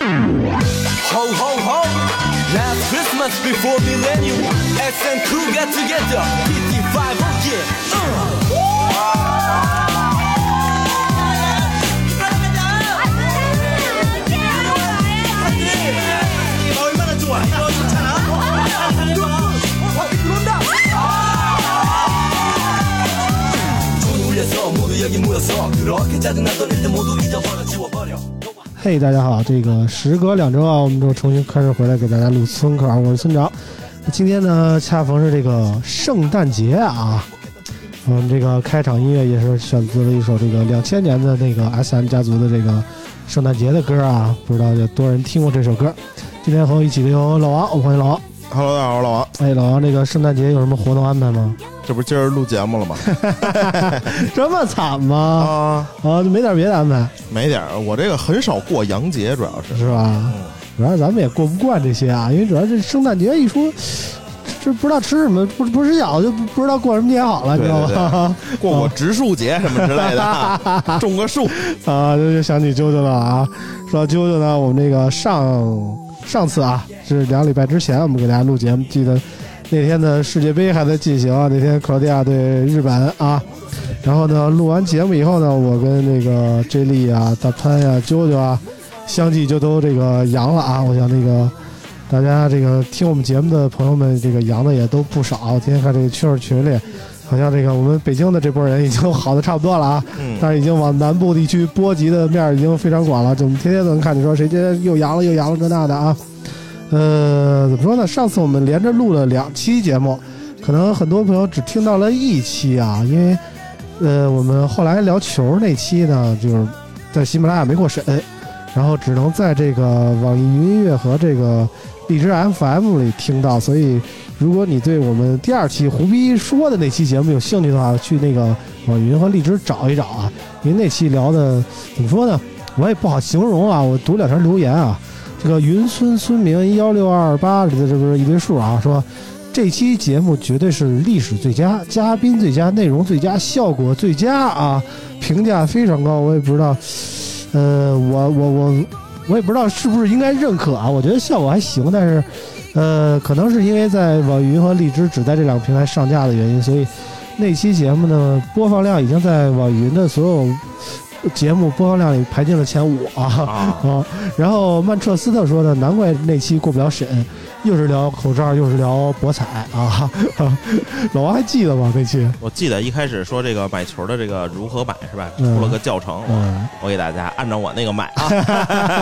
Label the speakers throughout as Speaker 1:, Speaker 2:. Speaker 1: Ho ho ho! Last Christmas before millennium, S and crew got together. PT5, oh yeah. 나 얼마나 좋아. 너 좋잖아. 뚜뚜. 어, 들어온다. 문 울려서 모두 여기 모여서 그렇게 짜증났던 일들 모두 잊어버려 지워버려.
Speaker 2: 嘿、大家好，这个时隔两周啊，我们就重新开始回来给大家录村口，啊我是村长。那今天呢，恰逢是这个圣诞节啊，我们这个开场音乐也是选择了一首这个两千年的那个 S M 家族的这个圣诞节的歌啊，不知道有多少人听过这首歌。今天和我一起的有老王，我欢迎老王。
Speaker 3: Hello，大家好，我是老王，
Speaker 2: 哎，老王，这个圣诞节有什么活动安排吗？
Speaker 3: 这不是今儿录节目了吗？
Speaker 2: 这么惨吗？
Speaker 3: 啊，
Speaker 2: 啊，没点别的安排
Speaker 3: 没点儿，我这个很少过洋节，主要是嗯
Speaker 2: 是吧？主要咱们也过不惯这些啊，因为主要这圣诞节一说，这不知道吃什么，不不吃饺子就不不知道过什么节好了，你
Speaker 3: 对
Speaker 2: 知道吗？
Speaker 3: 过过植树节什么之类的 啊，种个树。
Speaker 2: 啊，这就想起啾啾了啊。说到啾啾呢，我们这个上上次啊是两礼拜之前，我们给大家录节目，记得那天的世界杯还在进行啊，那天克罗地亚对日本啊。然后呢，录完节目以后呢，我跟那个 J 莉啊、大潘呀、啾啾啊，相继就都这个阳了啊。我想那个大家这个听我们节目的朋友们，这个阳的也都不少。今天看这个圈儿群里，好像这个我们北京的这波人已经 好的差不多了啊。
Speaker 3: 嗯，
Speaker 2: 但是已经往南部地区波及的面儿已经非常广了，就我们天天都能看见说谁今天又阳了又阳了这那的啊。呃，怎么说呢？上次我们连着录了两期节目，可能很多朋友只听到了一期啊，因为呃，我们后来聊球那期呢，就是在喜马拉雅没过审，然后只能在这个网易云音乐和这个荔枝 FM 里听到，所以如果你对我们第二期胡逼说的那期节目有兴趣的话，去那个网易云和荔枝找一找啊，因为那期聊的怎么说呢，我也不好形容啊。我读两条留言啊，这个云村村民幺六二八里的这不是一堆数啊，说这期节目绝对是历史最佳、嘉宾最佳、内容最佳、效果最佳啊，评价非常高。我也不知道，呃，我我我我也不知道是不是应该认可啊。我觉得效果还行，但是。呃，可能是因为在网易云和荔枝只在这两个平台上架的原因，所以那期节目呢，播放量已经在网易云的所有节目播放量里排进了前五啊。
Speaker 3: 啊，
Speaker 2: 啊，然后曼彻斯特说呢，难怪那期过不了审，又是聊口罩，又是聊博彩啊。 老王还记得吗？那期，
Speaker 4: 我记得一开始说这个买球的这个如何买是吧？
Speaker 2: 嗯
Speaker 4: 出了个教程，
Speaker 2: 嗯，
Speaker 4: 我给大家按照我那个买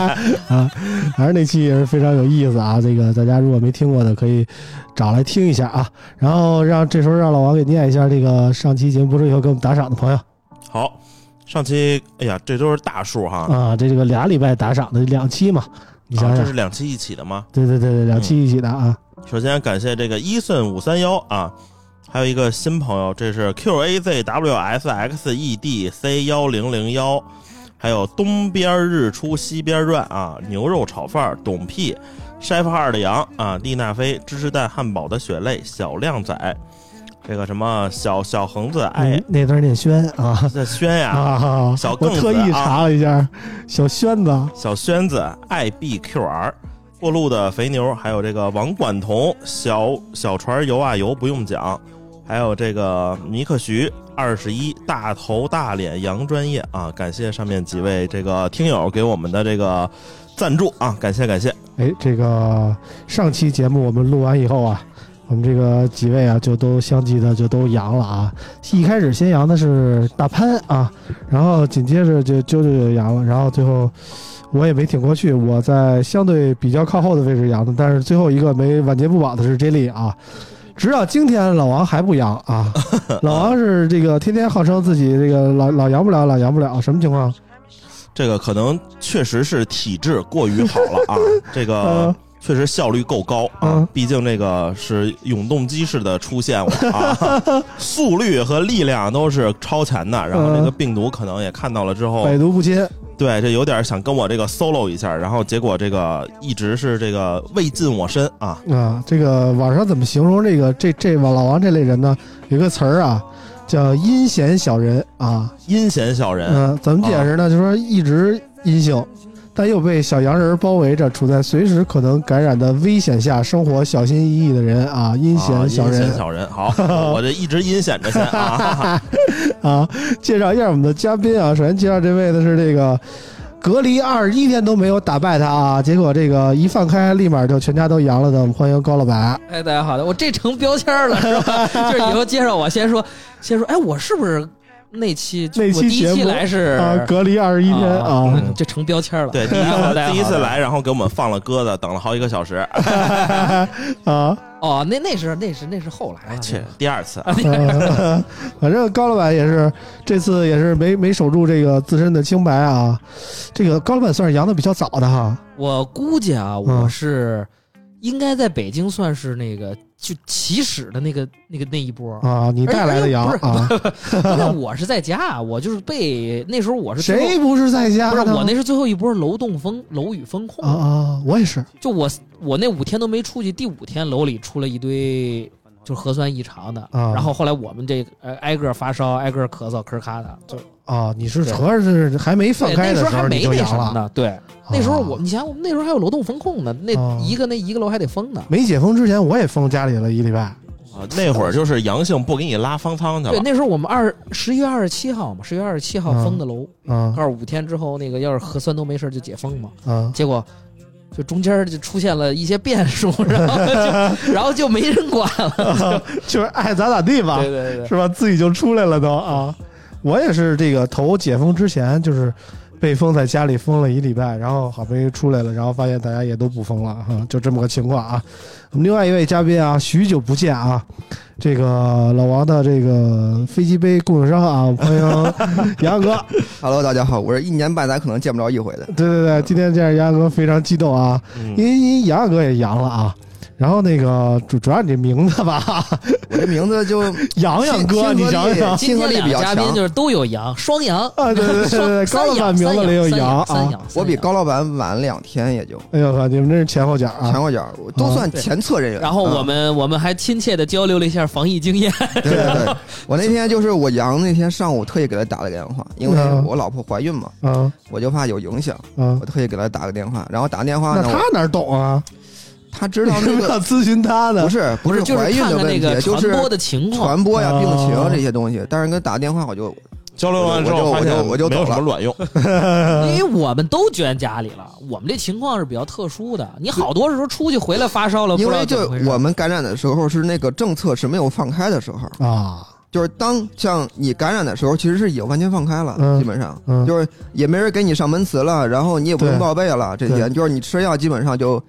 Speaker 4: 啊。
Speaker 2: 啊，还是那期也是非常有意思啊。这个大家如果没听过的，可以找来听一下啊。然后让这时候让老王给念一下这个上期节目播出以后给我们打赏的朋友
Speaker 4: 好，上期哎呀，这都是大数哈，
Speaker 3: 嗯
Speaker 4: 啊，
Speaker 2: 啊，这这个俩礼拜打赏的两期嘛，你想
Speaker 4: 这
Speaker 2: 想，
Speaker 4: 是两期一起的吗？
Speaker 2: 对对对对，两期一起的啊。
Speaker 4: 首先感谢这个一顺五三幺啊，还有一个新朋友，这是 QAZWSXEDC E 幺零零幺，还有东边日出西边转啊，牛肉炒饭董屁。筛发二的羊啊，丽娜菲，芝士蛋汉堡的血泪，小靓仔，这个什么小小横子爱
Speaker 2: 嗯，那段念轩啊
Speaker 4: 这轩呀，
Speaker 2: 啊，
Speaker 4: 哎小
Speaker 2: 我
Speaker 4: 更子
Speaker 2: 特意
Speaker 4: 啊
Speaker 2: 查了一下，小轩子啊
Speaker 4: 小轩子 IBQR，过路的肥牛，还有这个王管彤，小小船游啊游不用讲，还有这个尼克徐二十一大头大脸洋专业啊，感谢上面几位这个听友给我们的这个赞助啊，感谢感谢，
Speaker 2: 哎，这个上期节目我们录完以后啊，我们这个几位啊就都相继的就都阳了啊。一开始先阳的是大潘啊，然后紧接着就啾啾就阳了，然后最后我也没挺过去，我在相对比较靠后的位置养的，但是最后一个没晚节不保的是 J 莉啊。直到今天，老王还不阳啊！老王是这个天天号称自己这个老老阳不了，老阳不了，什么情况？
Speaker 4: 这个可能确实是体质过于好了 啊，这个
Speaker 2: 嗯
Speaker 4: 确实效率够高啊
Speaker 2: 嗯，
Speaker 4: 毕竟这个是永动机式的出现我 啊，速率和力量都是超前的。然后这个病毒可能也看到了之后，
Speaker 2: 百毒不侵，
Speaker 4: 对，这有点想跟我这个 solo 一下，然后结果这个一直是这个未近我身啊，
Speaker 2: 啊，这个网上怎么形容这个这这老王这类人呢？有一个词儿啊，叫阴险小人啊。
Speaker 4: 阴险小人，啊
Speaker 2: 嗯、怎么解释呢？就说一直阴性，但又被小洋人包围着，处在随时可能感染的危险下生活，小心翼翼的人啊，阴
Speaker 4: 啊
Speaker 2: 险小人
Speaker 4: 阴险小 人。好，我这一直阴险着先啊，
Speaker 2: 啊。介绍一下我们的嘉宾啊，首先介绍这位的是这个。隔离二十一天都没有打败他啊，结果这个一放开，立马就全家都阳了的。我们欢迎高老板，
Speaker 5: 哎，大家好的，我这成标签了是吧？就是以后介绍我先说，先说，哎，我是不是那期就
Speaker 2: 那期
Speaker 5: 我第一
Speaker 2: 节
Speaker 5: 期
Speaker 2: 目
Speaker 5: 来是
Speaker 2: 啊，隔离二十一天啊，
Speaker 5: 嗯这成标签了。
Speaker 4: 对，第一
Speaker 5: 大家好
Speaker 4: 次第一次。
Speaker 5: 大家好
Speaker 4: 来，然后给我们放了鸽子，等了好几个小时，
Speaker 2: 啊，
Speaker 5: 哦，那那是那是那是后来了。啊
Speaker 4: 去第二次，啊
Speaker 2: 呃 反正高老板也是这次也是没没守住这个自身的清白啊。这个高老板算是阳的比较早的哈，
Speaker 5: 我估计
Speaker 2: 嗯
Speaker 5: 啊，我是应该在北京算是那个就起始的那个那个那 一波。
Speaker 2: 啊，你带来的阳
Speaker 5: 哎
Speaker 2: 啊，
Speaker 5: 因为我是在家，我就是被那时候我是最后
Speaker 2: 谁不是在家
Speaker 5: 不是
Speaker 2: 呢？
Speaker 5: 我那是最后一波楼栋风楼宇风控
Speaker 2: 啊啊，我也是
Speaker 5: 就我我那五天都没出去，第五天楼里出了一堆就是核酸异常的，
Speaker 2: 嗯啊
Speaker 5: 然后后来我们这个呃挨个发烧，挨个咳嗽，咳咔的，就
Speaker 2: 啊，你是
Speaker 5: 对
Speaker 2: 合着是还没放
Speaker 5: 对
Speaker 2: 开
Speaker 5: 那
Speaker 2: 的
Speaker 5: 时
Speaker 2: 时候
Speaker 5: 还
Speaker 2: 你
Speaker 5: 没
Speaker 2: 就
Speaker 5: 那
Speaker 2: 阳
Speaker 5: 什么
Speaker 2: 了，
Speaker 5: 呢，对，那时候我
Speaker 2: 啊
Speaker 5: 你想想，我们那时候还有楼栋封控呢，那
Speaker 2: 啊
Speaker 5: 一个那一个楼还得封呢，
Speaker 2: 没解封之前我也封家里了一礼拜，
Speaker 4: 啊，那会儿就是阳性不给你拉方舱去
Speaker 5: 对，
Speaker 4: 了，
Speaker 5: 那时候我们二十一月二十七号嘛，十月二十七号
Speaker 2: 啊
Speaker 5: 封的楼，
Speaker 2: 啊
Speaker 5: 告诉五天之后那个要是核酸都没事就解封嘛，
Speaker 2: 啊
Speaker 5: 结果。就中间就出现了一些变数，然后 就然后就没人管了。
Speaker 2: 啊， 就是爱咋咋地吧，
Speaker 5: 对对对，
Speaker 2: 是吧？自己就出来了都啊！我也是这个头解封之前，就是被封在家里封了一礼拜，然后好不容易出来了，然后发现大家也都不封了哈、就这么个情况啊。我们另外一位嘉宾啊，许久不见啊，这个老王的这个飞机杯供应商啊，欢迎 杨哥。
Speaker 6: Hello，大家好，我是一年半载可能见不着一回的。
Speaker 2: 对对对，今天见着杨哥非常激动啊，因
Speaker 4: 嗯
Speaker 2: 为因为杨哥也阳了啊。然后那个主主要你这名字吧，
Speaker 6: 我这名字就
Speaker 2: 洋洋哥，你
Speaker 6: 亲亲和
Speaker 2: 想
Speaker 6: 力
Speaker 2: 想，
Speaker 5: 今
Speaker 6: 亲和
Speaker 5: 天
Speaker 6: 力比
Speaker 5: 两
Speaker 6: 较
Speaker 5: 嘉
Speaker 6: 强
Speaker 5: 宾就是都有羊，双羊。
Speaker 2: 啊，对对对对对，高
Speaker 5: 三
Speaker 2: 老板名字里有羊啊
Speaker 5: 三。羊，
Speaker 6: 我比
Speaker 5: 三羊。
Speaker 6: 高老板晚两天，也就
Speaker 2: 哎呦呵，你们这是前后脚
Speaker 6: 前
Speaker 2: 啊！
Speaker 6: 后脚，我都算前侧人员。
Speaker 5: 然后我
Speaker 6: 嗯
Speaker 5: 们我们还亲切的交流了一下防疫经验，
Speaker 6: 对对对，我那天就是我阳那天上午特意给他打了个电话，因为
Speaker 2: 嗯
Speaker 6: 我老婆怀孕嘛，
Speaker 2: 啊
Speaker 6: 我就怕有影响，
Speaker 2: 啊
Speaker 6: 我，特意给他打个电话。然后打电话
Speaker 2: 那
Speaker 6: 呢，
Speaker 2: 他
Speaker 6: 我
Speaker 2: 哪懂啊？
Speaker 6: 他知道
Speaker 2: 为什
Speaker 6: 那
Speaker 2: 么要
Speaker 6: 个
Speaker 2: 咨询他呢
Speaker 6: 不？是不
Speaker 5: 不
Speaker 6: 是
Speaker 5: 就是
Speaker 6: 怀孕
Speaker 5: 看
Speaker 6: 的
Speaker 5: 看那
Speaker 6: 问
Speaker 5: 个
Speaker 6: 题，就
Speaker 5: 传
Speaker 6: 是
Speaker 5: 播的情况。
Speaker 6: 传播呀、
Speaker 2: 啊
Speaker 6: 病情这些东西。但是跟他打电话我就
Speaker 4: 交流完之后
Speaker 6: 我
Speaker 4: 发
Speaker 6: 就
Speaker 4: 现
Speaker 6: 我就我就
Speaker 4: 没有什
Speaker 6: 走
Speaker 4: 么
Speaker 6: 了
Speaker 4: 卵用，
Speaker 5: 因 为我们都卷家里了，我们这情况是比较特殊的。你好多时候出去回来发烧了，
Speaker 6: 因
Speaker 5: 不知道
Speaker 6: 为
Speaker 5: 怎
Speaker 6: 就
Speaker 5: 么回事
Speaker 6: 我们感染的时候是那个政策是没有放开的时候。
Speaker 2: 啊，
Speaker 6: 就是当像你感染的时候，其实是已经完全放开了，
Speaker 2: 嗯
Speaker 6: 基本上、
Speaker 2: 嗯
Speaker 6: 就是也没人给你上门磁了，然后你也不用
Speaker 2: 对
Speaker 6: 报备了，这些
Speaker 2: 对
Speaker 6: 就是你吃药基本上就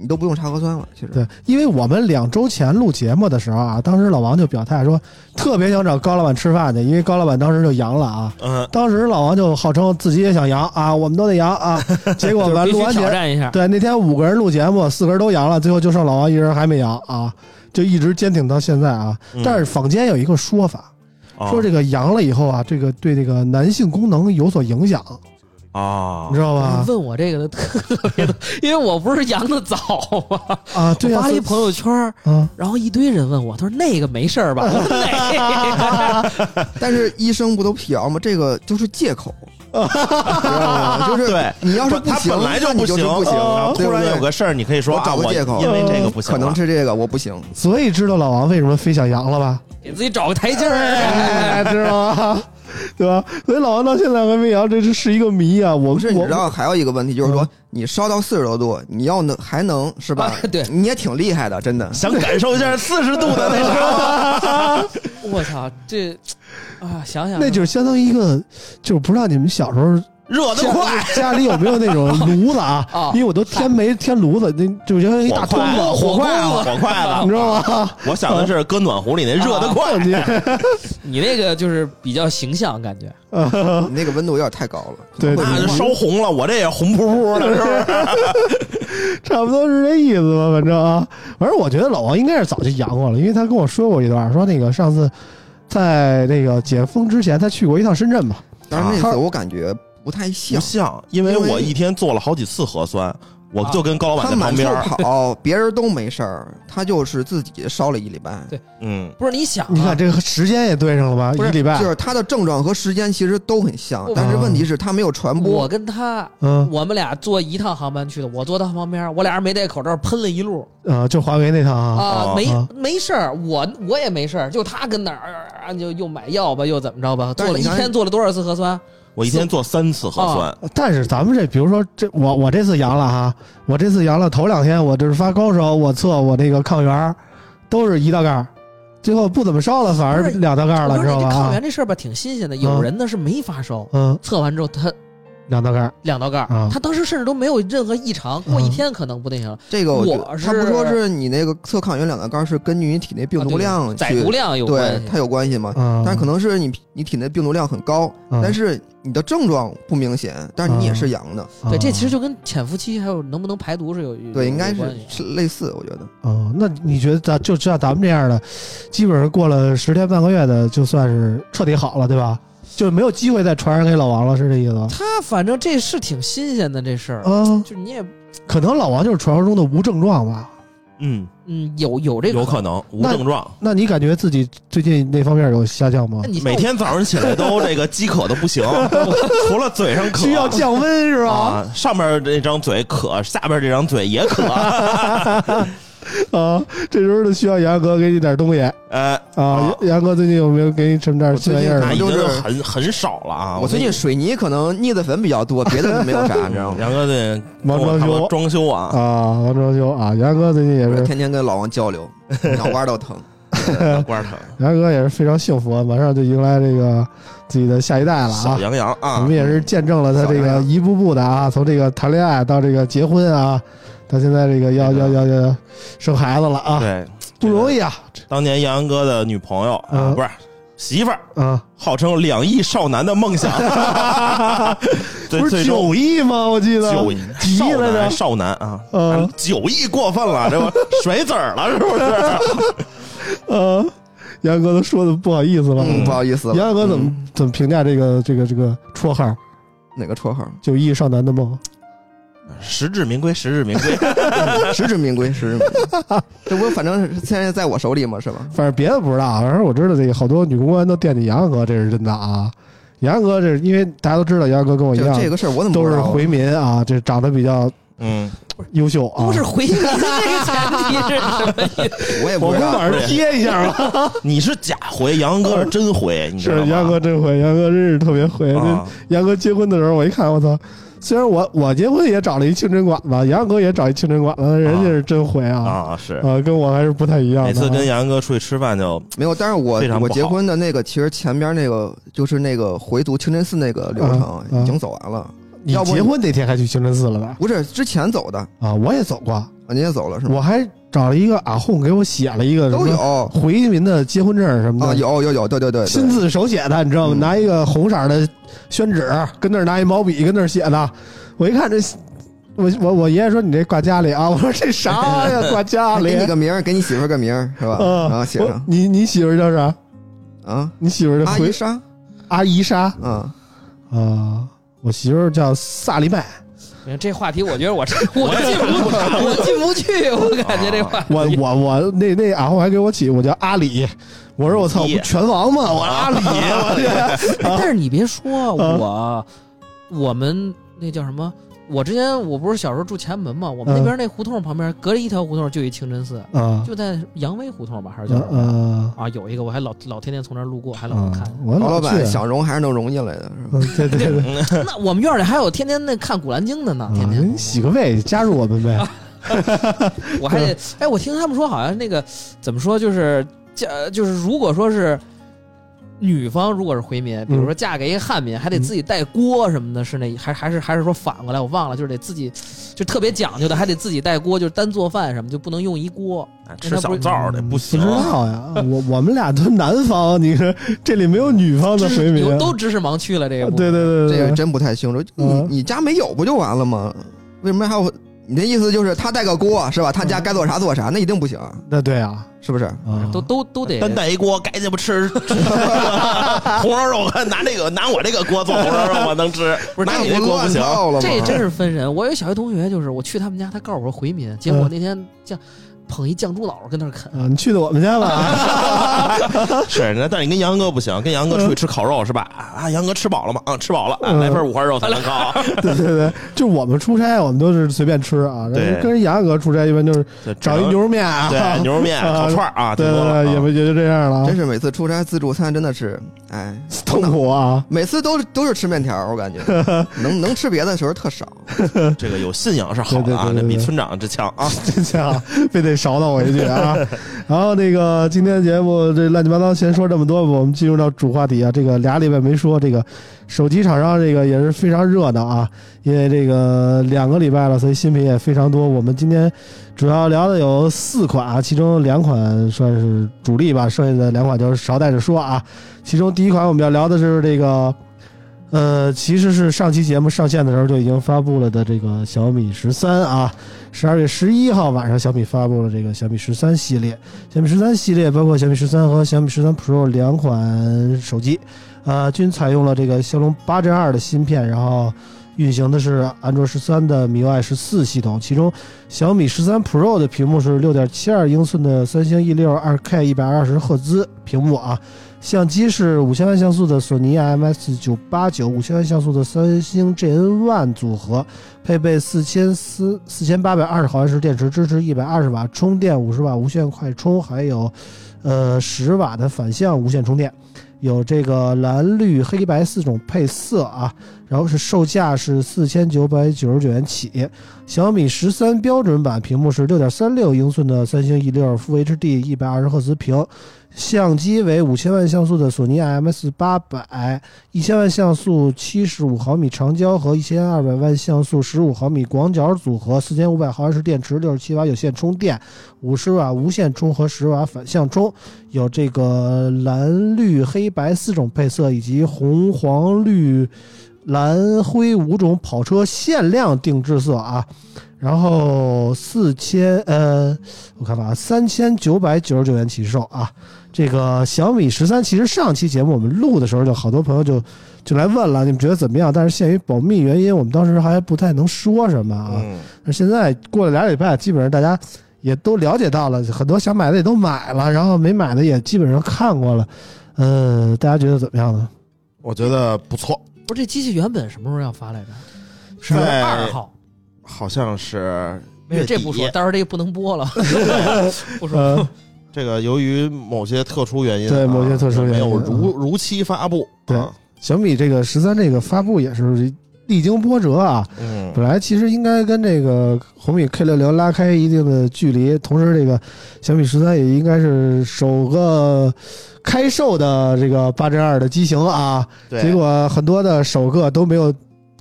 Speaker 6: 你都不用查核酸了，其 实
Speaker 2: 对，因为我们两周前录节目的时候啊，当时老王就表态说特别想找高老板吃饭去，因为高老板当时就阳了啊。
Speaker 4: 嗯，
Speaker 2: 当时老王就号称自己也想阳啊，我们都得 阳啊。结果
Speaker 5: 就是
Speaker 2: 完
Speaker 5: 必
Speaker 2: 录
Speaker 5: 须
Speaker 2: 完节
Speaker 5: 挑战一 下。
Speaker 2: 对，那天五个人录节目，四个人都阳了，最后就剩老王一人还没阳啊，就一直坚挺到现在啊。
Speaker 4: 嗯
Speaker 2: 但是坊间有一个说法，
Speaker 5: 哦
Speaker 4: 啊
Speaker 2: 说这个阳了以后啊，这个对这个男性功能有所影响，
Speaker 5: 哦
Speaker 4: 啊啊
Speaker 2: 你知道吧？
Speaker 5: 问我这个的特别多，因为我不是阳的早吗？
Speaker 2: 啊，对
Speaker 5: 我
Speaker 2: 呀、
Speaker 5: 发了一朋友圈，
Speaker 2: 啊，
Speaker 5: 然后一堆人问我，他说那个没事儿吧？我说哪个？
Speaker 6: 但是医生不都辟谣吗？这个就是借口，你知道吗？就是
Speaker 4: 对
Speaker 6: 你要是
Speaker 4: 不他
Speaker 6: 行，
Speaker 4: 本来
Speaker 6: 那你
Speaker 4: 不
Speaker 6: 就
Speaker 4: 行，
Speaker 6: 是不行，啊
Speaker 4: 然后
Speaker 6: 对
Speaker 4: 突
Speaker 6: 不
Speaker 4: 然
Speaker 6: 对
Speaker 4: 有个事儿，你可以说
Speaker 6: 我找
Speaker 4: 啊，
Speaker 6: 个
Speaker 4: 我
Speaker 6: 借口
Speaker 4: 因为这个不行啊
Speaker 6: 可
Speaker 4: 了，
Speaker 6: 能是这个我不行，
Speaker 2: 所以知道老王为什么非想阳了吧？
Speaker 5: 给自己找个台阶儿。
Speaker 2: 哎，知道吗？对吧？所以老王到现在还没阳，这是是一个谜啊！我
Speaker 6: 不是，你
Speaker 2: 我
Speaker 6: 知道还有一个问题就是说
Speaker 2: 嗯，
Speaker 6: 你烧到四十多度，你要能还能是 吧
Speaker 5: 啊？对
Speaker 6: 你也挺厉害的，真的。
Speaker 4: 想感受一下四十度的那 个，
Speaker 5: 我操，这啊，想想啊
Speaker 2: 那就是相当于一个，就是不知道你们小时候
Speaker 4: 热得
Speaker 2: 家
Speaker 4: 快，
Speaker 2: 家里有没有那种炉子啊？
Speaker 6: 啊
Speaker 2: 因为我都天没天炉子，那就相当于一大
Speaker 4: 火啊
Speaker 2: 通
Speaker 4: 筷
Speaker 2: 子，火
Speaker 4: 子
Speaker 2: 筷子，
Speaker 4: 火筷
Speaker 6: 啊
Speaker 4: 子，
Speaker 2: 你知道吗？
Speaker 4: 我想的是搁暖壶里那热得快，
Speaker 2: 你
Speaker 5: 你那个就是比较形象，感觉
Speaker 6: 你那个温度有点太高了，
Speaker 2: 对
Speaker 6: 可能
Speaker 4: 那就
Speaker 6: 会融化
Speaker 4: 啊烧红了，我这也红扑扑的，是不 是？
Speaker 2: 差不多是这意思吧，反正啊，反正我觉得老王应该是早就阳过了，因为他跟我说过一段，说那个上次在那个解封之前，他去过一趟深圳嘛，
Speaker 6: 但是
Speaker 2: 啊
Speaker 6: 那次我感觉不太像
Speaker 4: 不，像，因为我一天做了好几次核酸，我就跟高老板
Speaker 6: 啊他
Speaker 4: 在旁
Speaker 6: 满处
Speaker 4: 边儿，
Speaker 6: 跑，别人都没事儿，他就是自己烧了一礼拜。
Speaker 5: 对
Speaker 4: 嗯，
Speaker 5: 不是你想、啊，
Speaker 2: 你看这个时间也对上了吧，
Speaker 5: 不是
Speaker 2: 一礼拜
Speaker 6: 就，是他的症状和时间其实都很像
Speaker 5: 不，
Speaker 6: 但是问题是他没有传播
Speaker 5: 我。跟他，
Speaker 2: 嗯
Speaker 5: 我们俩坐一趟航班去的，我坐他旁边，我俩人没戴口罩，喷了一路
Speaker 2: 呃，就华为那趟啊，
Speaker 5: 啊，
Speaker 4: 哦
Speaker 5: 没
Speaker 2: 啊
Speaker 5: 没事儿，我我也没事儿，就他跟那儿啊就又买药吧，又怎么着吧，做
Speaker 6: 但是
Speaker 5: 了一
Speaker 6: 你看
Speaker 5: 天，做了多少次核酸？
Speaker 4: 我一天做三次核酸，
Speaker 6: 啊
Speaker 2: 但是咱们这，比如说这我我这次阳了哈，我这次阳了头两天我这是发高烧，我测我那个抗原儿都是一道杠儿，最后不怎么烧了，反而
Speaker 5: 不是
Speaker 2: 两道杠儿了，
Speaker 5: 我
Speaker 2: 你
Speaker 5: 说
Speaker 2: 知道
Speaker 5: 这
Speaker 2: 吧？
Speaker 5: 抗
Speaker 2: 啊
Speaker 5: 原这事儿吧，挺新鲜的，有
Speaker 2: 嗯
Speaker 5: 人呢是没发烧，
Speaker 2: 嗯，
Speaker 5: 测完之后他
Speaker 2: 两道杠儿，
Speaker 5: 两道杠
Speaker 2: 啊
Speaker 5: 儿，他当时甚至都没有任何异常，过一天可能不那啥了，
Speaker 6: 这个我觉
Speaker 5: 我
Speaker 6: 得
Speaker 5: 是啊
Speaker 6: 他不说是你那个测抗原两道杠是根据你体内病毒量
Speaker 5: 载
Speaker 6: 去
Speaker 5: 毒，量有关
Speaker 6: 对
Speaker 5: 系
Speaker 6: 它。有关系吗？
Speaker 2: 嗯，
Speaker 6: 但是可能是你你体内病毒量很高，
Speaker 2: 嗯
Speaker 6: 但是你的症状不明显，但是你也是阳的，
Speaker 2: 啊
Speaker 5: 对，这其实就跟潜伏期还有能不能排毒是有有
Speaker 6: 对，应该
Speaker 5: 有
Speaker 6: 是
Speaker 5: 关系啊
Speaker 6: 是类似，我觉得。
Speaker 2: 哦，那你觉得咱就像咱们这样的，基本上过了十天半个月的，就算是彻底好了，对吧？就没有机会再传染给老王了，是这意思吗？
Speaker 5: 他反正这是挺新鲜的这事儿，
Speaker 2: 啊，
Speaker 5: 就你也
Speaker 2: 可能老王就是传说中的无症状吧？
Speaker 4: 嗯，
Speaker 5: 嗯有有这个
Speaker 4: 有可能无
Speaker 2: 哎那
Speaker 4: 症状。
Speaker 2: 那你感觉自己最近那方面有下降吗
Speaker 5: 那？你
Speaker 4: 每天早上起来都这个饥渴的不行，除了嘴上渴，
Speaker 2: 需要降温是吧？
Speaker 4: 啊，上面这张嘴渴，下边这张嘴也 渴，
Speaker 2: 啊，这时候就需要杨哥给你点东西啊！啊
Speaker 4: 呃，啊
Speaker 2: 杨杨哥最近有没有给你什么点新玩意儿
Speaker 6: 我
Speaker 4: 那
Speaker 6: 最
Speaker 4: 已
Speaker 6: 近
Speaker 4: 经
Speaker 6: 就是
Speaker 4: 很很少了啊。
Speaker 6: 我最近水泥可能腻子粉比较多，别的都没有啥，你知道吗？
Speaker 4: 杨哥得跟
Speaker 2: 忙
Speaker 4: 我
Speaker 2: 嗯装
Speaker 4: 差不多
Speaker 2: 修
Speaker 4: 装修啊，
Speaker 2: 啊？王装修啊，杨哥最近也
Speaker 6: 我
Speaker 2: 是，
Speaker 6: 天天跟老王 交流，脑瓜都疼。
Speaker 2: 嗯
Speaker 4: 官儿疼，
Speaker 2: 杨哥也是非常幸福，马上就迎来这个自己的下一代了啊
Speaker 4: 小！杨洋
Speaker 2: 我
Speaker 4: 啊
Speaker 2: 们，也是见证了他这个一步步的啊，从这个谈恋爱到这个结婚啊，到现在这个要
Speaker 4: 对
Speaker 2: 要
Speaker 4: 的
Speaker 2: 要要生孩子了啊，
Speaker 4: 对，
Speaker 2: 不容易啊
Speaker 4: 当年杨洋哥的女朋友啊
Speaker 2: 嗯，
Speaker 4: 不是媳妇儿，
Speaker 2: 啊！
Speaker 4: 号称两亿少男的 梦想，最
Speaker 2: 不是
Speaker 4: 最
Speaker 2: 九
Speaker 4: 终
Speaker 2: 亿吗？我记得
Speaker 4: 九亿
Speaker 2: 几亿来着
Speaker 4: 少男啊，
Speaker 2: 嗯
Speaker 4: 啊九亿过分 了，这不甩子儿了是不是？
Speaker 2: 呃，杨哥都说的不好意思了。
Speaker 6: 嗯，不好意思了。嗯
Speaker 2: 杨哥怎么怎么评价这个这个这个绰号
Speaker 6: 哪个绰号？
Speaker 2: “九亿少男的梦
Speaker 4: 实至名归，实至名归，
Speaker 6: 实至名归，实至名归。 这不反正是现在在我手里嘛，是吧”？？
Speaker 2: 反正别的不知道啊，反正我知道这个好多女公关都惦记杨哥，这是真的啊。杨哥这是因为大家都知道杨哥跟我一
Speaker 6: 这
Speaker 2: 样
Speaker 6: 这个事儿我怎么
Speaker 2: 哎都
Speaker 6: 不知
Speaker 2: 是
Speaker 6: 道啊
Speaker 2: 回民啊，这长得比较
Speaker 4: 嗯，
Speaker 2: 优秀啊。
Speaker 5: 不是回民这个前提是什么意思？
Speaker 6: 我也
Speaker 2: 我
Speaker 6: 不
Speaker 2: 们
Speaker 6: 知道。
Speaker 2: 晚上贴一下吧。
Speaker 4: 你是假回，杨哥是真回，你知道
Speaker 2: 是
Speaker 4: 吗？
Speaker 2: 杨哥真回，杨哥真是特别回。
Speaker 4: 啊
Speaker 2: 这杨哥结婚的时候，我一看，我操！虽然我我结婚也找了一清真馆子，杨哥也找一清真馆子，人家是真回啊
Speaker 4: 啊是，
Speaker 2: 啊，跟我还是不太一样的啊。
Speaker 4: 每次跟杨哥出去吃饭就
Speaker 6: 没有，但是我
Speaker 4: 非常不
Speaker 6: 我
Speaker 4: 好
Speaker 6: 结婚的那个，其实前边那个就是那个回族清真寺那个流程
Speaker 2: 嗯嗯
Speaker 6: 已经走完了，
Speaker 2: 你
Speaker 6: 要不
Speaker 2: 结婚那天还去清真寺了吧？
Speaker 6: 不是之前走的，
Speaker 2: 啊，我也走过，
Speaker 6: 啊你也走了是吗？
Speaker 2: 我还找了一个阿訇给我写了一个什
Speaker 6: 都有
Speaker 2: 么
Speaker 6: 啊，
Speaker 2: 回民的结婚证什么的，
Speaker 6: 有有有，对对对，对
Speaker 2: 亲自手写的，你知道吗？
Speaker 6: 嗯
Speaker 2: 拿一个红色儿的宣纸，跟那儿拿一毛笔，跟那儿写的。我一看这，我我我爷爷说你这挂家里啊，我说这啥玩意儿挂家
Speaker 6: 哎
Speaker 2: 里
Speaker 6: 给？你个名儿，给你媳妇儿个名儿是吧？
Speaker 2: 嗯，
Speaker 6: 然后写
Speaker 2: 我
Speaker 6: 上
Speaker 2: 你你媳妇儿叫啥？
Speaker 6: 啊，
Speaker 2: 你媳妇儿叫
Speaker 6: 阿
Speaker 2: 回
Speaker 6: 姨莎，
Speaker 2: 阿姨莎啊、
Speaker 6: 嗯，
Speaker 2: 我媳妇儿叫萨利麦。
Speaker 5: 这话题我觉得我我进不 我进不去，我感觉这话
Speaker 2: 我我我那那阿红还给我起，我叫阿里。我说我操，我不拳王嘛，啊我阿里，
Speaker 4: 啊
Speaker 2: 我 这
Speaker 5: 哎但是你别说我，我们那叫什么？我之前我不是小时候住前门嘛，我们那边那胡同旁边隔着一条胡同就有一清真寺，
Speaker 2: 啊
Speaker 5: 就在扬威胡同吧，还是叫
Speaker 2: 嗯
Speaker 5: 什么？
Speaker 2: 嗯
Speaker 5: 啊，有一个我还老老天天从那儿路过，还老能看
Speaker 2: 嗯，。我
Speaker 6: 王老
Speaker 2: 去
Speaker 6: 板想融还是能融进来的，是吧？
Speaker 2: 嗯，对对对，
Speaker 5: 那我们院里还有天天那看古兰经的呢，
Speaker 2: 啊
Speaker 5: 天天
Speaker 2: 你洗个胃，加入我们呗。
Speaker 5: 我还得哎，我听他们说好像那个怎么说，就是这就是如果说是女方如果是回民，比
Speaker 2: 嗯
Speaker 5: 如说嫁给一个汉民，还得自己带锅什么的，是那还还是还是说反过来，我忘了，就是得自己就特别讲究的，还得自己带锅，就是单做饭什么，就不能用一锅。
Speaker 4: 哎吃小灶的不行
Speaker 2: 知，道呀，我我们俩都南方，你说这里没有女方的
Speaker 5: 知
Speaker 2: 回
Speaker 5: 识
Speaker 2: 民
Speaker 5: 有
Speaker 2: 啊，
Speaker 5: 都知识盲区了，这个部
Speaker 2: 对对
Speaker 5: 分
Speaker 2: 对
Speaker 6: 这
Speaker 2: 对
Speaker 6: 个
Speaker 2: 对，
Speaker 6: 真不太清楚。你
Speaker 2: 嗯
Speaker 6: 你家没有不就完了吗？为什么还有？你的意思就是他带个锅是吧？他
Speaker 2: 嗯
Speaker 6: 家该做啥做啥，那一定不行，
Speaker 2: 那对啊，
Speaker 6: 是不是？
Speaker 2: 啊
Speaker 5: 都都都得
Speaker 3: 单带一锅，该怎么 吃红烧肉？拿这个拿我这个锅做红烧肉，我能吃。
Speaker 5: 不是
Speaker 3: 拿
Speaker 5: 这
Speaker 3: 你这锅不
Speaker 6: 乱
Speaker 3: 行，
Speaker 6: 套了吗？
Speaker 5: 这真是分人。我有小学同学，就是我去他们家，他告诉我回民，结果
Speaker 2: 嗯
Speaker 5: 那天酱捧一酱猪脑跟那儿啃，
Speaker 2: 啊，你去的我们家 吧，
Speaker 4: 是那但是你跟杨哥不行，跟杨哥出去吃烤肉是吧？啊，杨哥吃饱了吗？啊，吃饱了，啊
Speaker 2: 嗯
Speaker 4: 来份五花肉才 能烤。
Speaker 2: 对对对，就我们出差，我们都是随便吃啊，
Speaker 4: 对
Speaker 2: 跟人杨哥出差一般就是
Speaker 4: 对
Speaker 2: 找一牛肉面啊，
Speaker 4: 对牛肉面、
Speaker 2: 啊
Speaker 4: 烤串儿啊，挺
Speaker 2: 对
Speaker 4: 多
Speaker 2: 对
Speaker 4: 了
Speaker 2: 对，也
Speaker 4: 啊。
Speaker 2: 不也就这样了
Speaker 6: 真，是每次出差自助餐真的是，哎，
Speaker 2: 痛苦 啊，
Speaker 6: 每次都是都是吃面条，我感觉能能吃别的时候特少。
Speaker 4: 这个有信仰是好的啊，
Speaker 2: 对对对对
Speaker 4: 那
Speaker 2: 对
Speaker 4: 比村长这强啊。
Speaker 2: 真强，非得勺到我一句 啊。然后那个今天的节目这乱七八糟，先说这么多吧，我们进入到主话题啊。这个俩礼拜没说，这个手机厂商这个也是非常热闹啊，因为这个两个礼拜了，所以新品也非常多。我们今天主要聊的有四款啊，其中两款算是主力吧，剩下的两款就是捎带着说啊。其中第一款我们要聊的是这个。呃，其实是上期节目上线的时候就已经发布了的这个小米十三啊，十二月十一号晚上，小米发布了这个小米十三系列。小米十三系列包括小米十三和小米十三 Pro 两款手机，呃，均采用了这个骁龙八 Gen 二的芯片，然后运行的是安卓十三的 MIUI 十四系统。其中，小米十三 Pro 的屏幕是六点七二英寸的三星 E 六二 K 一百二十赫兹屏幕啊。相机是五千万像素的索尼 IMX 九八九，五千万像素的三星 GN One 组合，配备四千四四千八百二十毫安时电池，支持一百二十瓦充电、五十瓦无线快充，还有呃十瓦的反向无线充电。有这个蓝、绿、黑白四种配色啊，然后是售价是四千九百九十九元起。小米十三标准版屏幕是六点三六英寸的三星 E 六 Full HD 一百二十赫兹屏，相机为五千万像素的索尼 IMX 八百，一千万像素七十五毫米长焦和一千二百万像素十五毫米广角组合，四千五百毫安时电池，六十七瓦有线充电，五十瓦无线充和十瓦反向充，有这个蓝、绿、黑白四种配色，以及红、黄、绿、蓝、灰五种跑车限量定制色啊。然后四千呃，我看看啊，三千九百九十九元起售啊。这个小米十三，其实上期节目我们录的时候，就好多朋友就就来问了，你们觉得怎么样？但是限于保密原因，我们当时还不太能说什么啊。
Speaker 4: 嗯，
Speaker 2: 那现在过了俩礼拜，基本上大家也都了解到了，很多想买的也都买了，然后没买的也基本上看过了。呃，大家觉得怎么样呢？
Speaker 3: 我觉得不错，
Speaker 5: 不是这机器原本什么时候要发来着？
Speaker 2: 是
Speaker 3: 在
Speaker 5: 二号，
Speaker 3: 好像是
Speaker 5: 没事，
Speaker 3: 月底
Speaker 5: 这不说，到时候这个不能 播了，不说。
Speaker 2: 呃，
Speaker 3: 这个由于某些特殊原因啊，
Speaker 2: 对某些特殊原因
Speaker 3: 没有如如期发布。
Speaker 2: 对
Speaker 3: 啊
Speaker 2: 小米这个十三这个发布也是历经波折啊，
Speaker 3: 嗯，
Speaker 2: 本来其实应该跟这个红米 K 六零拉开一定的距离，同时这个小米十三也应该是首个开售的这个八 Gen 二的机型啊，
Speaker 3: 对
Speaker 2: 结果很多的首个都没有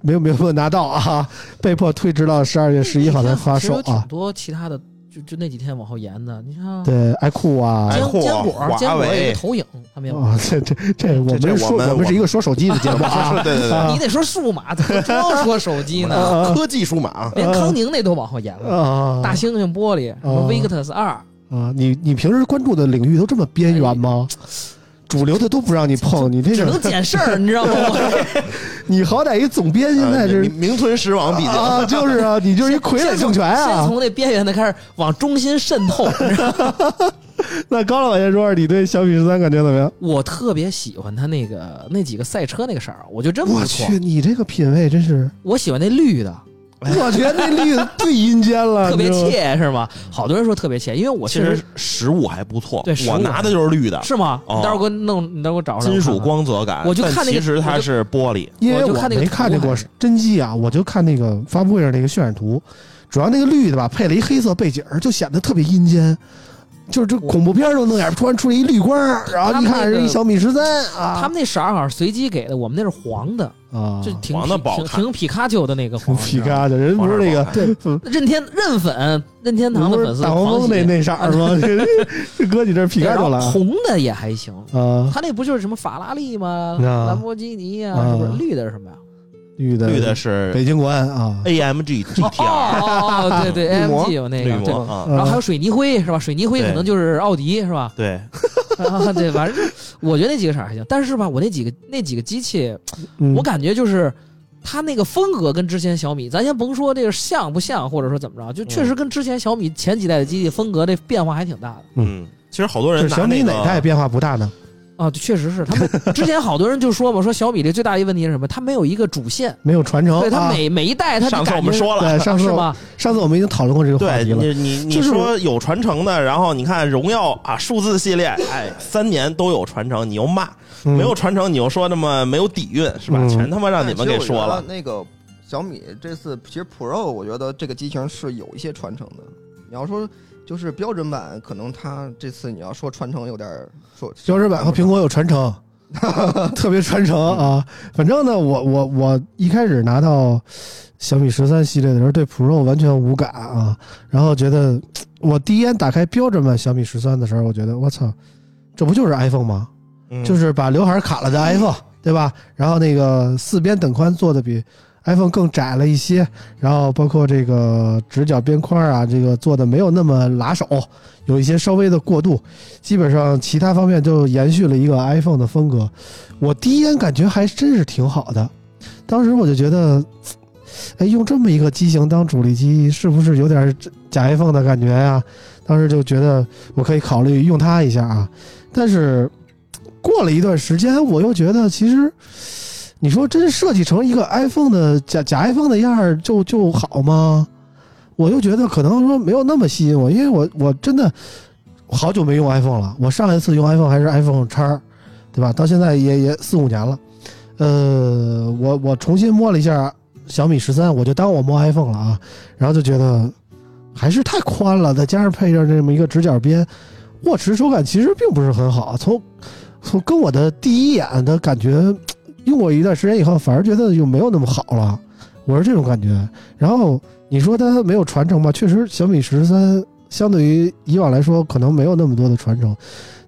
Speaker 2: 没有没有拿到啊，被迫推迟到十二月十一号才发售
Speaker 5: 其实有挺
Speaker 2: 啊。
Speaker 5: 多其他的，就就那几天往后延的，你看啊。
Speaker 2: 对，爱酷啊。
Speaker 3: 哎
Speaker 5: 坚
Speaker 3: 爱酷
Speaker 5: 坚
Speaker 3: 啊
Speaker 5: 果，
Speaker 3: 华
Speaker 5: 坚果有一
Speaker 3: 为
Speaker 5: 个投影，他们也
Speaker 2: 啊，这这这，我
Speaker 3: 这
Speaker 2: 们说
Speaker 3: 我们，
Speaker 2: 我们是一个说手机的节目啊
Speaker 3: 对对对，
Speaker 2: 啊
Speaker 5: 你得说数码，怎么光说手机
Speaker 2: 啊
Speaker 5: 呢？
Speaker 2: 啊
Speaker 3: 科技数码，
Speaker 5: 连康宁那都往后延
Speaker 2: 啊
Speaker 5: 了，
Speaker 2: 啊
Speaker 5: 大猩猩玻璃，什么 Victus 二，
Speaker 2: 啊！你你平时关注的领域都这么边缘吗？主流的都不让你碰，你这
Speaker 5: 只
Speaker 2: 个
Speaker 5: 能捡事儿，你知道吗？我
Speaker 2: 你好歹一总
Speaker 5: 啊
Speaker 2: 编，现在
Speaker 3: 呃
Speaker 2: 这
Speaker 3: 名名存实亡，毕竟
Speaker 2: 啊，就是啊， 你就是一傀儡政权
Speaker 5: 先
Speaker 2: 啊。
Speaker 5: 从那边缘的开始往中心渗透。 你知道吗
Speaker 2: 那高老板先说，你对小米十三感觉怎么样？
Speaker 5: 我特别喜欢它那个那几个赛车那个色儿，我觉得真不
Speaker 2: 我
Speaker 5: 错。
Speaker 2: 去，你这个品味真是，
Speaker 5: 我喜欢那绿的，
Speaker 2: 我觉得那例子最阴间了，
Speaker 5: 哎特别
Speaker 2: 你知道吗。
Speaker 5: 切是吗？好多人说特别切，因为我
Speaker 4: 其
Speaker 5: 确实
Speaker 4: 实实物还不错
Speaker 5: 对实，物
Speaker 4: 我拿的就是绿的，
Speaker 5: 是吗？
Speaker 4: 哦
Speaker 5: 你到时候给我弄，你到时候给我找出来。
Speaker 4: 金属
Speaker 5: 我看看
Speaker 4: 光泽感。
Speaker 5: 我就
Speaker 4: 但
Speaker 5: 看那个
Speaker 4: 其实
Speaker 5: 我
Speaker 4: 它
Speaker 5: 就是
Speaker 4: 玻璃，
Speaker 2: 因为
Speaker 5: 我就看那个
Speaker 2: 没
Speaker 5: 图
Speaker 2: 看见过
Speaker 5: 还是
Speaker 2: 真机啊，我就看那个发布会上那个渲染图，主要那个绿的吧，配了一黑色背景儿，就显得特别阴间。就是这恐怖片儿都弄点儿，突然出来一绿光儿，然后一看是一小米十三啊，
Speaker 5: 他们那色儿好像是随机给的，我们那是黄的，
Speaker 2: 啊，
Speaker 5: 就挺
Speaker 4: 黄的不好
Speaker 5: 挺
Speaker 4: 看
Speaker 5: 挺皮卡丘的那个黄。
Speaker 2: 皮卡的人不是那个对，
Speaker 5: 任天任粉任天堂
Speaker 2: 不
Speaker 5: 的粉
Speaker 2: 是
Speaker 5: 丝
Speaker 2: 大黄蜂那那色儿吗？ 这搁你这皮
Speaker 5: 对
Speaker 2: 卡
Speaker 5: 然
Speaker 2: 丘
Speaker 5: 后
Speaker 2: 了
Speaker 5: 红的也还行，
Speaker 2: 啊，
Speaker 5: 他那不就是什么法拉利吗？
Speaker 2: 啊
Speaker 5: 兰博基尼呀、
Speaker 2: 啊
Speaker 5: 是不是绿的是什么呀？
Speaker 2: 绿的
Speaker 4: 绿的是
Speaker 2: 北京国安啊，
Speaker 4: AMG
Speaker 5: 哦
Speaker 4: GTR
Speaker 5: 哦哦，对对
Speaker 6: 绿魔
Speaker 5: ，AMG 有那
Speaker 4: 绿
Speaker 5: 个，对
Speaker 4: 魔。啊，
Speaker 5: 然后还
Speaker 2: 啊
Speaker 5: 有水泥灰是吧？水泥灰可能就是奥迪是吧？
Speaker 4: 对，
Speaker 5: 啊， 对，反正就我觉得那几个色儿还行，但是吧，我那几个那几个机器，
Speaker 2: 嗯
Speaker 5: 我感觉就是它那个风格跟之前小米，咱先甭说这个像不像，或者说怎么着，就确实跟之前小米前几代的机器风格这变化还挺大的
Speaker 4: 嗯，其实好多
Speaker 2: 就
Speaker 4: 人
Speaker 2: 是
Speaker 4: 拿
Speaker 2: 小
Speaker 4: 那
Speaker 2: 米哪代
Speaker 4: 个，
Speaker 2: 变化不大呢？
Speaker 5: 啊，就确实是他们之前好多人就说嘛，说小米这最大的一个问题是什么？它没有一个主线，
Speaker 2: 没有传承
Speaker 5: 对它
Speaker 2: 啊。
Speaker 5: 每每一代它
Speaker 4: 哦上次
Speaker 5: 感
Speaker 4: 我们
Speaker 5: 觉啊
Speaker 4: 说了，
Speaker 2: 对，上次
Speaker 5: 是吧？
Speaker 2: 上次我们已经讨论过这个话
Speaker 4: 对
Speaker 2: 题了。
Speaker 4: 你你你
Speaker 2: 就是
Speaker 4: 说有传承的，然后你看荣耀啊，数字系列，哎，三年都有传承，你又骂
Speaker 2: 嗯
Speaker 4: 没有传承，你又说那么没有底蕴是吧？
Speaker 2: 嗯
Speaker 4: 全他妈让你们给说了。
Speaker 6: 那个小米这次其实 Pro，我觉得这个机型是有一些传承的。你要说就是标准版，可能它这次你要说传承有点儿说
Speaker 2: 标志版和苹果有传承，特别传承啊。反正呢，我我我一开始拿到小米十三系列的时候，对 Pro 完全无感啊。然后觉得，我第一眼打开标准版小米十三的时候，我觉得我操，这不就是 iPhone 吗？
Speaker 4: 嗯
Speaker 2: 就是把刘海砍了的 iPhone，对吧？然后那个四边等宽做的比 iPhone 更窄了一些，然后包括这个直角边框啊，这个做的没有那么拉手，有一些稍微的过渡，基本上其他方面就延续了一个 iPhone 的风格。我第一眼感觉还真是挺好的，当时我就觉得，哎，用这么一个机型当主力机，是不是有点假 iPhone 的感觉呀、当时就觉得我可以考虑用它一下啊，但是过了一段时间，我又觉得其实，你说真设计成一个 iPhone 的假假 iPhone 的样儿就就好吗？我又觉得可能说没有那么吸引我，因为我我真的好久没用 iPhone 了，我上一次用 iPhone 还是 iPhone 叉，对吧？到现在也也四五年了，呃，我我重新摸了一下小米十三，我就当我摸 iPhone 了啊，然后就觉得还是太宽了，再加上配上这么一个直角边，握持手感其实并不是很好，从从跟我的第一眼的感觉，用过一段时间以后，反而觉得就没有那么好了，我是这种感觉。然后你说它没有传承吧，确实小米十三相对于以往来说，可能没有那么多的传承。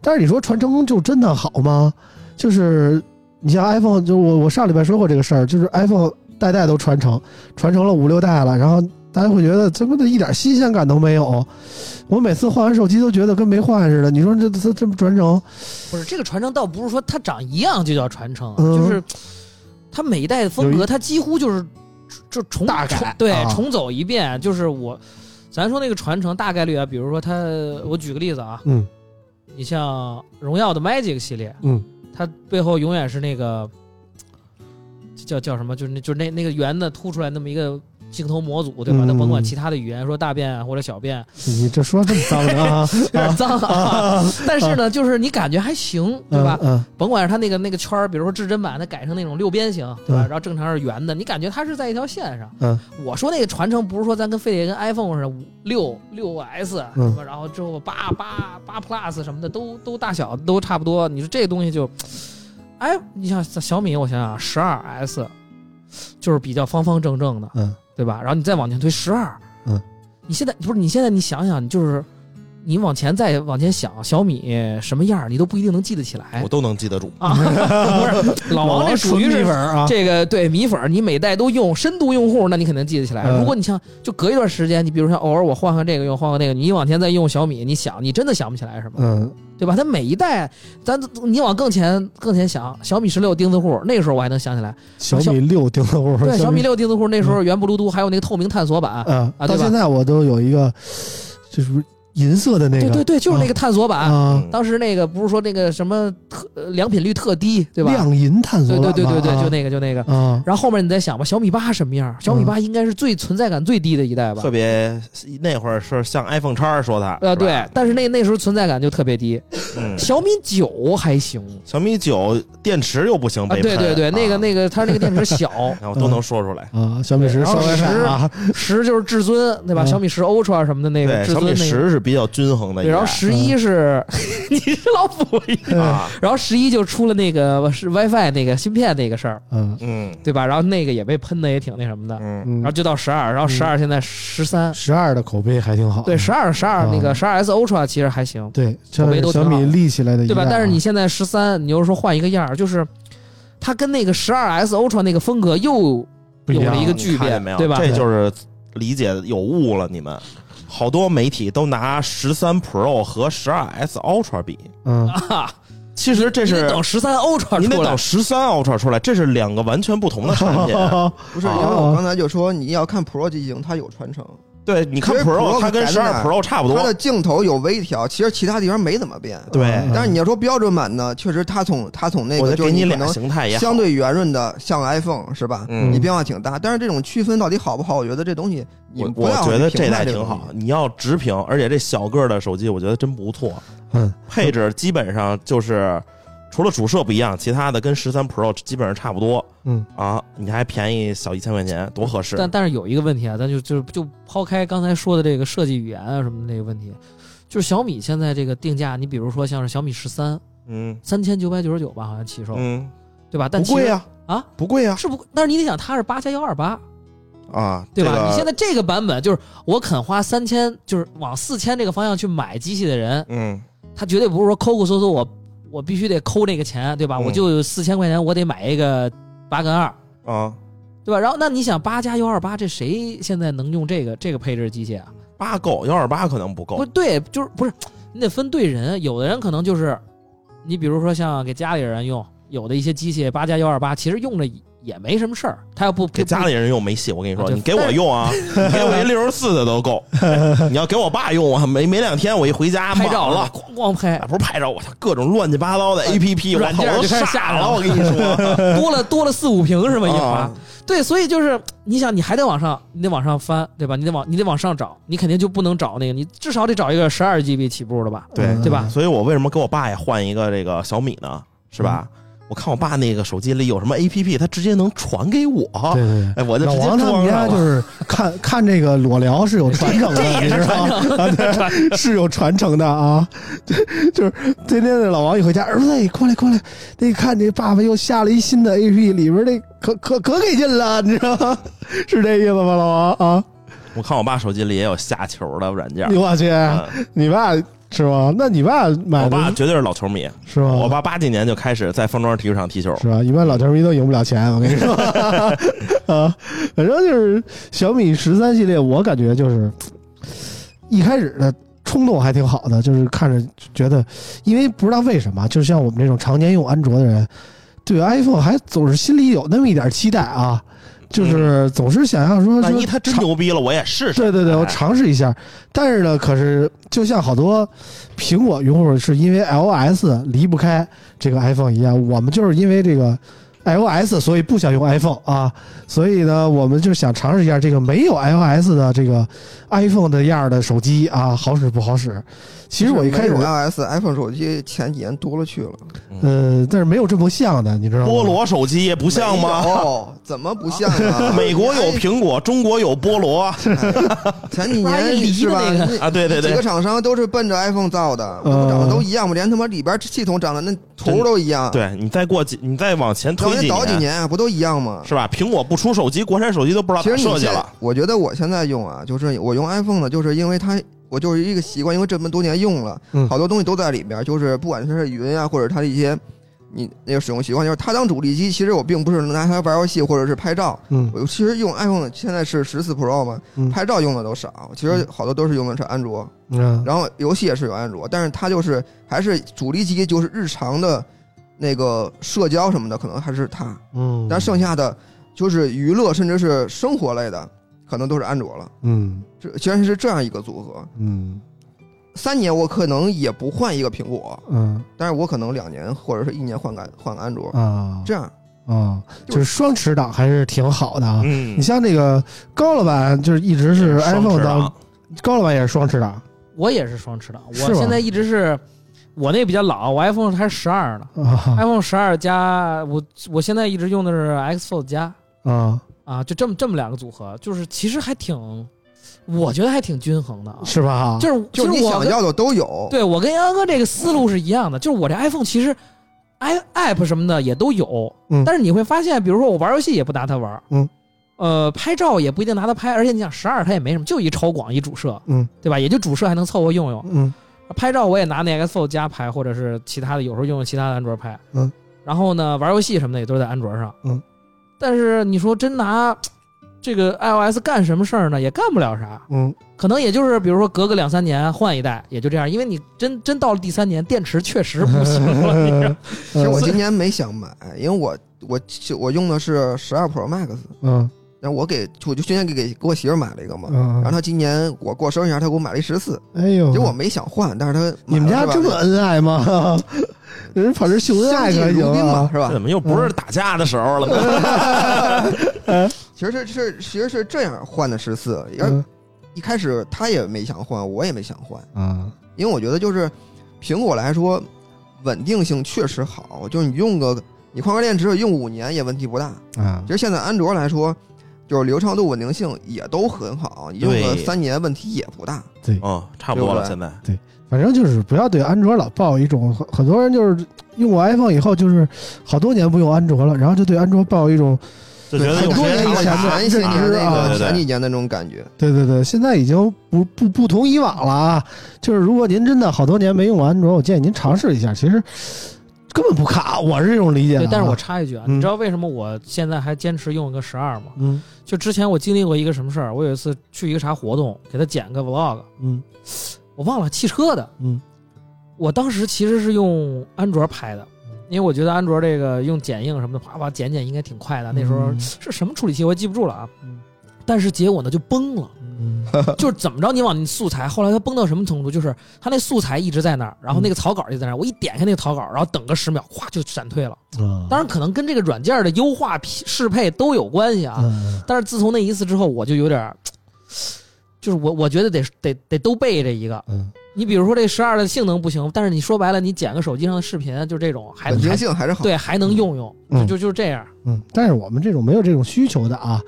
Speaker 2: 但是你说传承就真的好吗？就是你像 iPhone，就我我上礼拜说过这个事儿，就是 iPhone 代代都传承，传承了五六代了，然后大家会觉得这不的一点新鲜感都没有。我每次换完手机都觉得跟没换似的。你说这这这么传承？
Speaker 5: 不是这个传承，倒不是说它长一样就叫传承啊，
Speaker 2: 嗯
Speaker 5: 就是它每一代的风
Speaker 2: 有
Speaker 5: 格，它几乎就是就重
Speaker 2: 大改
Speaker 5: 重对、
Speaker 2: 啊
Speaker 5: 重走一遍。就是我，咱说那个传承大概率啊，比如说它，我举个例子啊，
Speaker 2: 嗯
Speaker 5: 你像荣耀的 Magic 系列，
Speaker 2: 嗯，
Speaker 5: 它背后永远是那个叫叫什么，就是那就是那那个圆的凸出来那么一个镜头模组，对吧？
Speaker 2: 嗯
Speaker 5: 它甭管其他的语言，说大便啊或者 小便，
Speaker 2: 你这说这么脏的啊？
Speaker 5: 有点 脏啊，但是呢，就是你感觉还行， 对吧？
Speaker 2: 嗯？
Speaker 5: 甭管是它那个那个圈儿，比如说至臻版，它改成那种六边形，对吧？
Speaker 2: 嗯
Speaker 5: 然后正常是圆的，你感觉它是在一条线上。
Speaker 2: 嗯，
Speaker 5: 我说那个传承不是说咱跟非得跟 iPhone 似的五六六 S
Speaker 2: 嗯
Speaker 5: 什么，然后之后八八八 Plus 什么的都都大小都差不多。你说这东西就，哎，你像小米，我想想，十二 S 就是比较方方正正的，
Speaker 2: 嗯
Speaker 5: 对吧？然后你再往前推十二，
Speaker 2: 嗯，
Speaker 5: 你现在不是你现在你想想，你就是你往前再往前想，小米什么样儿你都不一定能记得起来
Speaker 4: 我。都能记得住，
Speaker 5: 啊，不是老王这属于
Speaker 2: 纯米
Speaker 5: 是
Speaker 2: 粉儿啊，
Speaker 5: 这个对米粉儿，你每代都用深度用户，那你肯定记得起来。
Speaker 2: 嗯
Speaker 5: 如果你像就隔一段时间，你比如像偶尔我换换这个用，换换那个，你往前再用小米，你想你真的想不起来什么，
Speaker 2: 嗯
Speaker 5: 对吧？它每一代，咱你往更前更前想，小米十六钉子户，那个时候我还能想起来，
Speaker 2: 小米六钉子户，
Speaker 5: 对，小米六钉子户那时候原布噜嘟还有那个透明探索版，
Speaker 2: 嗯，
Speaker 5: 啊
Speaker 2: 到
Speaker 5: 对吧
Speaker 2: 现在我都有一个，就是银色的那
Speaker 5: 对
Speaker 2: 个，
Speaker 5: 对对，就是那个探索版。
Speaker 2: 啊，
Speaker 4: 嗯
Speaker 5: 当时那个不是说那个什么特呃良品率特低，对吧？
Speaker 2: 亮银探索
Speaker 5: 对对
Speaker 2: 版
Speaker 5: 对对对，
Speaker 2: 吧
Speaker 5: 就那个就那个。
Speaker 2: 啊，
Speaker 5: 然后后面你再想吧，小米八什么样？小米八应该是最存在感最低的一代吧
Speaker 4: 嗯特？别那会儿是像 iPhone 叉说它，
Speaker 5: 呃，
Speaker 4: 是吧
Speaker 5: 对，，但是那那时候存在感就特别低。
Speaker 4: 嗯，
Speaker 5: 小米九还行
Speaker 4: 小米九电池又不行，
Speaker 5: 啊，
Speaker 4: 被
Speaker 5: 对
Speaker 4: 喷
Speaker 5: 对对，那个
Speaker 4: 啊
Speaker 5: 那个它那个嗯电池小，
Speaker 4: 我都能说出来。
Speaker 2: 啊，小米十
Speaker 5: 对然
Speaker 2: 双 WiFi
Speaker 5: 后
Speaker 2: 啊，
Speaker 5: 十就是至尊对吧？
Speaker 2: 嗯
Speaker 5: 小米十 Ultra 什么的那个
Speaker 4: 对，
Speaker 5: 至
Speaker 4: 小
Speaker 5: 尊
Speaker 4: 米
Speaker 5: 那个。
Speaker 4: 十是比较均衡的一嗯
Speaker 5: 对，
Speaker 4: 代。
Speaker 5: 然后十一是 你是老虎一样，
Speaker 4: 啊，
Speaker 5: 然后十一就出了那个是 WiFi 那个芯片那个事儿，
Speaker 2: 嗯
Speaker 4: 嗯
Speaker 5: 对吧？然后那个也被喷的也挺那什么的，
Speaker 4: 嗯，
Speaker 5: 然后
Speaker 2: 嗯，
Speaker 5: 就到十二，然后十二现在十三，
Speaker 2: 十二的口碑还挺好。
Speaker 5: 对，十二十二
Speaker 2: 啊
Speaker 4: 嗯
Speaker 5: 那个十二 S Ultra 其实还行，
Speaker 2: 对，这
Speaker 5: 口碑
Speaker 2: 是
Speaker 5: 都
Speaker 2: 小
Speaker 5: 挺好
Speaker 2: 米立起来的一
Speaker 5: 对
Speaker 2: 代啊，
Speaker 5: 吧？但是你现在十三，你又说换一个样儿，就是它跟那个十二 S Ultra 那个风格又
Speaker 2: 不
Speaker 5: 有
Speaker 2: 样
Speaker 5: 了一个
Speaker 4: 你
Speaker 5: 巨
Speaker 4: 看见
Speaker 5: 变
Speaker 4: 没有？，
Speaker 5: 对吧？
Speaker 4: 这就是理解有误了，你们。好多媒体都拿十三 Pro 和十二 S Ultra 比，
Speaker 2: 嗯，
Speaker 5: 啊，
Speaker 4: 其实这
Speaker 5: 你得
Speaker 4: 是
Speaker 5: 等十三 Ultra
Speaker 4: 你得
Speaker 5: 出来
Speaker 4: 等，十三 Ultra 出来，这是两个完全不同的产 品。
Speaker 5: 啊
Speaker 6: 不是，因为
Speaker 4: 哦
Speaker 6: 我刚才就说你要看 Pro 机型，它有传承，
Speaker 4: 对，你看
Speaker 6: 其实
Speaker 4: Pro
Speaker 6: Pro
Speaker 4: 它跟
Speaker 6: 改
Speaker 4: 十
Speaker 6: 的
Speaker 4: 二
Speaker 6: 哪
Speaker 4: Pro 差不
Speaker 6: 啊它
Speaker 4: 多
Speaker 6: 的，镜头有微调，其实其他地方没怎么变。
Speaker 4: 对
Speaker 2: 嗯
Speaker 6: 但是你要说标准版呢，确实它从它从那
Speaker 4: 我
Speaker 6: 个
Speaker 4: 再
Speaker 6: 就是
Speaker 4: 给你
Speaker 6: 可
Speaker 4: 俩
Speaker 6: 能
Speaker 4: 形态也好
Speaker 6: 相对圆润的，像 iPhone 是吧？
Speaker 4: 嗯
Speaker 6: 你变化挺大，但是这种区分到底好不好？我觉得这东西你
Speaker 4: 我
Speaker 6: 不
Speaker 4: 我
Speaker 6: 要
Speaker 4: 觉得
Speaker 6: 去评
Speaker 4: 代
Speaker 6: 判这
Speaker 4: 挺
Speaker 6: 个东西
Speaker 4: 好，你要直屏，而且这小个儿的手机我觉得真不错。
Speaker 2: 嗯，
Speaker 4: 配置基本上就是除了主摄不一样，其他的跟十三 Pro 基本上差不多。
Speaker 2: 嗯
Speaker 4: 啊，你还便宜小一千块钱，多合适！
Speaker 5: 但但是有一个问题啊，咱就就就抛开刚才说的这个设计语言啊什么的那个问题，就是小米现在这个定价，你比如说像是小米十三
Speaker 4: 嗯
Speaker 5: 三千九百九十九吧，好像起售，
Speaker 4: 嗯，
Speaker 5: 对吧？但
Speaker 4: 不
Speaker 5: 其实
Speaker 4: 贵呀
Speaker 5: 啊，
Speaker 4: 不贵呀
Speaker 5: 是不？但是你得想，它是八加幺二八，
Speaker 4: 啊，
Speaker 5: 对吧？
Speaker 4: 这个
Speaker 5: 你现在这个版本就是我肯花三千，就是往四千这个方向去买机器的人，
Speaker 4: 嗯
Speaker 5: 他绝对不是说抠抠搜搜我我必须得抠那个钱，对吧？
Speaker 4: 嗯
Speaker 5: 我就四千块钱，我得买一个八跟二，
Speaker 4: 啊，
Speaker 5: 对吧？然后那你想八加幺二八，这谁现在能用这个这个配置的机器啊？
Speaker 4: 八够，幺二八可能不够
Speaker 5: 不。对，就是不是你得分对人，有的人可能就是你比如说像给家里人用，有的一些机械八加幺二八，其实用着也没什么事儿，他要不
Speaker 4: 给家
Speaker 5: 不
Speaker 4: 里人用没戏，我跟你
Speaker 5: 啊
Speaker 4: 说，
Speaker 5: 对
Speaker 4: 你给我用啊，你给我一六十四的都够。你要给我爸用啊，没没两天我一回家
Speaker 5: 拍照
Speaker 4: 忙了，
Speaker 5: 咣咣拍
Speaker 4: 啊，不是拍照，我操，各种乱七八糟的 A P P，我
Speaker 5: 软
Speaker 4: 操，
Speaker 5: 件
Speaker 4: 我
Speaker 5: 就
Speaker 4: 都
Speaker 5: 开始下
Speaker 4: 傻
Speaker 5: 了
Speaker 4: 了，我跟你说，
Speaker 5: 多了多了四五屏是吧？一滑
Speaker 4: 啊，
Speaker 5: 对，所以就是你想，你还得往上，你得往上翻，对吧？你得往你得往上找，你肯定就不能找那个，你至少得找一个十二 GB 起步的吧？
Speaker 4: 对嗯
Speaker 5: 对吧？
Speaker 4: 所以我为什么给我爸也换一个这个小米呢？是吧？
Speaker 2: 嗯
Speaker 4: 我看我爸那个手机里有什么 A P P，他直接能传给我。
Speaker 2: 对对
Speaker 4: 哎，我
Speaker 2: 对，老
Speaker 4: 就直接
Speaker 2: 王他
Speaker 4: 装
Speaker 2: 们家
Speaker 4: 上了。
Speaker 2: 就是看看这个裸聊是有传承的，你知道吗？啊对，是有传承的啊。就是天天的老王一回家，儿子，哎过来过来，那看这爸爸又下了一新的 A P，里边那可可可给劲了，你知道吗？是这意思吗，老王啊？
Speaker 4: 我看我爸手机里也有下球的软件。
Speaker 2: 我去，
Speaker 4: 嗯
Speaker 2: 你爸是吗？那哎你爸买的
Speaker 4: 我爸绝对是老球迷，
Speaker 2: 是吗？
Speaker 4: 我爸八几年就开始在方庄体育场踢球。
Speaker 2: 是吧？一般老球迷都赢不了钱，我跟你说啊，反正 就是小米十三系列，我感觉就是一开始的冲动还挺好的，就是看着觉得，因为不知道为什么，就像我们这种常年用安卓的人，对 iPhone 还总是心里有那么一点期待啊，就是总是想要说
Speaker 4: 万
Speaker 2: 说
Speaker 4: 一他真
Speaker 2: 尝
Speaker 4: 牛逼了，我也试试。
Speaker 2: 对对对，我
Speaker 4: 哎
Speaker 2: 尝试一下。但是呢，可是就像好多苹果用户是因为 iOS 离不开这个 iPhone 一样，我们就是因为这个 iOS，所以不想用 iPhone 啊。所以呢，我们就想尝试一下这个没有 iOS 的这个 iPhone 的样儿的手机啊，好使不好使？其实我一开始
Speaker 6: 就是没，有 iOS iPhone 手机前几年多了去了，
Speaker 2: 呃，但是没有这不像的，你知道吗？
Speaker 4: 菠萝手机不
Speaker 6: 不
Speaker 4: 像吗？？
Speaker 6: 哦，怎么不像 啊
Speaker 4: 美国有苹果，中国有菠萝
Speaker 2: 哎
Speaker 6: 前几
Speaker 5: 不是还
Speaker 6: 年
Speaker 5: 离
Speaker 6: 是
Speaker 5: 的
Speaker 6: 吧？
Speaker 5: 那个
Speaker 4: 啊！对对
Speaker 6: 几
Speaker 4: 对
Speaker 6: 个，厂商都是奔着 iPhone 造的，那不长得都一样吗？连他妈里边系统长得那图都一样，
Speaker 4: 对你再过几，你再往前
Speaker 6: 要
Speaker 4: 推
Speaker 6: 再
Speaker 4: 几
Speaker 6: 倒几
Speaker 4: 年，
Speaker 6: 年啊不都一样吗？
Speaker 4: 是吧？苹果不出手机，国产手机都不知道
Speaker 6: 其
Speaker 4: 咋
Speaker 6: 实你
Speaker 4: 设计
Speaker 6: 现在
Speaker 4: 了。，
Speaker 6: 我觉得我现在用啊，就是我用 iPhone 呢，就是因为它，我就是一个习惯，因为这么多年用了，
Speaker 2: 嗯
Speaker 6: 好多东西都在里边，就是不管是云啊，或者它的一些你那个使用习惯，就是它当主力机，其实我并不是拿它玩游戏或者是拍照，
Speaker 2: 嗯
Speaker 6: 我其实用 iPhone 现在是十四 Pro 嘛
Speaker 2: 嗯，
Speaker 6: 拍照用的都少，其
Speaker 4: 嗯
Speaker 6: 实好多都是用的是安卓，
Speaker 2: 嗯
Speaker 6: 然后游戏也是有安卓，但是它就是还是主力机，就是日常的那个社交什么的，可能还是它。
Speaker 2: 嗯，
Speaker 6: 但剩下的就是娱乐，甚至是生活类的，可能都是安卓了。
Speaker 2: 嗯
Speaker 6: 这其实是这样一个组合。
Speaker 2: 嗯
Speaker 6: 三年我可能也不换一个苹果，
Speaker 2: 嗯
Speaker 6: 但是我可能两年或者是一年换个换个安卓，
Speaker 2: 啊
Speaker 6: 这样
Speaker 2: 啊，就是双持档还是挺好的啊。
Speaker 4: 嗯
Speaker 2: 你像那个高老板，就是一直是
Speaker 4: 双
Speaker 2: iPhone
Speaker 4: 持
Speaker 2: 当
Speaker 4: 档
Speaker 2: 高老板也是双持档
Speaker 5: 我也是双持档，
Speaker 2: 是吗
Speaker 5: 我现在一直是我那比较老，我 iPhone 还是十二呢
Speaker 2: 啊
Speaker 5: ，iPhone 十二加我我现在一直用的是 X Fold 加
Speaker 2: 啊
Speaker 5: 啊，就这么这么两个组合，就是其实还挺。我觉得还挺均衡的啊。
Speaker 7: 是吧？哈，
Speaker 5: 就是
Speaker 6: 就是
Speaker 5: 是
Speaker 6: 你
Speaker 5: 我
Speaker 6: 想
Speaker 5: 跟
Speaker 6: 要的都有。
Speaker 5: 对我跟杨哥这个思路是一样的，就是我这 iPhone 其实 i app 什么的也都有，
Speaker 7: 嗯
Speaker 5: 但是你会发现，比如说我玩游戏也不拿它玩，
Speaker 7: 嗯，
Speaker 5: 呃，拍照也不一定拿它拍，而且你想十二它也没什么，就一超广一主摄，
Speaker 7: 嗯，
Speaker 5: 对吧？也就主摄还能凑合用用。
Speaker 7: 嗯
Speaker 5: 拍照我也拿那 X4 加拍，或者是其他的，有时候用用其他的安卓拍，
Speaker 7: 嗯，
Speaker 5: 然后呢，玩游戏什么的也都是在安卓上，
Speaker 7: 嗯，
Speaker 5: 但是你说真拿这个 iOS 干什么事儿呢？也干不了啥，
Speaker 7: 嗯，
Speaker 5: 可能也就是比如说隔个两三年换一代，也就这样，因为你真真到了第三年，电池确实不行了。你知道吗
Speaker 6: 其实我今年没想买，因为我我我用的是十二 Pro Max，
Speaker 7: 嗯
Speaker 6: 然后我给我就去年给给给我媳妇儿买了一个嘛，
Speaker 7: 嗯
Speaker 6: 然后她今年我过生日前她给我买了一十四，
Speaker 7: 哎呦，
Speaker 6: 结果我没想换，但是她
Speaker 7: 你
Speaker 6: 买
Speaker 7: 们
Speaker 6: 了
Speaker 7: 家
Speaker 6: 是吧
Speaker 7: 这么恩爱吗？ 人跑这秀恩爱
Speaker 6: 相敬
Speaker 7: 可以
Speaker 6: 如宾嘛
Speaker 7: 吗？
Speaker 6: 是
Speaker 4: 这
Speaker 6: 吧
Speaker 4: 怎？么又不是打架的时候了呢？
Speaker 6: 其实是是其实是这样换的十四，而
Speaker 7: 嗯
Speaker 6: 一开始她也没想换，我也没想换，
Speaker 7: 啊，
Speaker 6: 因为我觉得就是苹果来说稳定性确实好，就是你用个你换个电池用五年也问题不大，
Speaker 7: 啊
Speaker 6: 其，实现在安卓来说，就是流畅度、稳定性也都很好，用个
Speaker 4: 对
Speaker 6: 三年问题也不大。
Speaker 4: 嗯，差不多了，
Speaker 6: 对
Speaker 4: 现在
Speaker 7: 反正就是不要对安卓老抱一种很很多人就是用过 iPhone 以后就是好多年不用安卓了，然后就对安卓抱一种
Speaker 4: 就觉得
Speaker 6: 很
Speaker 4: 有
Speaker 6: 多
Speaker 4: 时
Speaker 6: 年
Speaker 4: 间
Speaker 6: 以
Speaker 4: 长
Speaker 6: 前
Speaker 4: 了
Speaker 6: 前些
Speaker 7: 认
Speaker 6: 年
Speaker 7: 知
Speaker 6: 那
Speaker 7: 啊
Speaker 6: 个
Speaker 4: 对对对
Speaker 6: 前几年那种感觉，
Speaker 7: 对对对，现在已经不不不同以往了啊！就是如果您真的好多年没用过安卓，我建议您尝试一下，其实根本不卡，我是这种理解的啊、
Speaker 5: 对，但是我插一句啊，
Speaker 7: 嗯
Speaker 5: 你知道为什么我现在还坚持用一个十二吗？
Speaker 7: 嗯
Speaker 5: 就之前我经历过一个什么事儿，我有一次去一个啥活动，给他剪个 vlog，
Speaker 7: 嗯
Speaker 5: 我忘了汽车的，
Speaker 7: 嗯，
Speaker 5: 我当时其实是用安卓拍的，
Speaker 7: 嗯
Speaker 5: 因为我觉得安卓这个用剪映什么的，啪啪剪剪应该挺快的。那时候
Speaker 7: 嗯
Speaker 5: 是什么处理器我也记不住了啊
Speaker 7: 嗯，
Speaker 5: 但是结果呢就崩了，
Speaker 7: 嗯
Speaker 5: 就是怎么着你往你素材，后来它崩到什么程度，就是它那素材一直在那儿，然后那个草稿就在那儿，我一点开那个草稿，然后等个十秒，咵就闪退了。
Speaker 7: 啊，
Speaker 6: 嗯
Speaker 5: 当然可能跟这个软件的优化匹适配都有关系啊，
Speaker 7: 嗯
Speaker 5: 但是自从那一次之后，我就有点儿，就是我我觉得得得得都备着一个。
Speaker 7: 嗯
Speaker 5: 你比如说这十二的性能不行，但是你说白了，你剪个手机上的视频，就这种还
Speaker 6: 稳定
Speaker 5: 还
Speaker 6: 性还是好。
Speaker 5: 对还能用用，
Speaker 7: 嗯
Speaker 5: 就就就这样。
Speaker 7: 嗯，但是我们这种没有这种需求的 啊，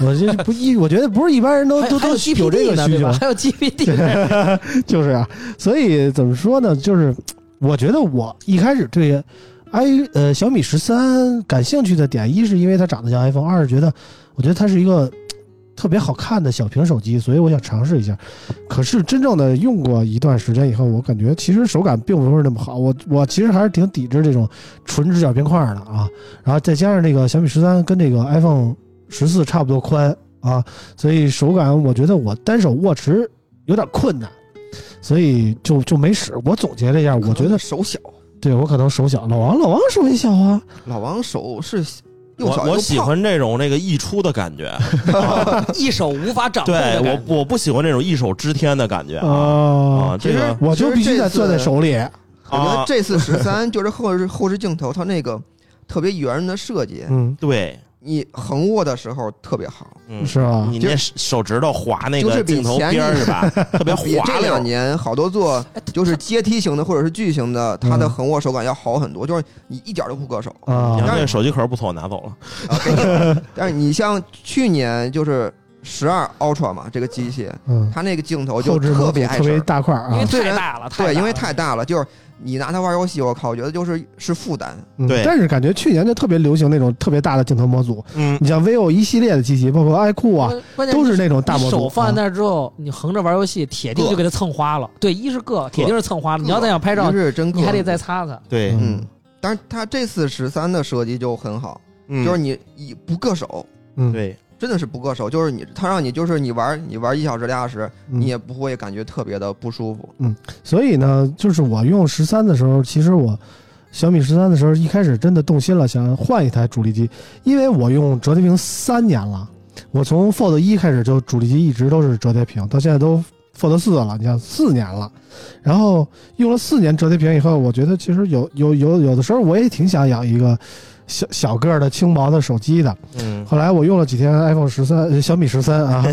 Speaker 7: 我这不一，我觉得不是一般人都
Speaker 5: 还
Speaker 7: 都都
Speaker 5: 还有
Speaker 7: 有这
Speaker 5: GPD
Speaker 7: 个需
Speaker 5: 呢，对
Speaker 7: 求
Speaker 5: 吧？，还有 GPD，
Speaker 7: 就是啊，所以怎么说呢？就是我觉得我一开始对 i 呃小米十三感兴趣的点，一是因为它长得像 iPhone，二是觉得我觉得它是一个特别好看的小屏手机，所以我想尝试一下。可是真正的用过一段时间以后，我感觉其实手感并不是那么好。我我其实还是挺抵制这种纯直角边框的啊。然后再加上这个小米十三跟这个 iPhone 十四差不多宽啊，所以手感我觉得我单手握持有点困难。所以就就没使。我总结了一下，我觉得
Speaker 6: 手小，
Speaker 7: 对我可能手小。老王，老王手也小啊，
Speaker 6: 老王手是又
Speaker 4: 我
Speaker 6: 小
Speaker 4: 我
Speaker 6: 又
Speaker 4: 喜
Speaker 6: 胖，
Speaker 4: 欢这种那个溢出的感觉，啊
Speaker 7: 啊
Speaker 5: 一手无法掌控
Speaker 4: 对
Speaker 5: 的感觉。
Speaker 4: 我我不喜欢这种一手遮天的感觉啊
Speaker 7: 啊、
Speaker 4: 啊，这个
Speaker 7: 我就必须得攥在手里。
Speaker 6: 我觉得
Speaker 4: 啊，
Speaker 6: 这次十三就是后视后视镜头，它那个特别圆的设计，
Speaker 7: 嗯，
Speaker 4: 对，
Speaker 6: 你横握的时候特别好，
Speaker 4: 嗯，
Speaker 7: 是
Speaker 2: 啊
Speaker 7: 吧？
Speaker 4: 你那手指头划那
Speaker 6: 就
Speaker 4: 个
Speaker 6: 是比
Speaker 4: 镜头
Speaker 6: 前
Speaker 4: 边儿
Speaker 6: 一
Speaker 4: 是吧？特别
Speaker 6: 比
Speaker 4: 滑
Speaker 6: 这两
Speaker 4: 溜，
Speaker 6: 年好多座就是阶梯型的或者是矩形的，它的
Speaker 7: 哎嗯
Speaker 6: 横握手感要好很多，就是你一点都不硌手
Speaker 7: 啊
Speaker 4: 你
Speaker 6: 但
Speaker 4: 看
Speaker 6: 是
Speaker 4: 这手机壳不错，我拿走了。
Speaker 6: 啊，给你。但是你像去年就是十二 Ultra 嘛，这个机器，
Speaker 7: 嗯，
Speaker 6: 它那个镜头就
Speaker 7: 后置模
Speaker 6: 特
Speaker 7: 组
Speaker 6: 别碍
Speaker 7: 特
Speaker 6: 事
Speaker 7: 别
Speaker 6: 儿。
Speaker 7: 大块
Speaker 5: 因为
Speaker 7: 啊，
Speaker 5: 太大了，
Speaker 6: 对，因为
Speaker 5: 大了
Speaker 6: 太大了，就是你拿它玩游戏，我靠，我觉得就是是负担。
Speaker 7: 嗯
Speaker 4: 对
Speaker 7: 但是感觉去年就特别流行那种特别大的镜头模组，
Speaker 4: 嗯，
Speaker 7: 你像 vivo 一系列的机器，包括 iQOO 啊，，
Speaker 5: 关键
Speaker 7: 都是
Speaker 5: 你
Speaker 7: 那种大模
Speaker 5: 你
Speaker 7: 组。
Speaker 5: 手放
Speaker 7: 啊
Speaker 5: 在那儿之后，你横着玩游戏，铁定
Speaker 6: 硌
Speaker 5: 就给它蹭花了。对，一是硌，铁定是蹭花了。你要再想拍照
Speaker 6: 一，是真
Speaker 5: 你还得
Speaker 6: 硌，
Speaker 5: 再擦擦。
Speaker 4: 对，
Speaker 6: 嗯。但是它这次十三的设计就很好，
Speaker 4: 嗯
Speaker 6: 就是你你不硌手，
Speaker 7: 嗯，
Speaker 4: 对，
Speaker 6: 真的是不硌手，就是你它让你就是你玩你玩一小时俩小时，
Speaker 7: 嗯
Speaker 6: 你也不会感觉特别的不舒服。
Speaker 7: 所以呢，就是我用十三的时候，其实我小米十三的时候，一开始真的动心了，想换一台主力机，因为我用折叠屏三年了，我从 Fold 一开始就主力机一直都是折叠屏，到现在都 Fold 四了，你想四年了，然后用了四年折叠屏以后，我觉得其实有有有有的时候我也挺想养一个。小小个儿的轻薄的手机的，
Speaker 4: 嗯，
Speaker 7: 后来我用了几天 iPhone 十三、小米十三啊，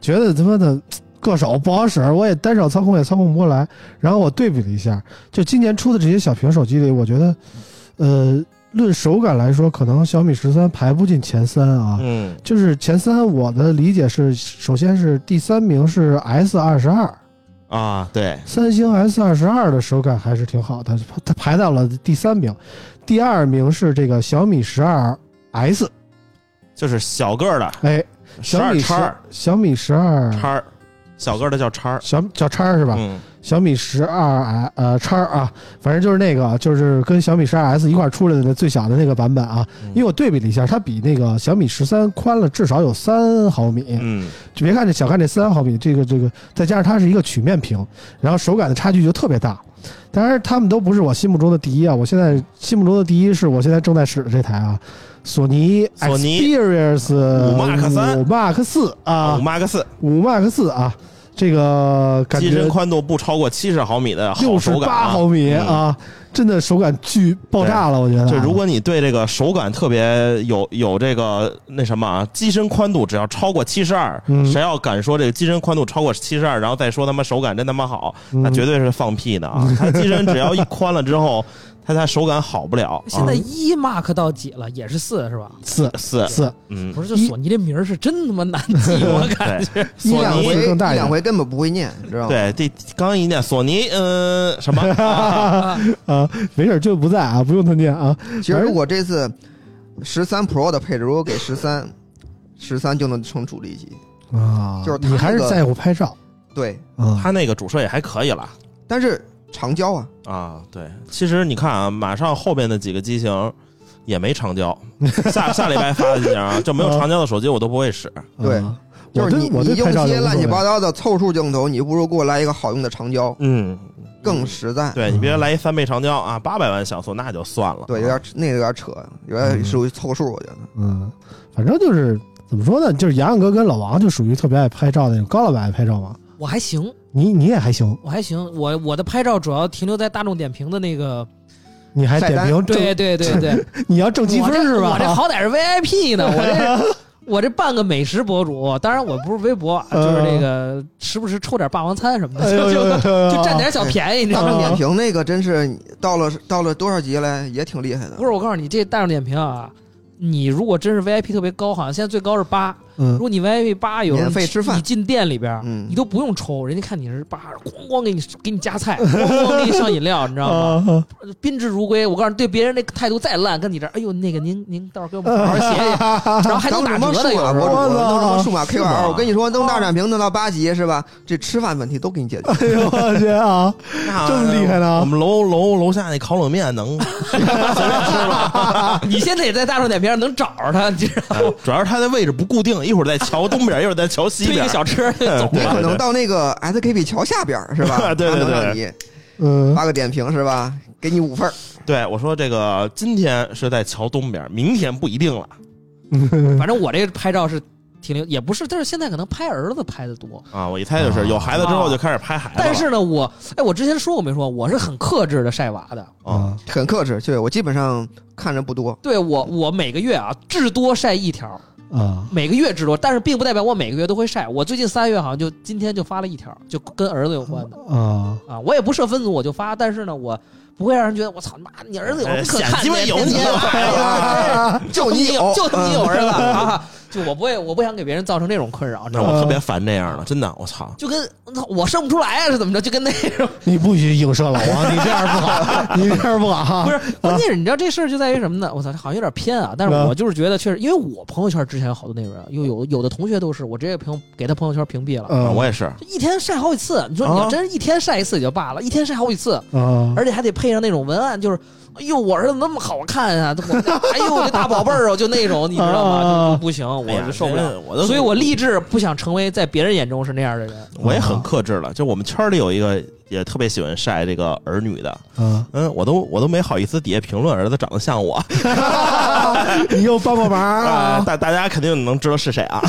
Speaker 7: 觉得他妈的硌手不好使，我也单手操控也操控不过来。然后我对比了一下，就今年出的这些小屏手机里，我觉得，呃，论手感来说，可能小米十三排不进前三啊。
Speaker 4: 嗯
Speaker 7: 就是前三，我的理解是，首先是第三名是 S 二十二，
Speaker 4: 啊，对，
Speaker 7: 三星 S 二十二的手感还是挺好的，它排到了第三名。第二名是这个小米十二 S，
Speaker 4: 就是小个儿的
Speaker 7: 哎，
Speaker 4: 十
Speaker 7: 小
Speaker 4: 二
Speaker 7: 米
Speaker 4: 叉
Speaker 7: 十
Speaker 4: 儿
Speaker 7: 小米十二
Speaker 4: 叉儿，小个儿的叫叉儿，
Speaker 7: 小小叉儿是吧？
Speaker 4: 嗯
Speaker 7: 小米十二 S 呃叉儿啊，反正就是那个，就是跟小米十二 S 一块儿出来的最小的那个版本啊。
Speaker 4: 嗯
Speaker 7: 因为我对比了一下，它比那个小米十三宽了至少有三毫米。
Speaker 4: 嗯
Speaker 7: 就别看这小看这三毫米，这个这个，再加上它是一个曲面屏，然后手感的差距就特别大。当然，他们都不是我心目中的第一啊。我现在心目中的第一是我现在正在使的这台啊，索尼
Speaker 4: 索尼
Speaker 7: Xperience
Speaker 4: 五 Mark 三嗯
Speaker 7: 五 Mark 四啊
Speaker 4: 五，Mark 四，
Speaker 7: 五 Mark 四啊，这个感
Speaker 4: 机
Speaker 7: 觉
Speaker 4: 身宽度不超过七十毫米的好
Speaker 7: 六十
Speaker 4: 手感、
Speaker 7: 八
Speaker 4: 啊，
Speaker 7: 毫米
Speaker 4: 嗯
Speaker 7: 啊，真的手感巨爆炸了，我觉得啊。
Speaker 4: 就如果你对这个手感特别有有这个那什么啊，机身宽度只要超过七十二
Speaker 7: 嗯，
Speaker 4: 谁要敢说这个机身宽度超过七十二，然后再说他妈手感真他妈好，那
Speaker 7: 嗯
Speaker 4: 绝对是放 屁的啊！它机身只要一宽了之后，它它手感好不了。
Speaker 5: 现在
Speaker 4: 啊
Speaker 5: 一 mark 到几了？也是四是吧？
Speaker 7: 四
Speaker 4: 四
Speaker 7: 四
Speaker 4: 嗯
Speaker 5: 不，是，就索尼这名儿是真他妈难记，我感觉。
Speaker 7: 一
Speaker 4: 索
Speaker 7: 两
Speaker 6: 一
Speaker 4: 尼
Speaker 7: 回
Speaker 6: 回
Speaker 7: 更大一
Speaker 6: 一
Speaker 7: 点
Speaker 6: 两回根本不会念，你知道吗？
Speaker 4: 对第刚一念索尼嗯什么啊
Speaker 7: 啊，没事儿就不在啊，不用他念啊。
Speaker 6: 其实我这次十三 Pro 的配置，如果给十三，十三就能成主力机。
Speaker 7: 啊，
Speaker 6: 就是它
Speaker 7: 你还是
Speaker 6: 那个
Speaker 7: 在乎拍照
Speaker 6: 对，
Speaker 7: 啊。
Speaker 4: 它那个主摄也还可以了。
Speaker 6: 但是长焦啊，
Speaker 4: 啊，对，其实你看啊，马上后边的几个机型也没长焦，下下礼拜发的机型啊，就没有长焦的手机我都不会使。
Speaker 6: 对
Speaker 7: 啊
Speaker 6: 就
Speaker 7: 我
Speaker 6: 是
Speaker 7: 对
Speaker 6: 你
Speaker 7: 我
Speaker 6: 你
Speaker 7: 对
Speaker 6: 用
Speaker 7: 拍照
Speaker 6: 一些
Speaker 7: 也无所
Speaker 6: 乱
Speaker 7: 谓
Speaker 6: 七八糟的凑数镜头，你不如给我来一个好用的长焦，
Speaker 4: 嗯，
Speaker 6: 更实在。
Speaker 4: 对你别来一三倍长焦啊，八百万像素那就算了。啊
Speaker 6: 对，有点那个有点扯，有点
Speaker 7: 嗯
Speaker 6: 属于凑数，我觉得。
Speaker 7: 嗯，反正就是怎么说呢，就是洋洋哥跟老王就属于特别爱拍照那种，高老板爱拍照嘛，
Speaker 5: 我还行，
Speaker 7: 你你也还行，
Speaker 5: 我还行，我我的拍照主要停留在大众点评的那个，
Speaker 7: 你还
Speaker 6: 晒
Speaker 7: 点
Speaker 6: 单
Speaker 7: 评
Speaker 5: 对
Speaker 7: 正，
Speaker 5: 对对对，
Speaker 7: 你要挣积
Speaker 5: 我
Speaker 7: 分
Speaker 5: 这
Speaker 7: 是吧？
Speaker 5: 我这好歹是 VIP 呢，我这我这半个美食博主，当然我不是微博，就是那个时不时抽点霸王餐什
Speaker 7: 嗯
Speaker 5: 么
Speaker 7: 哎
Speaker 5: 的，
Speaker 7: 呦，啊嗯
Speaker 5: 就就
Speaker 7: 就
Speaker 5: 就占点小便宜，你知道
Speaker 6: 大
Speaker 5: 吗？
Speaker 6: 众点评那个真是到了到了多少级了，也挺厉害的
Speaker 5: 不。是，我告诉你，这大众点评啊，你如果真是 VIP 特别高，好像现在最高是八，
Speaker 7: 嗯
Speaker 5: 如果你 VIP 八有人
Speaker 6: 免费吃饭
Speaker 5: 你进店里边，
Speaker 6: 嗯
Speaker 5: 你都不用抽，人家看你是八，咣咣给你给你加 菜，咣咣给你上饮料，你知道吗？
Speaker 7: 啊
Speaker 5: 宾至如归。我告诉你，对别人那个态度再烂，跟你这儿，哎呦，那个您您到时候给我们好好写写， 然后还能打
Speaker 6: 当什么啊
Speaker 5: 折的，
Speaker 6: 数
Speaker 5: 有
Speaker 6: 码
Speaker 5: 时
Speaker 6: 博主，
Speaker 5: 候
Speaker 7: 我操
Speaker 6: 弄什么数码 QR，我跟你说，弄
Speaker 5: 啊
Speaker 6: 大展屏弄到八级是吧？这吃饭问题都给你解决。
Speaker 7: 哎呦我去啊，
Speaker 4: 那
Speaker 7: 这么厉害呢
Speaker 4: 我们楼楼楼下那烤冷面能随便吃吗？
Speaker 5: 你现在也在大众点评上能找着他，你知道吗？
Speaker 4: 哎主要是它的位置不固定，一会儿在桥东边，一会儿在桥西
Speaker 5: 推一
Speaker 4: 边
Speaker 5: 个。小车就走
Speaker 6: 你
Speaker 4: 对
Speaker 5: 了。
Speaker 6: 可能到那个 SKP 桥下边儿是 吧？
Speaker 4: 对对
Speaker 6: 他能
Speaker 4: 对
Speaker 6: 让你
Speaker 7: 嗯
Speaker 6: 发个点评是吧？给你五份儿，
Speaker 4: 对，我说这个今天是在桥东边，明天不一定了
Speaker 5: 反正我这个拍照是停留，也不是，但是现在可能拍儿子拍的多。
Speaker 4: 啊！我一猜就是有孩子之后就开始拍孩子了。
Speaker 5: 啊但是呢，我哎，我之前说过没说，我是很克制的晒娃的。
Speaker 4: 啊，
Speaker 6: 很克制。对我基本上看着不多，
Speaker 5: 对我，我每个月啊，至多晒一条，
Speaker 7: 啊
Speaker 5: 每个月至多，但是并不代表我每个月都会晒。我最近三月好像就今天就发了一条，就跟儿子有关的
Speaker 4: 哦
Speaker 7: 啊，
Speaker 5: 啊。我也不设分组，我就发，但是呢，我不会让人觉得我操你妈，你儿子有什么可
Speaker 4: 哎
Speaker 5: 看的？
Speaker 4: 鸡巴有你
Speaker 5: 天天
Speaker 4: 了哦
Speaker 5: 哎呀就
Speaker 6: 就你有，
Speaker 5: 就你
Speaker 6: 嗯
Speaker 5: 有儿子啊！就我不会，我不想给别人造成这种困扰，你知
Speaker 4: 那
Speaker 5: 道吗？
Speaker 7: 呃
Speaker 4: 我特别烦这样的，真的，我操！
Speaker 5: 就跟我生不出来啊，是怎么着？就跟那种
Speaker 7: 你不许影射老王，你这样不 好，你这样不
Speaker 4: 嗯
Speaker 7: 好，啊
Speaker 5: 不是，关键是你知道这事儿就在于什么呢？我操，好像有点偏啊，但是
Speaker 7: 嗯
Speaker 5: 我就是觉得确实，因为我朋友圈之前有好多那种人，又有有的同学都是，我直接朋友给他朋友圈屏蔽了，
Speaker 4: 啊
Speaker 7: 嗯
Speaker 4: 我也是，
Speaker 5: 就一天晒好几次。你说你要真是一天晒一次也就罢了，一天晒好几次，
Speaker 7: 啊
Speaker 5: 而且还得配上那种文案，就是。哎呦，我儿子那么好看啊！我 们家哎呦，我这大宝贝儿哦，就那种，你知道
Speaker 7: 啊
Speaker 5: 吗？就就不行，我
Speaker 4: 哎呀
Speaker 5: 就受不了。，
Speaker 4: 我都
Speaker 5: 所以我立志不想成为在别人眼中是那样的人。
Speaker 4: 我也
Speaker 7: 啊
Speaker 4: 很克制了。就我们圈里有一个也特别喜欢晒这个儿女的，
Speaker 7: 啊！
Speaker 4: 嗯，我都我都没好意思底下评论儿子长得像我，
Speaker 7: 你又帮帮忙
Speaker 4: 啊，
Speaker 7: 啊！
Speaker 4: 大大家肯定能知道是谁啊。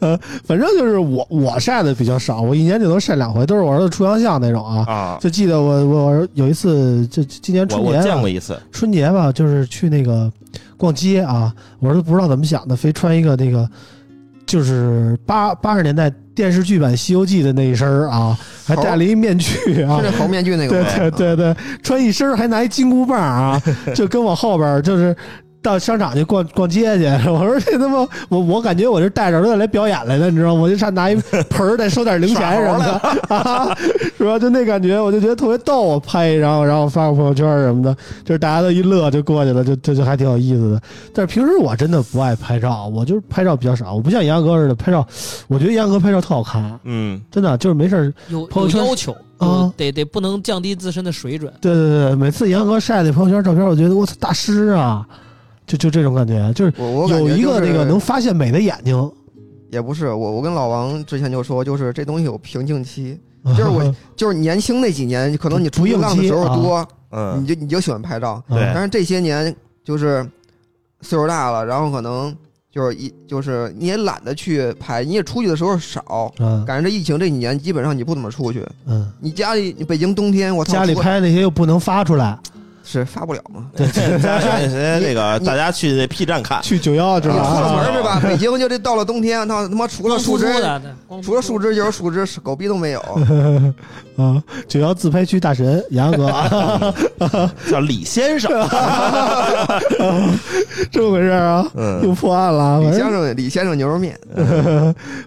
Speaker 7: 呃，反正就是我我晒的比较少，我一年就能晒两回，都是我儿子出洋相那种啊。
Speaker 4: 啊，
Speaker 7: 就记得我我儿有一次，就今年
Speaker 4: 我
Speaker 7: 春节
Speaker 4: 我
Speaker 7: 吧
Speaker 4: 见过一次，
Speaker 7: 春节吧，就是去那个逛街啊，我儿子不知道怎么想的，非穿一个那个就是八八十年代电视剧版《西游记》的那一身儿啊，还戴了一面具啊
Speaker 6: 是，那猴面具那个
Speaker 7: 对
Speaker 6: 吗？
Speaker 7: 对对对，穿一身儿还拿一金箍棒 啊，就跟我后边儿就是到商场去逛逛街去。 我说这他妈，我我感觉我这带着儿子来表演来的，你知道吗？我就差拿一盆儿再收点零钱什么的啊，是吧？就那感觉，我就觉得特别逗。我拍一张，然后发个朋友圈儿什么的，就是大家都一乐就过去了，就这就还挺有意思的。但是平时我真的不爱拍照，我就是拍照比较少，我不像杨哥似的拍照，我觉得杨哥拍照特好看，
Speaker 4: 嗯，
Speaker 7: 真的就是没事儿
Speaker 5: 有
Speaker 7: 朋友
Speaker 5: 有
Speaker 7: 圈
Speaker 5: 要求，
Speaker 7: 啊
Speaker 5: 有得得不能降低自身的水准。
Speaker 7: 对对对，每次杨哥晒那朋友圈照片，我觉得我操大师啊，就就这种感觉，就是
Speaker 6: 我我感
Speaker 7: 有
Speaker 6: 觉
Speaker 7: 一
Speaker 6: 就
Speaker 7: 个
Speaker 6: 是
Speaker 7: 那个能发现美的眼睛，
Speaker 6: 也不是我，我跟老王之前就说，就是这东西有瓶颈期，就是
Speaker 7: 嗯
Speaker 6: 我 就是年轻那几年，可能你出去浪的时
Speaker 7: 啊
Speaker 6: 候多，
Speaker 4: 嗯哎
Speaker 6: 你就你就喜欢拍照，
Speaker 4: 对
Speaker 6: 但是这些年就是岁数大了，然后可能就是一就是你也懒得去拍，你也出去的时候少，
Speaker 7: 嗯
Speaker 6: 赶上这疫情这几年，基本上你不怎么出去，
Speaker 7: 嗯，
Speaker 6: 你家里你北京冬天我操
Speaker 7: 家里
Speaker 6: 出来
Speaker 7: 拍那些又不能发出来，
Speaker 6: 是发不了嘛。
Speaker 7: 对，
Speaker 4: 大家那些
Speaker 6: 你
Speaker 4: 那个
Speaker 6: 你
Speaker 4: 大家去那 P 站看，
Speaker 7: 去九幺知
Speaker 6: 你
Speaker 7: 道
Speaker 6: 出
Speaker 7: 吧？
Speaker 6: 了门 是吧？北京就这到了冬天，他他妈除了
Speaker 5: 光
Speaker 6: 树
Speaker 5: 秃秃
Speaker 6: 枝，
Speaker 5: 的，
Speaker 7: 嗯
Speaker 5: 光
Speaker 6: 除了
Speaker 5: 秃
Speaker 6: 树
Speaker 5: 秃
Speaker 6: 枝就是树枝，狗逼都没有。
Speaker 7: 啊，九幺自拍区大神杨哥，
Speaker 4: 叫李先生，
Speaker 7: 啊这么回事儿啊？
Speaker 4: 嗯
Speaker 7: 又破案了啊，
Speaker 6: 李
Speaker 7: 反
Speaker 6: 先
Speaker 7: 正
Speaker 6: 生，李先生牛肉面，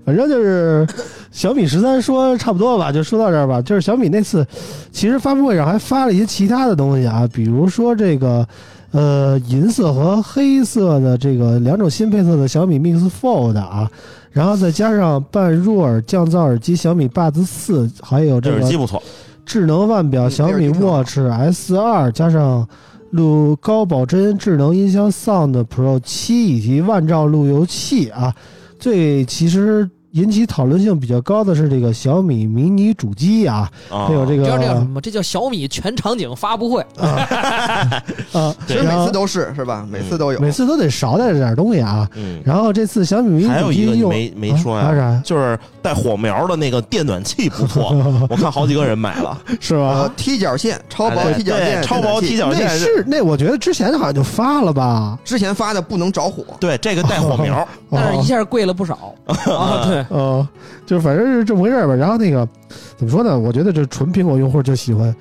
Speaker 7: 反正就是小米十三说差不多吧，就说到这儿吧。就是小米那次，其实发布会上还发了一些其他的东西啊，比如说这个呃银色和黑色的这个两种新配色的小米 Mix Fold 啊，然后再加上半入耳降噪耳机小米 Buds 四，还有这
Speaker 4: 这
Speaker 7: 个
Speaker 4: 耳机不错，
Speaker 7: 智能腕表
Speaker 6: 嗯
Speaker 7: 啊小米
Speaker 6: 那是
Speaker 7: Watch S 二加上录高保真智能音箱 Sound Pro 七以及万兆路由器啊，最其实引起讨论性比较高的是这个小米迷你主机啊，
Speaker 4: 啊
Speaker 7: 还有这
Speaker 5: 你知哦道这叫什
Speaker 7: 个
Speaker 5: 么吗？这叫小米全场景发布会，
Speaker 7: 啊，
Speaker 6: 其实
Speaker 7: 然
Speaker 6: 每
Speaker 7: 后
Speaker 6: 次都是是吧？每次都有。
Speaker 7: 每次都得捎带着点东西啊。
Speaker 4: 嗯，
Speaker 7: 然后这次小米迷你
Speaker 4: 还有
Speaker 7: 主
Speaker 4: 一
Speaker 7: 机
Speaker 4: 个你
Speaker 7: 用
Speaker 4: 没没说
Speaker 7: 啊
Speaker 4: 呀，
Speaker 7: 啥
Speaker 4: 就是带火苗的那个电暖器 不错，我看好几个人买了，
Speaker 7: 是吧
Speaker 6: 呃？，踢脚线，超薄
Speaker 4: 哎
Speaker 6: 踢脚
Speaker 4: 对
Speaker 6: 线，
Speaker 4: 超薄踢脚
Speaker 7: 那
Speaker 4: 线
Speaker 7: 是那我觉得之前好像就发了吧，
Speaker 6: 之前发的不能着火，
Speaker 4: 对这个带火 苗，
Speaker 5: 但是
Speaker 7: 哦
Speaker 5: 一下贵了不少啊！
Speaker 2: 네. 아,
Speaker 5: 对，
Speaker 7: 呃，就反正是这么回事儿吧。然后那个怎么说呢？我觉得这纯苹果用户就喜欢，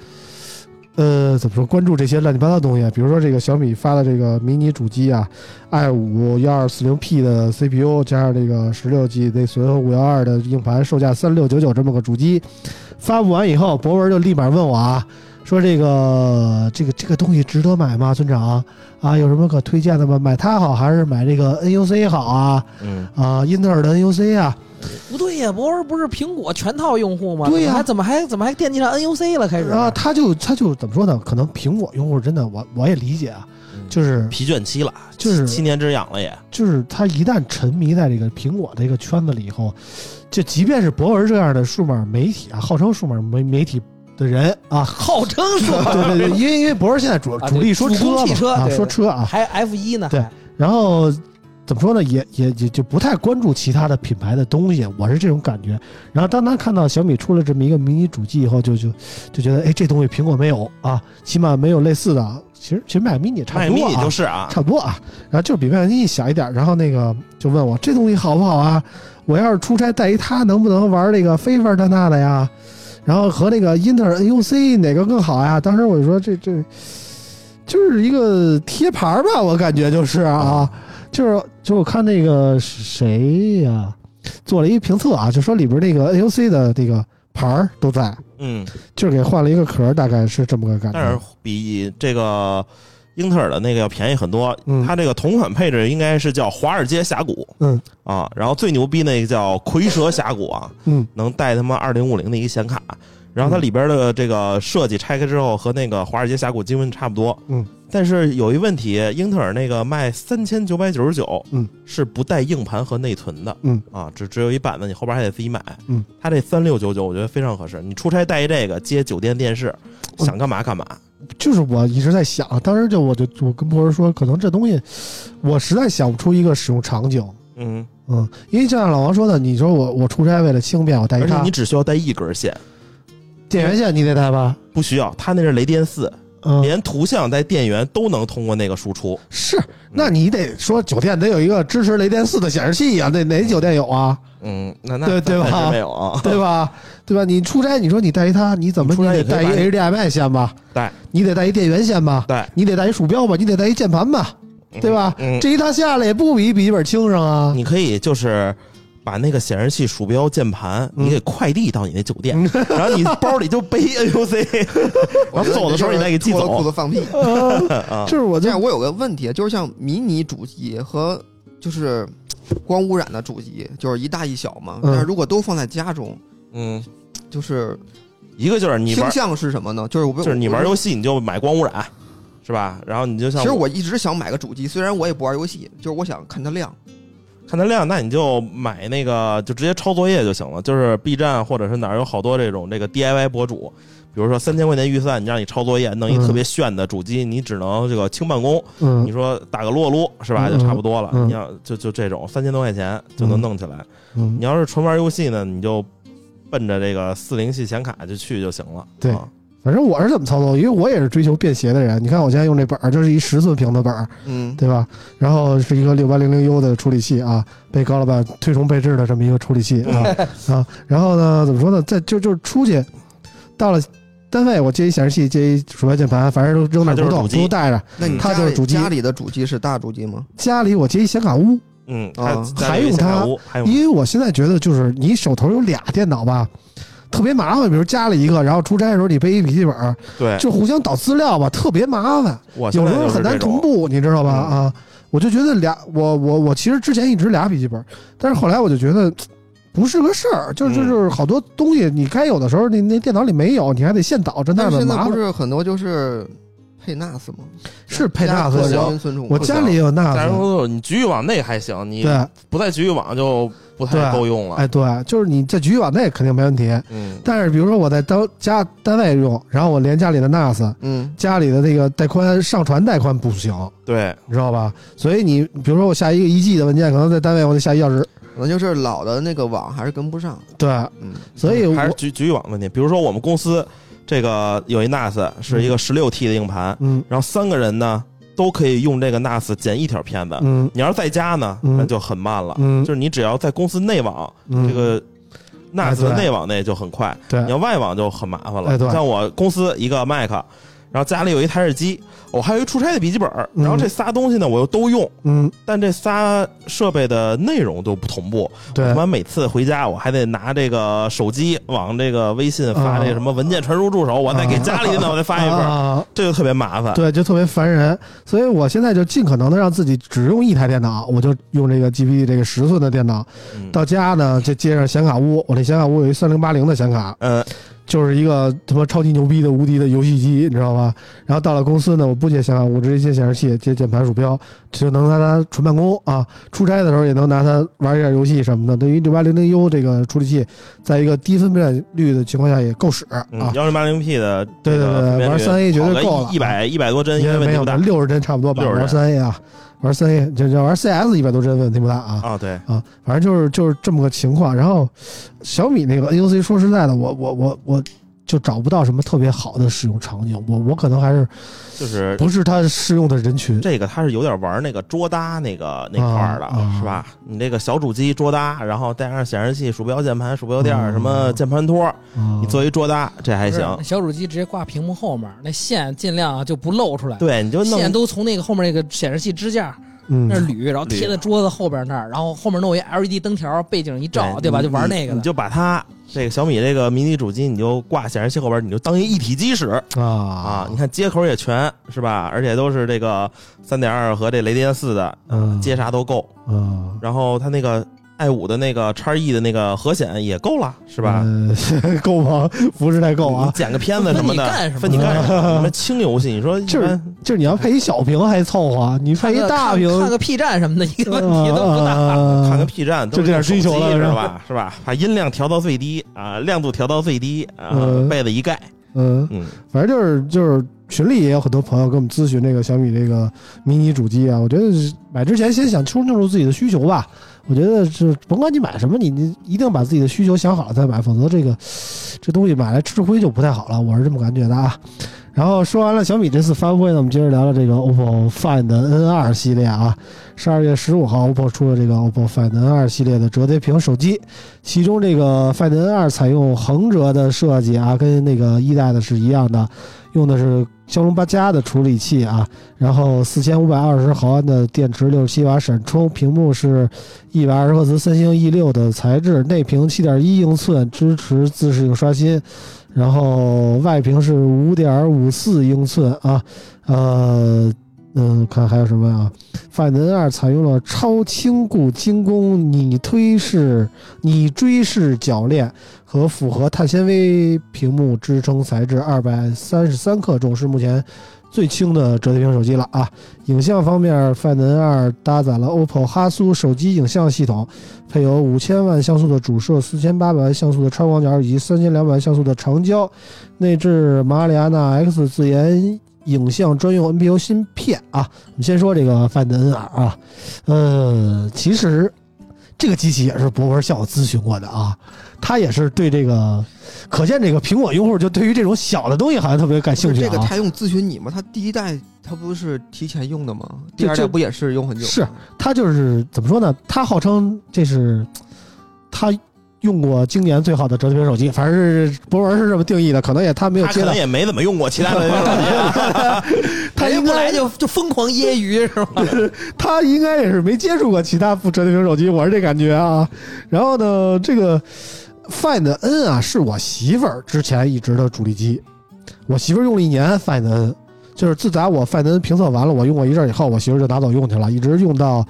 Speaker 7: 呃，怎么说关注这些乱七八糟的东西啊，比如说这个小米发的这个迷你主机啊，i 五幺二四零 P 的 CPU 加上这个十六 G 内存和五幺二的硬盘，售价三六九九这么个主机，发布完以后，博文就立马问我啊。说这个这个这个东西值得买吗，村长啊？有什么可推荐的吗？买它好还是买这个 NUC 好啊？
Speaker 4: 嗯，
Speaker 7: 啊，英特尔的 NUC 啊？
Speaker 5: 不对呀，博文不是苹果全套用户吗？
Speaker 7: 对呀啊
Speaker 5: 还怎么还怎么还惦记上 NUC 了？开始，
Speaker 7: 然后他就他就怎么说呢？啊可能苹果用户真的，我我也理解啊，就是
Speaker 4: 疲倦期了，
Speaker 7: 就是
Speaker 4: 七年之痒了也，
Speaker 7: 就是他一旦沉迷在这个苹果这个圈子里以后，就即便是博文这样的数码媒体啊，号称数码媒媒体的人啊
Speaker 5: 号称说
Speaker 7: 对对 对，因为因为博文现在主
Speaker 5: 啊
Speaker 7: 主力
Speaker 5: 对
Speaker 7: 说
Speaker 5: 主攻
Speaker 7: 车
Speaker 5: 汽车
Speaker 7: 嘛啊，
Speaker 5: 对
Speaker 7: 说车啊，
Speaker 5: 还 F 一呢，
Speaker 7: 对
Speaker 5: 还
Speaker 7: 然后怎么说呢，也也也就不太关注其他的品牌的东西，我是这种感觉。然后当他看到小米出了这么一个迷你主机以后，就就就觉得，哎，这东西苹果没有啊，起码没有类似的啊。其实其实迈 mini 也差
Speaker 4: 卖
Speaker 7: 不
Speaker 4: 迷
Speaker 7: 多
Speaker 4: 你
Speaker 7: 啊，
Speaker 4: 就是啊，
Speaker 7: 差不多啊。然后就是比迈 mini 小一点。然后那个就问我这东西好不好啊？我要是出差带一它，能不能玩那个非凡这那的呀？然后和那个英特尔 NUC 哪个更好呀？当时我就说这这就是一个贴牌儿吧，我感觉就是啊，就是就我看那个谁呀、做了一评测啊，就说里边那个 NUC 的这个牌儿都在，
Speaker 4: 嗯，
Speaker 7: 就是给换了一个壳儿，大概是这么个感觉。
Speaker 4: 但是比这个英特尔的那个要便宜很多
Speaker 7: 嗯。
Speaker 4: 它这个同款配置应该是叫华尔街峡谷，
Speaker 7: 嗯
Speaker 4: 啊，然后最牛逼那个叫蝰蛇峡谷啊，
Speaker 7: 嗯，
Speaker 4: 能带他妈二零五零的一个显卡。然后它里边的这个设计拆开之后和那个华尔街峡谷基本差不多，
Speaker 7: 嗯，
Speaker 4: 但是有一问题，英特尔那个卖三千九百九十九，
Speaker 7: 嗯，
Speaker 4: 是不带硬盘和内存的，
Speaker 7: 嗯
Speaker 4: 啊，只只有一板子，你后边还得自己买，
Speaker 7: 嗯，
Speaker 4: 它这三六九九我觉得非常合适，你出差带一这个接酒店电视，
Speaker 7: 嗯
Speaker 4: 想干嘛干嘛，
Speaker 7: 就是我一直在想，当时就我就我跟博文说，可能这东西我实在想不出一个使用场景。
Speaker 4: 嗯，
Speaker 7: 嗯，因为就像老王说的，你说我我出差为了轻便，我带一
Speaker 4: 而且
Speaker 7: 它
Speaker 4: 你只需要带一根线，
Speaker 7: 电源线，你得带吧？
Speaker 4: 不需要，它那是雷电四，
Speaker 2: 嗯，
Speaker 4: 连图像带电源都能通过那个输出。
Speaker 2: 是，那你得说酒店得有一个支持雷电四的显示器呀、那哪酒店有 啊？
Speaker 4: 嗯，那那
Speaker 2: 对对吧
Speaker 4: 暂时没有啊，
Speaker 2: 对吧？对吧？你出差，你说你带一它，你怎么
Speaker 4: 你出
Speaker 2: 你
Speaker 4: 差
Speaker 2: 得
Speaker 4: 也可
Speaker 2: 带
Speaker 4: 以
Speaker 2: 一
Speaker 4: 把
Speaker 2: HDMI 线吧？
Speaker 4: 带，
Speaker 2: 你得带一电源线吧？
Speaker 4: 对，
Speaker 2: 你得带一鼠标吧？你得带一键盘吧？对吧？
Speaker 4: 嗯
Speaker 2: 这一套下来也不比笔记本轻省啊。
Speaker 6: 嗯
Speaker 4: 你可以就是把那个显示器、鼠标、键盘，
Speaker 6: 嗯
Speaker 4: 你给快递到你那酒店，然后你包里就背 NUC，然后啊走的时候你再给寄
Speaker 6: 我觉得你就是脱了裤
Speaker 4: 走。
Speaker 6: 子 放屁。
Speaker 4: 嗯
Speaker 2: 就是我
Speaker 6: 这
Speaker 2: 这
Speaker 6: 样，我有个问题，啊就是像迷你主机和就是光污染的主机，就是一大一小嘛。
Speaker 2: 嗯
Speaker 6: 但是如果都放在家中，
Speaker 4: 嗯，
Speaker 6: 就是
Speaker 4: 一个就是你
Speaker 6: 倾
Speaker 4: 玩，
Speaker 6: 向是什么呢？就是我
Speaker 4: 就是你玩
Speaker 6: 我
Speaker 4: 游戏你就买光污染，是吧？然后你就像
Speaker 6: 其实我一直想买个主机，虽然我也不玩游戏，就是我想看它亮。
Speaker 4: 看它亮，那你就买那个，就直接抄作业就行了。就是 B 站或者是哪儿有好多这种这个 DIY 博主，比如说三千块钱预算，你让你抄作业，弄一
Speaker 2: 嗯
Speaker 4: 特别炫的主机，你只能这个轻办公。
Speaker 2: 嗯
Speaker 4: 你说打个撸啊撸是吧，
Speaker 2: 嗯
Speaker 4: 就差不多了。
Speaker 2: 嗯
Speaker 4: 你要就就这种三千多块钱就能弄起来。
Speaker 2: 嗯
Speaker 4: 你要是纯玩游戏呢，你就奔着这个四零系显卡就去就行了。
Speaker 2: 对
Speaker 4: 啊
Speaker 2: 反正我是怎么操作，因为我也是追求便携的人。你看我现在用这本儿，就是一十寸屏的本儿，
Speaker 6: 嗯，
Speaker 2: 对吧？然后是一个六八零零 U 的处理器啊，被高老板推崇备至的这么一个处理器啊 啊。然后呢，怎么说呢？在就就是出去，到了单位，我接一显示器，接一鼠标键盘，反正都扔那儿
Speaker 4: 它
Speaker 2: 不
Speaker 4: 就是
Speaker 2: 动，
Speaker 4: 主机
Speaker 2: 都带着。
Speaker 6: 那
Speaker 4: 嗯
Speaker 6: 你
Speaker 2: 它
Speaker 6: 家
Speaker 2: 就是
Speaker 6: 里
Speaker 2: 主机
Speaker 6: 家里的主机是大主机吗？
Speaker 2: 家里我接一显卡屋，
Speaker 4: 嗯，
Speaker 6: 啊
Speaker 4: 还
Speaker 2: 还用
Speaker 4: 显卡
Speaker 2: 它
Speaker 4: 屋还用
Speaker 2: 因为我现在觉得就是你手头有俩电脑吧。特别麻烦，比如家里一个，然后出差的时候你背一笔记本儿，
Speaker 4: 对，
Speaker 2: 就互相导资料吧，特别麻烦。有
Speaker 4: 我现
Speaker 2: 时
Speaker 4: 在
Speaker 2: 候
Speaker 4: 就是
Speaker 2: 很难
Speaker 4: 这种
Speaker 2: 同。步，你知道吧？啊，我就觉得俩，我我我其实之前一直俩笔记本，但是后来我就觉得嘖不是个事儿，就是
Speaker 4: 嗯
Speaker 2: 就是好多东西你该有的时候，你那电脑里没有，你还得现导，这那
Speaker 6: 但
Speaker 2: 的
Speaker 6: 是现在
Speaker 2: 麻
Speaker 6: 不
Speaker 2: 烦。
Speaker 6: 是很多就是配 NAS 吗？
Speaker 2: 是配
Speaker 6: 加
Speaker 2: NAS
Speaker 6: 扩
Speaker 2: 的
Speaker 6: 音存储吗，
Speaker 2: 我家里也有那
Speaker 4: 但是
Speaker 2: 个，
Speaker 4: 说你局域网内还行，你
Speaker 2: 啊对，
Speaker 4: 不在局域网就不太
Speaker 2: 对
Speaker 4: 够用了。
Speaker 2: 哎对，就是你在局域网内肯定没问题，
Speaker 4: 嗯，
Speaker 2: 但是比如说我在单家单位用，然后我连家里的 NAS，
Speaker 6: 嗯，
Speaker 2: 家里的那个带宽上传带宽不行，
Speaker 4: 对，
Speaker 2: 你知道吧？所以你比如说我下一个一 G 的文件，可能在单位我得下一小时，
Speaker 6: 可能就是老的那个网还是跟不上。
Speaker 2: 对，
Speaker 6: 嗯，
Speaker 2: 所以我
Speaker 4: 还是局局域网问题。比如说我们公司这个有一 NAS 是一个十六 T 的硬盘，
Speaker 2: 嗯
Speaker 4: 然后三个人呢都可以用这个 NAS 剪一条片子。
Speaker 2: 嗯
Speaker 4: 你要是在家呢，
Speaker 2: 嗯
Speaker 4: 那就很慢了。
Speaker 2: 嗯
Speaker 4: 啊就是你只要在公司内网，
Speaker 2: 嗯
Speaker 4: 这个 NAS
Speaker 2: 哎
Speaker 4: 的
Speaker 2: 对
Speaker 4: 内网内就很快，你
Speaker 2: 对
Speaker 4: 要外网就很麻烦了。
Speaker 2: 哎对
Speaker 4: 像我公司一个 Mac，然后家里有一台式机，我还有一出差的笔记本，然后
Speaker 2: 嗯
Speaker 4: 这仨东西呢我又都用，
Speaker 2: 嗯
Speaker 4: 但这仨设备的内容都不同步。
Speaker 2: 对
Speaker 4: 他妈每次回家我还得拿这个手机往这个微信发这个什么文件传输助手，我再给家里的呢我再发一份儿，
Speaker 2: 啊，
Speaker 4: 这就特别麻烦。
Speaker 2: 对，就特别烦人。所以我现在就尽可能的让自己只用一台电脑，我就用这个 GB 这个十寸的电脑。
Speaker 4: 嗯
Speaker 2: 到家呢，就接上显卡屋，我这显卡屋有一三零八零的显卡，
Speaker 4: 嗯，
Speaker 2: 就是一个他妈超级牛逼的无敌的游戏机，你知道吧？然后到了公司呢，我不接显卡屋，直接接显示器，接键盘、鼠标，就能拿它纯办公啊。出差的时候也能拿它玩一下游戏什么的。对于六八零零 U 这个处理器，在一个低分辨率的情况下也够使啊。
Speaker 4: 嗯幺零八零 P 的
Speaker 2: 对对对玩三 A 绝对够了
Speaker 4: 一百一百多帧应
Speaker 2: 也
Speaker 4: 该问
Speaker 2: 没
Speaker 4: 题
Speaker 2: 有
Speaker 4: 不大
Speaker 2: 六十帧差不多吧，
Speaker 4: 60
Speaker 2: 玩三 A 啊，玩三 A 就就玩 CS 一百多帧问题不大啊
Speaker 4: 啊。对，
Speaker 2: 啊，反正就是就是这么个情况。然后小米那个 NUC，说实在的，我我我我就找不到什么特别好的使用场景，我我可能还是
Speaker 4: 就是
Speaker 2: 不是它适用的人群。
Speaker 4: 这个它是有点玩那个桌搭那个那块儿的
Speaker 2: 啊啊，
Speaker 4: 是吧？你这个小主机桌搭，然后带上显示器、鼠标、键盘、鼠标垫儿、
Speaker 2: 嗯
Speaker 4: 什么键盘托，
Speaker 2: 啊
Speaker 4: 你做一桌搭，这还
Speaker 5: 不是
Speaker 4: 行。
Speaker 5: 小主机直接挂屏幕后面，那线尽量啊就不露出来。
Speaker 4: 对，你就弄
Speaker 5: 线都从那个后面那个显示器支架
Speaker 2: 嗯
Speaker 5: 那儿捋，然后贴在桌子后边那儿，然后后面弄一 LED 灯条，背景一照，对吧？
Speaker 4: 哎你
Speaker 5: 就玩那个
Speaker 4: 你
Speaker 5: 的
Speaker 4: 你。就把它这个小米这个迷你主机，你就挂显示器后边，你就当一一体机使
Speaker 2: 啊
Speaker 4: 啊
Speaker 2: 啊！
Speaker 4: 你看接口也全是吧？而且都是这个三点二和这雷电四的，
Speaker 2: 嗯
Speaker 4: 接啥都够。
Speaker 2: 啊
Speaker 4: 然后它那个 i 五的那个叉 E 的那个核显也够了，是
Speaker 2: 是
Speaker 4: 吧？？
Speaker 2: 呃 够吗？不是太够
Speaker 4: 你
Speaker 2: 啊。
Speaker 4: 剪个片子什么的，
Speaker 5: 分
Speaker 4: 分
Speaker 5: 你
Speaker 4: 你
Speaker 5: 干
Speaker 4: 干什么？什么轻游戏？你说一
Speaker 2: 就是
Speaker 4: 般
Speaker 2: 就是你要配一小屏还凑合，啊你
Speaker 5: 看
Speaker 2: 配一
Speaker 5: 个
Speaker 2: 大
Speaker 5: 看
Speaker 2: 屏嗯
Speaker 5: 看个 P 站什么的，一个问题都不大。
Speaker 2: 大
Speaker 4: 看个 P 站
Speaker 2: 嗯
Speaker 4: 都
Speaker 2: 就这点追求了
Speaker 4: 是
Speaker 2: 是吧
Speaker 4: 吧？是吧？把音量调到最低啊，亮度调到最低啊
Speaker 2: 嗯，
Speaker 4: 被子一盖，
Speaker 2: 嗯。
Speaker 4: 嗯，
Speaker 2: 反正就是就是群里也有很多朋友跟我们咨询这个小米这个迷你主机啊，我觉得是买之前先想清楚自己的需求吧。我觉得是甭管你买什么，你你一定把自己的需求想好了再买，否则这个这东西买来吃亏就不太好了，我是这么感觉的啊。然后说完了小米这次发布会呢，我们接着聊聊这个 OPPO Find N 2系列啊。十二月十五号，OPPO 出了这个 OPPO Find N 2系列的折叠屏手机，其中这个 Find N 2采用横折的设计啊，跟那个一代的是一样的，用的是骁龙八加的处理器啊，然后四千五百二十毫安的电池，六十七瓦闪充，屏幕是一百二十赫兹三星 E 六的材质，内屏七点一英寸，支持自适应刷新。然后外屏是五点五四英寸啊，呃，嗯，看还有什么啊？Find N 二采用了超轻固精工拟推式、拟锥式铰链和复合碳纤维屏幕支撑材质，二百三十三克重，是目前最轻的折叠屏手机了啊。影像方面，Find N 二搭载了 OPPO 哈苏手机影像系统，配有五千万像素的主摄、四千八百万像素的超广角以及三千两百万像素的长焦，内置马里亚纳 X 自研影像专用 NPU 芯片啊。我们先说这个 Find N2 啊，呃，其实这个机器也是博文向我咨询过的啊，他也是对这个，可见这个苹果用户就对于这种小的东西好像特别感兴趣
Speaker 6: 这
Speaker 2: 啊。
Speaker 6: 个他用咨询你吗？他第一代他不是提前用的吗？
Speaker 2: 这
Speaker 6: 第二代
Speaker 2: 这
Speaker 6: 不也是用很久吗？
Speaker 2: 是啊他就是怎么说呢？他号称这是他用过今年最好的折叠屏手机，反正是博文是这么定义的，可能也他没有
Speaker 3: 他
Speaker 2: 接
Speaker 3: 可
Speaker 2: 到
Speaker 3: 能，也没怎么用过其他 的，
Speaker 4: 啊
Speaker 2: 他
Speaker 5: 人
Speaker 2: 应
Speaker 5: 家不
Speaker 2: 该
Speaker 5: 来就就疯狂揶揄是吧？
Speaker 2: 他应该也是没接触过其他不折叠屏手机，我是这感觉啊。然后呢，这个 Find N 啊，是我媳妇儿之前一直的主力机，我媳妇儿用了一年 Find N，就是自打我 Find N 评测完了，我用过一阵儿以后，我媳妇儿就拿走用去了，一直用到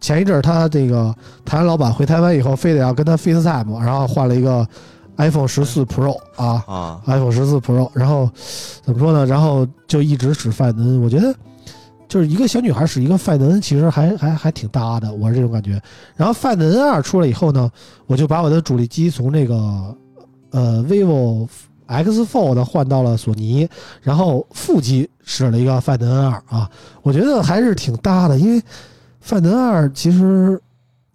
Speaker 2: 前一阵儿她这个台湾老板回台湾以后，非得要跟他 FaceTime，然后换了一个 iPhone 十四 Pro 啊，
Speaker 3: 啊，
Speaker 2: iPhone 十四 Pro，然后怎么说呢？然后就一直使 Find N，我觉得就是一个小女孩使一个 Find N，其实还还还挺搭的，我是这种感觉。然后 Find N 二出来以后呢，我就把我的主力机从这个呃 vivo X Fold 换到了索尼，然后副机使了一个 Find N 二啊，我觉得还是挺搭的，因为 Find N 二其实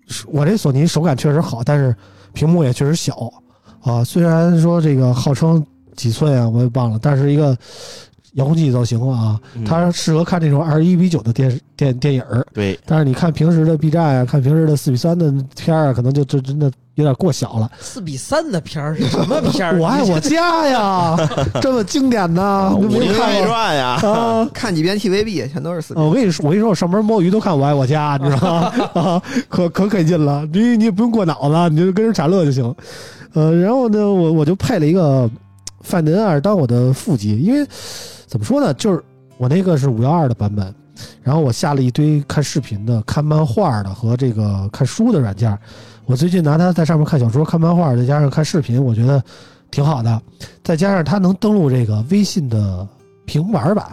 Speaker 2: 是我这索尼手感确实好，但是屏幕也确实小。啊，虽然说这个号称几寸啊，我也忘了，但是一个遥控器造型了啊，
Speaker 4: 嗯
Speaker 5: 嗯
Speaker 2: 它适合看这种二十一比九的电视电电影儿。
Speaker 3: 对，
Speaker 2: 但是你看平时的 B 站啊，看平时的四比三的片儿啊，可能就这真的有点过小了。
Speaker 5: 四比三的片儿是什么 片儿？
Speaker 2: 我爱我家 呀，这么经典
Speaker 7: 啊
Speaker 2: 呐，你
Speaker 3: 武
Speaker 2: 没
Speaker 3: 林
Speaker 2: 看
Speaker 3: 外
Speaker 2: 过
Speaker 3: 传呀，
Speaker 2: 啊？
Speaker 6: 嗯看几遍 TVB 全都是四
Speaker 2: 呃，我跟你说，我跟你说，我上班摸鱼都看《我爱我家》，你知道 吗？啊，可可给劲了，你你也不用过脑子，你就跟人傻乐就行。呃，然后呢，我我就配了一个范德尔当我的副机，因为怎么说呢，就是我那个是五幺二的版本，然后我下了一堆看视频的、看漫画的和这个看书的软件儿。我最近拿它在上面看小说、看漫画，再加上看视频，我觉得挺好的。再加上它能登录这个微信的平板版，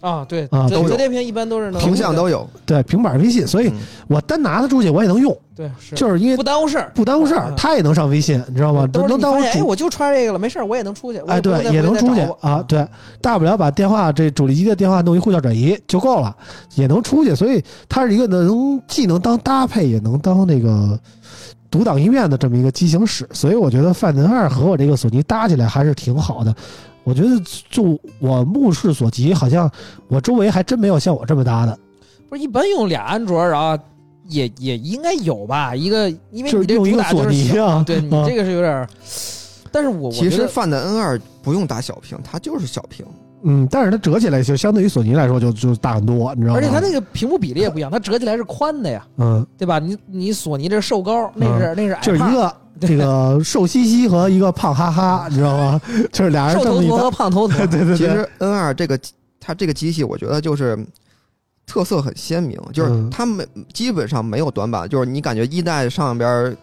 Speaker 5: 啊，对，
Speaker 2: 啊
Speaker 5: 对
Speaker 2: 都有
Speaker 5: 折叠屏一般都是能
Speaker 6: 头像都有，
Speaker 2: 对平板微信，所以
Speaker 6: 嗯
Speaker 2: 我单拿它出去我也能用。
Speaker 5: 对，是
Speaker 2: 就是因为
Speaker 5: 不耽误事儿，
Speaker 2: 不耽误事儿，
Speaker 5: 嗯
Speaker 2: 他也能上微信，你知道吗？
Speaker 5: 都是
Speaker 2: 能
Speaker 5: 你
Speaker 2: 当
Speaker 5: 发
Speaker 2: 我
Speaker 5: 现哎，
Speaker 2: 主，
Speaker 5: 我就穿这个了，没事儿，我也能出去，我
Speaker 2: 哎，对，也能出去啊，，
Speaker 5: 嗯
Speaker 2: 对，大不了把电话这主力机的电话弄一呼叫转移就够了，也能出去，所以它是一个能既能当搭配，也能当那个独当一面的这么一个机型使，所以我觉得范腾二和我这个索尼搭起来还是挺好的。我觉得就我目视所及，好像我周围还真没有像我这么搭的，
Speaker 5: 不是一般用俩安卓，然后也也应该有吧？一个，因为
Speaker 2: 就是
Speaker 5: 你这
Speaker 2: 用一
Speaker 5: 主
Speaker 2: 个
Speaker 5: 打就
Speaker 2: 索
Speaker 5: 是
Speaker 2: 尼
Speaker 5: 小，
Speaker 2: 啊，
Speaker 5: 对你
Speaker 2: 啊
Speaker 5: 这个是有点儿，但是我我
Speaker 6: 其
Speaker 5: 觉
Speaker 6: 实
Speaker 5: 得
Speaker 6: 范的 N 二不用打小屏，它就是小屏。
Speaker 2: 嗯，但是它折起来就相对于索尼来说就就大很多，你知道吗？
Speaker 5: 而且它那个屏幕比例也不一样，它折起来是宽的呀，
Speaker 2: 嗯，
Speaker 5: 对吧？你你索尼这是瘦高，那是那是矮
Speaker 2: 啊就是一
Speaker 5: 胖
Speaker 2: 个这个瘦兮兮和一个胖哈哈，你知道吗？就是俩人
Speaker 5: 瘦
Speaker 2: 这么
Speaker 5: 头
Speaker 2: 一
Speaker 5: 陀
Speaker 2: 搭
Speaker 5: 和胖头陀，
Speaker 2: 对对
Speaker 6: 其
Speaker 2: 对，
Speaker 6: 实 N 二这个它这个机器，我觉得就是特色很鲜明，就是
Speaker 2: 嗯
Speaker 6: 它没基本上没有短板，就是你感觉一代上边儿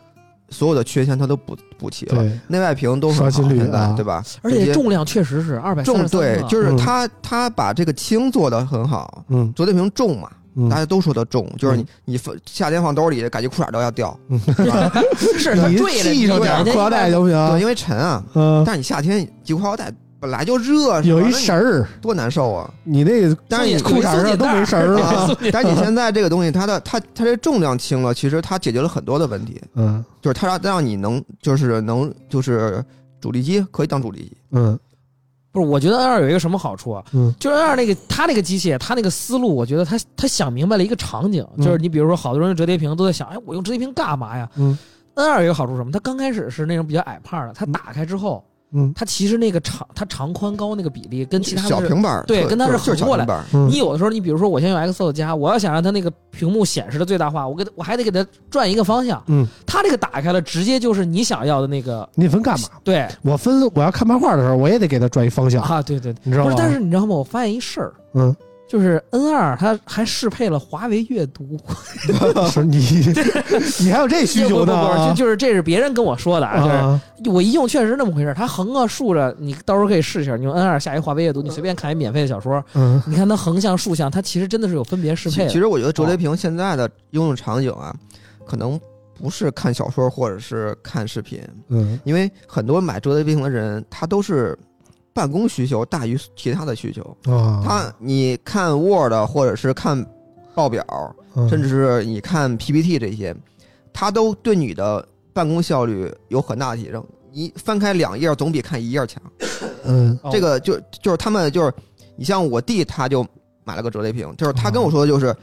Speaker 6: 所有的缺陷它都补补齐了，
Speaker 2: 对，
Speaker 6: 内外屏都很好，
Speaker 2: 刷新率啊
Speaker 6: 现在对吧？
Speaker 5: 而
Speaker 6: 直
Speaker 5: 且
Speaker 6: 接
Speaker 5: 重量确实是二百
Speaker 6: 重对，就是
Speaker 2: 嗯
Speaker 6: 它它把这个轻做的很好，
Speaker 2: 嗯
Speaker 6: 折叠屏重嘛。
Speaker 2: 嗯
Speaker 6: 大家都说它重，就是你你放夏天放兜里，感觉裤衩都要掉，
Speaker 5: 是它
Speaker 2: 你
Speaker 5: 坠了，
Speaker 2: 系上点儿裤腰带行不
Speaker 6: 对，
Speaker 2: 行？
Speaker 6: 因为沉啊。
Speaker 2: 嗯，
Speaker 6: 但是你夏天系裤腰带本来就热，是
Speaker 2: 有
Speaker 6: 吧
Speaker 2: 一
Speaker 6: 那你
Speaker 2: 绳儿，
Speaker 6: 多难受啊！
Speaker 2: 你那
Speaker 6: 但是你
Speaker 2: 裤衩上都没绳儿 了。
Speaker 6: 啊，但是你现在这个东西，它的它它这重量轻了，其实它解决了很多的问题，
Speaker 2: 嗯
Speaker 6: 就是它让让你能就是能就是主力机可以当主力机，
Speaker 2: 嗯，
Speaker 5: 不是，我觉得 N 二有一个什么好处啊？
Speaker 2: 嗯
Speaker 5: 就是 N 二那个他那个机械，他那个思路，我觉得他他想明白了一个场景，
Speaker 2: 嗯
Speaker 5: 就是你比如说，好多人用折叠屏都在想，哎，我用折叠屏干嘛呀？
Speaker 2: 嗯
Speaker 5: N 二有一个好处是什么？它刚开始是那种比较矮胖的，它打开之后，
Speaker 2: 嗯
Speaker 5: 它其实那个长它长宽高那个比例跟其他的
Speaker 6: 小
Speaker 5: 是
Speaker 6: 平板儿
Speaker 5: 对跟它
Speaker 6: 就是就是小
Speaker 5: 横过来
Speaker 6: 平板儿
Speaker 2: 嗯
Speaker 5: 你有的时候，你比如说，我先用 Xo 加，我要想让它那个屏幕显示的最大化，我给它我还得给它转一个方向。
Speaker 2: 嗯，
Speaker 5: 它这个打开了，直接就是你想要的那个。
Speaker 2: 你分干嘛？
Speaker 5: 对
Speaker 2: 我分我要看漫画的时候，我也得给他转一方向，
Speaker 5: 啊，对对对，
Speaker 2: 你知道
Speaker 5: 不
Speaker 2: 吗
Speaker 5: 是，？但是你知道吗？我发现一事儿，
Speaker 2: 嗯，
Speaker 5: 就是 N 二它还适配了华为阅读，
Speaker 2: 是你你还有这需求呢
Speaker 5: 不不不，
Speaker 2: 啊
Speaker 5: 就？就是这是别人跟我说的啊，
Speaker 2: 啊，
Speaker 5: 就是我一用确实是那么回事儿。它横啊竖着，你到时候可以试一下，你用 N 二下一华为阅读，你随便看一免费的小说，
Speaker 2: 嗯
Speaker 5: 你看它横向竖向，它其实真的是有分别适
Speaker 6: 其
Speaker 5: 配哦
Speaker 6: 其
Speaker 5: 的。
Speaker 6: 实我觉得折叠屏现在的应用场景啊，可能不是看小说或者是看视频，
Speaker 2: 嗯
Speaker 6: 因为很多买折叠屏的人，他都是办公需求大于其他的需
Speaker 5: 哦
Speaker 6: 求。
Speaker 2: 啊，
Speaker 6: 他你看 Word 或者是看报表，
Speaker 2: 嗯
Speaker 6: 甚至是你看 PPT 这些，它都对你的办公效率有很大的提升。你翻开两页总比看一页强。
Speaker 2: 嗯
Speaker 5: 哦
Speaker 6: 这个就就是他们就是，你像我弟他就买了个折叠屏，就是他跟我说的就是，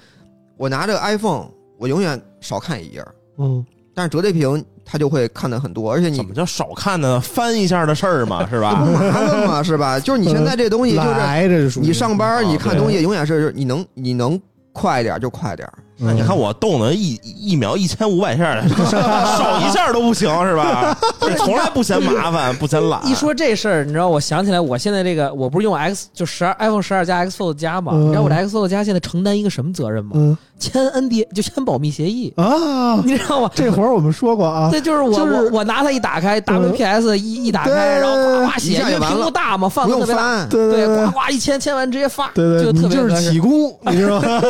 Speaker 6: 我拿着 iPhone 我永远少看一页，
Speaker 2: 嗯
Speaker 6: 但是折叠屏他就会看的很多，而且你
Speaker 4: 怎么叫少看呢？翻一下的事儿嘛，是吧？
Speaker 6: 麻烦嘛是吧？就是你现在这东西就是
Speaker 2: 来这是属于
Speaker 6: 你上班
Speaker 4: 啊
Speaker 6: 你看
Speaker 4: 对
Speaker 6: 东西永远是你能你能快点就快点，
Speaker 4: 那你看我动了一一秒一千五百下， 少一下都不行是吧？这从来不嫌麻烦，不嫌
Speaker 2: 啊
Speaker 4: 懒。
Speaker 5: 一说这事儿，你知道我想起来，我现在这个我不是用 X 就十二 iPhone 十二加 X Fold 加嘛？
Speaker 2: 嗯
Speaker 5: 你知道我这 X Fold 加现在承担一个什么责任吗？
Speaker 2: 嗯
Speaker 5: 签 ND 就签保密协议，
Speaker 2: 啊，
Speaker 5: 你知道吗？
Speaker 2: 这会儿我们说过啊，
Speaker 5: 对，就是我、
Speaker 2: 就是嗯
Speaker 5: 我我拿它一打开，WPS 一一打开，
Speaker 2: 对
Speaker 5: 然后呱呱
Speaker 6: 一
Speaker 5: 写，因
Speaker 6: 下就
Speaker 5: 为
Speaker 6: 完了
Speaker 5: 屏幕大嘛，放
Speaker 6: 不
Speaker 5: 的
Speaker 6: 用
Speaker 5: 特别大，
Speaker 6: 翻。
Speaker 2: 对对
Speaker 5: 呱呱一签，签完直接发，
Speaker 2: 对对，
Speaker 5: 就
Speaker 2: 你
Speaker 5: 特别
Speaker 2: 就
Speaker 5: 合
Speaker 2: 是
Speaker 5: 适，
Speaker 2: 起功，你知道吗？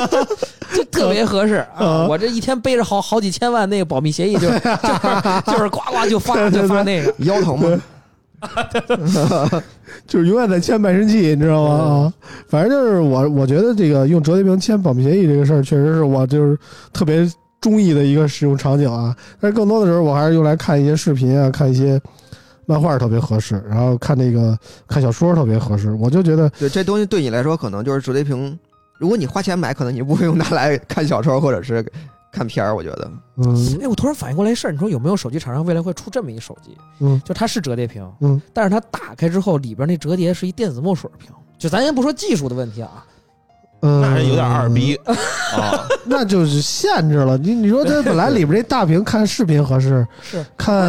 Speaker 5: 就特别合适啊！
Speaker 2: 啊
Speaker 5: 我这一天背着好好几千万那个保密协议， 就是就是就是呱呱就发
Speaker 2: 对对
Speaker 5: 就发那个，
Speaker 6: 腰疼吗？
Speaker 2: 就是永远在签卖身契，你知道吗？
Speaker 4: 嗯
Speaker 2: 啊，反正就是我，我觉得这个用折叠屏签保密协议这个事儿，确实是我就是特别中意的一个使用场景啊。但是更多的时候，我还是用来看一些视频啊，看一些漫画特别合适，然后看那个看小说特别合适。我就觉得，
Speaker 6: 对，这东西对你来说可能就是折叠屏。如果你花钱买，可能你不会用它来看小说或者是看片儿。我觉得，
Speaker 2: 嗯
Speaker 5: 哎，我突然反应过来一事儿，你说有没有手机厂商未来会出这么一手机？
Speaker 2: 嗯，
Speaker 5: 就它是折叠屏，
Speaker 2: 嗯，
Speaker 5: 但是它打开之后里边那折叠是一电子墨水屏，就咱先不说技术的问题啊，
Speaker 2: 嗯，
Speaker 4: 那是有点二，逼啊！
Speaker 2: 那就是限制了。你你说它本来里边这大屏看视频合适，
Speaker 5: 是
Speaker 2: 看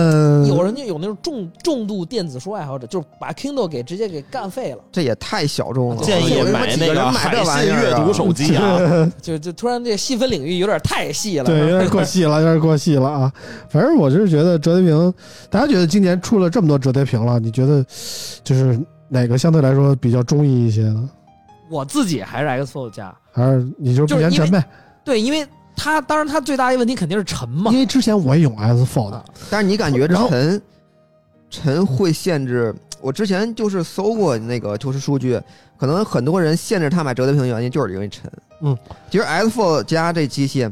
Speaker 5: 有人家有那种重重度电子书爱好者，就是把 Kindle 给直接给干废了，
Speaker 6: 这也太小众了。
Speaker 4: 建议
Speaker 6: 哦有
Speaker 4: 买那
Speaker 6: 人
Speaker 4: 个
Speaker 6: 买这
Speaker 4: 海
Speaker 6: 玩
Speaker 4: 信
Speaker 6: 意儿
Speaker 4: 阅
Speaker 6: 啊
Speaker 4: 读手 机啊，
Speaker 5: 就就突然这细分领域有点太细了，
Speaker 2: 对，有点 过细了，有点过细了啊！反正我就是觉得折叠屏，大家觉得今年出了这么多折叠屏了，你觉得就是哪个相对来说比较中意一些呢？
Speaker 5: 我自己还是 Xfold 加，
Speaker 2: 还是你就是不嫌沉呗？
Speaker 5: 对，因为它当然它最大一个问题肯定是沉嘛
Speaker 2: 因，为之前我也用 S Fold，
Speaker 6: 但是你感觉
Speaker 2: 然后
Speaker 6: 沉沉会限制？我之前就是搜过那个就是数据，可能很多人限制他买折叠屏的原因就是因为沉。
Speaker 2: 嗯，
Speaker 6: 其实 S Fold 加这机器，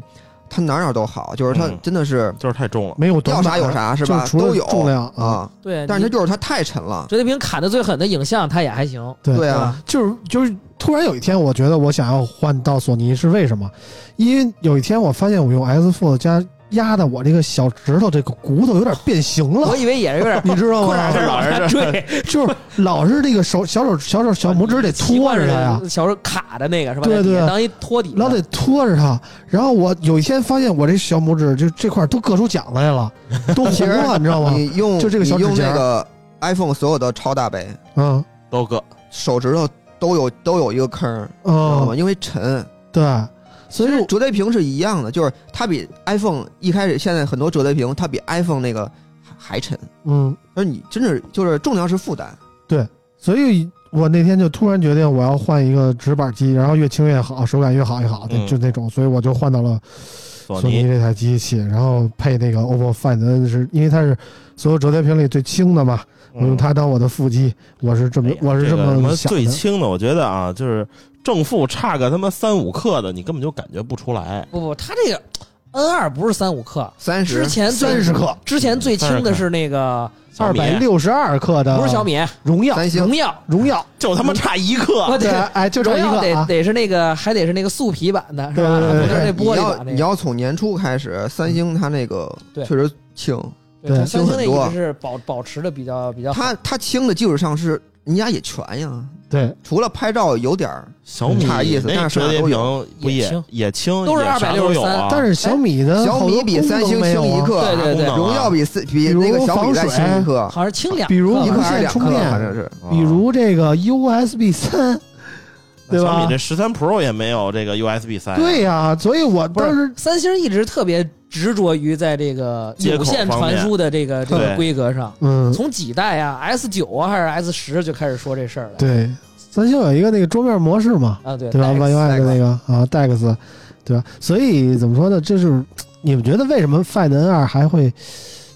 Speaker 6: 它哪儿哪儿都好，就是它
Speaker 4: 嗯
Speaker 6: 真的是
Speaker 4: 就是太重了。
Speaker 2: 没有
Speaker 6: 要
Speaker 2: 短
Speaker 6: 啥
Speaker 2: 板
Speaker 6: 有，啥是吧
Speaker 2: 就？除了
Speaker 6: 都有
Speaker 2: 重量啊，
Speaker 6: 啊，
Speaker 5: 对，
Speaker 6: 但是它
Speaker 5: 你
Speaker 6: 就是它太沉了。
Speaker 5: 折叠屏砍的最狠的影像它也还行，
Speaker 2: 对
Speaker 6: 对
Speaker 5: 对
Speaker 6: 啊
Speaker 5: 吧，
Speaker 2: 就是就是突然有一天，我觉得我想要换到索尼是为什么？因为有一天我发现我用 S Fold 加压的我这个小指头这个骨头有点变形了
Speaker 5: 我，以为也是 有点
Speaker 2: 你知道
Speaker 5: 困
Speaker 2: 吗
Speaker 5: 扰？
Speaker 4: 是老
Speaker 5: 是
Speaker 4: 是
Speaker 5: 对。
Speaker 2: 就是老是这个手小手小手小拇指得拖着它呀，，
Speaker 5: 小时候卡的那个是吧？
Speaker 2: 对
Speaker 5: 在底下
Speaker 2: 对
Speaker 5: 当一托底的。
Speaker 2: 老得拖着它。然后我有一天发现我这小拇指就这块都硌出茧子来了，都
Speaker 6: 其
Speaker 2: 红
Speaker 6: 实
Speaker 2: 了，你知道吗？
Speaker 6: 你用
Speaker 2: 哦就这个小
Speaker 6: 你用
Speaker 2: 指甲
Speaker 6: 那个 iPhone 所有的超大杯，
Speaker 2: 嗯
Speaker 4: 都哥，
Speaker 6: 手指头都有都有一个坑儿，知道吗？
Speaker 2: 嗯，
Speaker 6: 因为沉。
Speaker 2: 对，所以我
Speaker 6: 折叠屏是一样的，就是它比 iPhone 一开始，现在很多折叠屏它比 iPhone 那个还沉，
Speaker 2: 嗯，
Speaker 6: 而你真是就是重量是负担。
Speaker 2: 所以我那天就突然决定我要换一个直板机，然后越轻越好，手感越好越好，就
Speaker 4: 嗯
Speaker 2: 就那种。所以我就换到了
Speaker 4: 索
Speaker 2: 索尼
Speaker 4: 尼
Speaker 2: 这台机器，然后配那个 OPPO Find N，是因为它是所有折叠屏里最轻的嘛，我用它当我的腹肌，我是这么
Speaker 4: 嗯哎呀
Speaker 2: 嗯我是
Speaker 4: 这个什
Speaker 2: 么
Speaker 4: 么
Speaker 2: 想
Speaker 4: 最
Speaker 2: 的。
Speaker 4: 轻的，我觉得啊，就是正负差个他妈三五克的，你根本就感觉不出来。
Speaker 5: 不不，它这个 N 二不是三五克，
Speaker 6: 三十
Speaker 5: 之前最
Speaker 2: 30克，
Speaker 5: 之前最轻的是那个
Speaker 2: 二百六十二克的
Speaker 5: 啊不是小米，
Speaker 2: 荣耀
Speaker 6: 三星
Speaker 5: 荣耀，
Speaker 2: 荣耀，
Speaker 3: 就他妈差一克，
Speaker 5: 我
Speaker 2: 对，
Speaker 5: 得
Speaker 2: 哎，就这
Speaker 5: 荣
Speaker 2: 一
Speaker 5: 耀
Speaker 2: 个
Speaker 5: 得
Speaker 2: 啊，
Speaker 5: 得是那个，还得是那个素皮版的，是吧？
Speaker 2: 对
Speaker 5: 不
Speaker 2: 对对
Speaker 5: 是那玻璃版
Speaker 6: 你要你
Speaker 5: 那个。
Speaker 6: 要从年初开始，三星它那个
Speaker 5: 对啊
Speaker 6: 确实轻，
Speaker 2: 对
Speaker 5: 它三星那
Speaker 6: 轻很多
Speaker 5: 一直是保保持的比较比较好。
Speaker 6: 它它轻的基础上是人家也全呀，
Speaker 2: 对，
Speaker 4: 啊
Speaker 6: 除了拍照有点儿，
Speaker 4: 小米
Speaker 6: 差意思
Speaker 4: 那
Speaker 6: 但是
Speaker 4: 折叠
Speaker 6: 啥都
Speaker 4: 屏不
Speaker 5: 也
Speaker 4: 也
Speaker 5: 轻
Speaker 4: 也轻，
Speaker 5: 都是
Speaker 4: 也啥都有啊
Speaker 2: 但是小米的
Speaker 6: 小
Speaker 2: 嗯好多
Speaker 6: 米比
Speaker 2: 功能
Speaker 6: 三星
Speaker 2: 没有
Speaker 6: 轻一
Speaker 2: 啊，
Speaker 6: 克，
Speaker 5: 对对
Speaker 4: 功
Speaker 5: 对
Speaker 4: 能啊
Speaker 6: 哎荣耀比四比
Speaker 2: 比如
Speaker 6: 那个小米再轻一克，
Speaker 5: 好像是轻两克吧，
Speaker 2: 比如
Speaker 6: 一
Speaker 2: 你
Speaker 6: 克
Speaker 2: 看
Speaker 6: 还是两克，
Speaker 2: 无线充电
Speaker 6: 反正是
Speaker 2: 比如这个 USB 三，对
Speaker 4: 啊小米
Speaker 2: 吧
Speaker 4: 这？十三 Pro 也没有这个 USB 三，啊
Speaker 2: 对呀、所以我当时
Speaker 5: 三星一直特别执着于在这个
Speaker 4: 接
Speaker 5: 有
Speaker 4: 口
Speaker 5: 线
Speaker 4: 方面
Speaker 5: 传输的这个这个
Speaker 4: 对
Speaker 5: 规格上，
Speaker 2: 嗯，
Speaker 5: 从几代啊 S 九啊还是 S 十就开始说这事儿了。
Speaker 2: 对，三星有一个那个桌面模式嘛，
Speaker 5: 啊，对
Speaker 2: 对吧
Speaker 5: Dex，
Speaker 2: ？Y U I 的那个啊，Dex，对吧？所以怎么说呢？这是你们觉得为什么 Find N 二还会？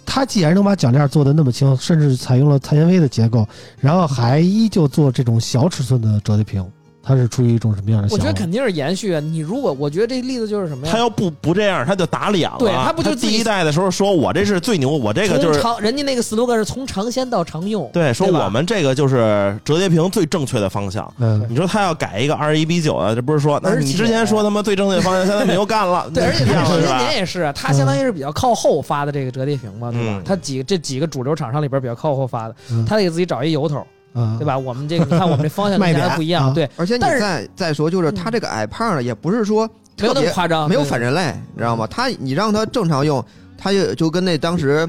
Speaker 2: 它既然能把脚链做的那么轻，甚至采用了碳纤维的结构，然后还依旧做这种小尺寸的折叠屏，它是出于一种什么样的
Speaker 5: 我
Speaker 2: 想
Speaker 5: 觉
Speaker 2: 法？
Speaker 5: 得肯定是延续啊。你如果我觉得这例子就是什么呀？
Speaker 4: 他要不不这样，他就打脸了。
Speaker 5: 对他不就自己
Speaker 4: 第一代的时候说我这是最牛，我这个就
Speaker 5: 从
Speaker 4: 是
Speaker 5: 长人家那个 slogan 是从尝鲜到常用，
Speaker 4: 对，说
Speaker 5: 吧
Speaker 4: 我们这个就是折叠屏最正确的方向。
Speaker 2: 嗯，
Speaker 4: 你说他要改一个二一比九啊的，这不是说，那
Speaker 5: 而且
Speaker 4: 你之前说他妈最正确的方向，现在你又干了，
Speaker 5: 对，而且
Speaker 4: 这样
Speaker 5: 它
Speaker 4: 了
Speaker 5: 前
Speaker 4: 是
Speaker 5: 些
Speaker 4: 吧
Speaker 5: 年？也是啊，它相当于是比较靠后发的这个折叠屏嘛，对吧
Speaker 4: 嗯？
Speaker 5: 它几这几个主流厂商里边比较靠后发的
Speaker 2: 嗯，
Speaker 5: 它得自己找一由头，
Speaker 2: 啊，
Speaker 5: 对吧？我们这个你看我们这方向
Speaker 2: 卖
Speaker 5: 跟
Speaker 2: 点
Speaker 5: 大家不一样，
Speaker 2: 啊
Speaker 5: 对，
Speaker 6: 而且你
Speaker 5: 但是
Speaker 6: 再再说，就是嗯它这个矮胖了，也不是说
Speaker 5: 没有
Speaker 6: 特
Speaker 5: 那
Speaker 6: 别
Speaker 5: 么夸张，
Speaker 6: 没有
Speaker 5: 对
Speaker 6: 反人类，你知道吗？它你让它正常用，它也就跟那当时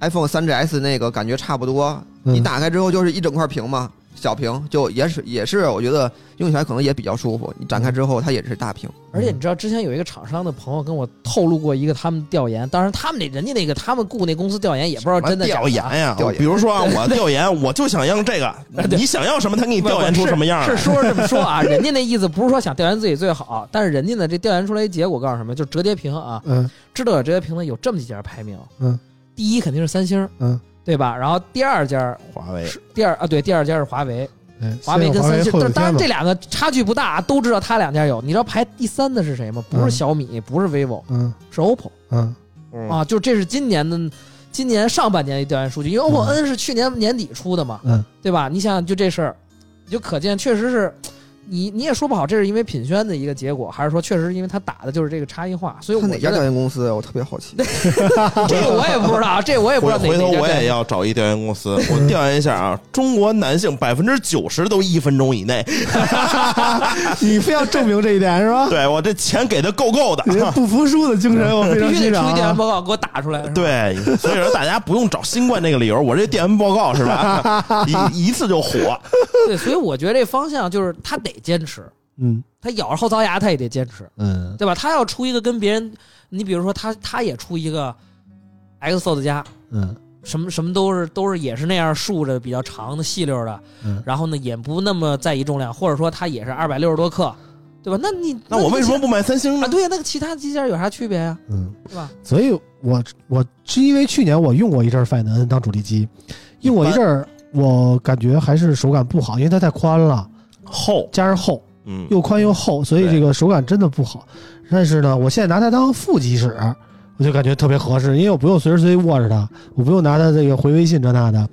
Speaker 6: iPhone 三 GS 那个感觉差不多。
Speaker 2: 嗯
Speaker 6: 你打开之后就是一整块屏嘛，小屏就也是也是，我觉得用起来可能也比较舒服。你
Speaker 2: 嗯
Speaker 6: 展开之后，它也是大屏。
Speaker 5: 而且你知道，之前有一个厂商的朋友跟我透露过一个他们调研，当然他们那人家那个他们雇那公司调研也不知道真的假的啊
Speaker 4: 调研呀
Speaker 6: 调，研
Speaker 4: 比如说啊，我调研，我就想要这个，你想要什么，他给你
Speaker 5: 不
Speaker 4: 调研
Speaker 5: 不
Speaker 4: 出
Speaker 5: 是
Speaker 4: 什么样
Speaker 5: 是
Speaker 4: 来。
Speaker 5: 说是这么 说啊，人家那意思不是说想调研自己最好，但是人家呢这调研出来结果告诉什么，就是折叠屏啊，
Speaker 2: 嗯
Speaker 5: 知道有折叠屏的有这么几家排名，
Speaker 2: 嗯，
Speaker 5: 第一肯定是三星，
Speaker 2: 嗯，
Speaker 5: 对吧？然后第二家
Speaker 4: 华为
Speaker 5: 是第二啊，对，第二家是华为，
Speaker 2: 嗯，
Speaker 5: 华为跟三星，
Speaker 2: 后
Speaker 5: 但当然这两个差距不大啊，都知道他两家有。你知道排第三的是谁吗？不是
Speaker 2: 嗯
Speaker 5: 小米，不是 vivo，
Speaker 2: 嗯
Speaker 5: 是 OPPO
Speaker 2: 嗯
Speaker 5: 啊，就这是今年的。今年上半年的调研数据，
Speaker 4: 嗯
Speaker 5: 因为 OPPO N 是去年年底出的嘛，
Speaker 2: 嗯，
Speaker 5: 对吧？你想想，就这事儿，你就可见确实是，你你也说不好，这是因为品宣的一个结果，还是说确实是因为他打的就是这个差异化？所以我
Speaker 6: 它哪
Speaker 5: 觉
Speaker 6: 家调
Speaker 5: 得
Speaker 6: 研公司？我特别好奇。
Speaker 5: 这个我也不知 道，这哎我也不知
Speaker 4: 回
Speaker 5: 道哪
Speaker 4: 回头我
Speaker 5: 哪家调
Speaker 4: 也
Speaker 5: 研
Speaker 4: 要找一调研公司，我调研一下啊，中国男性百分之九十都一分钟以 内，
Speaker 2: 你非要证明这一点是吧？
Speaker 4: 对我这钱给的够够的。啊
Speaker 2: 你这不服输的精神，我非常
Speaker 5: 必须
Speaker 2: 欣
Speaker 5: 得出
Speaker 2: 赏
Speaker 5: 一调研
Speaker 2: 啊。
Speaker 5: 报告给我打出来。是吧，
Speaker 4: 对，所以说大家不用找新冠这个理由，我这调研报告是吧，一 一次就火。
Speaker 5: 对，所以我觉得这方向就是他得坚持，
Speaker 2: 嗯
Speaker 5: 他咬着后槽牙他也得坚持，
Speaker 2: 嗯
Speaker 5: 对吧？他要出一个跟别人，你比如说他他也出一个 XO 的家，
Speaker 2: 嗯
Speaker 5: 什么什么都是都是也是那样竖着比较长的细溜的，
Speaker 2: 嗯
Speaker 5: 然后呢也不那么在意重量，或者说它也是二百六十多克，对吧？那你
Speaker 4: 那我为什么
Speaker 5: 你
Speaker 4: 不买三星
Speaker 5: 其啊？
Speaker 4: 呢？
Speaker 5: 对呀，那个其他机件有啥区别呀、
Speaker 2: 嗯，
Speaker 5: 对吧？
Speaker 2: 所以我我是因为去年我用过一阵儿 Find N 当主力机，用过一阵儿，我感觉还是手感不好，因为它太宽了，
Speaker 4: 厚，
Speaker 2: 加上厚，
Speaker 4: 嗯，
Speaker 2: 又宽又厚，所以
Speaker 4: 对
Speaker 2: 这个手感真的不好。但是呢，我现在拿它当副机使，我就感觉特别合适，因为我不用随时随地握着它，我不用拿它这个回微信这那的，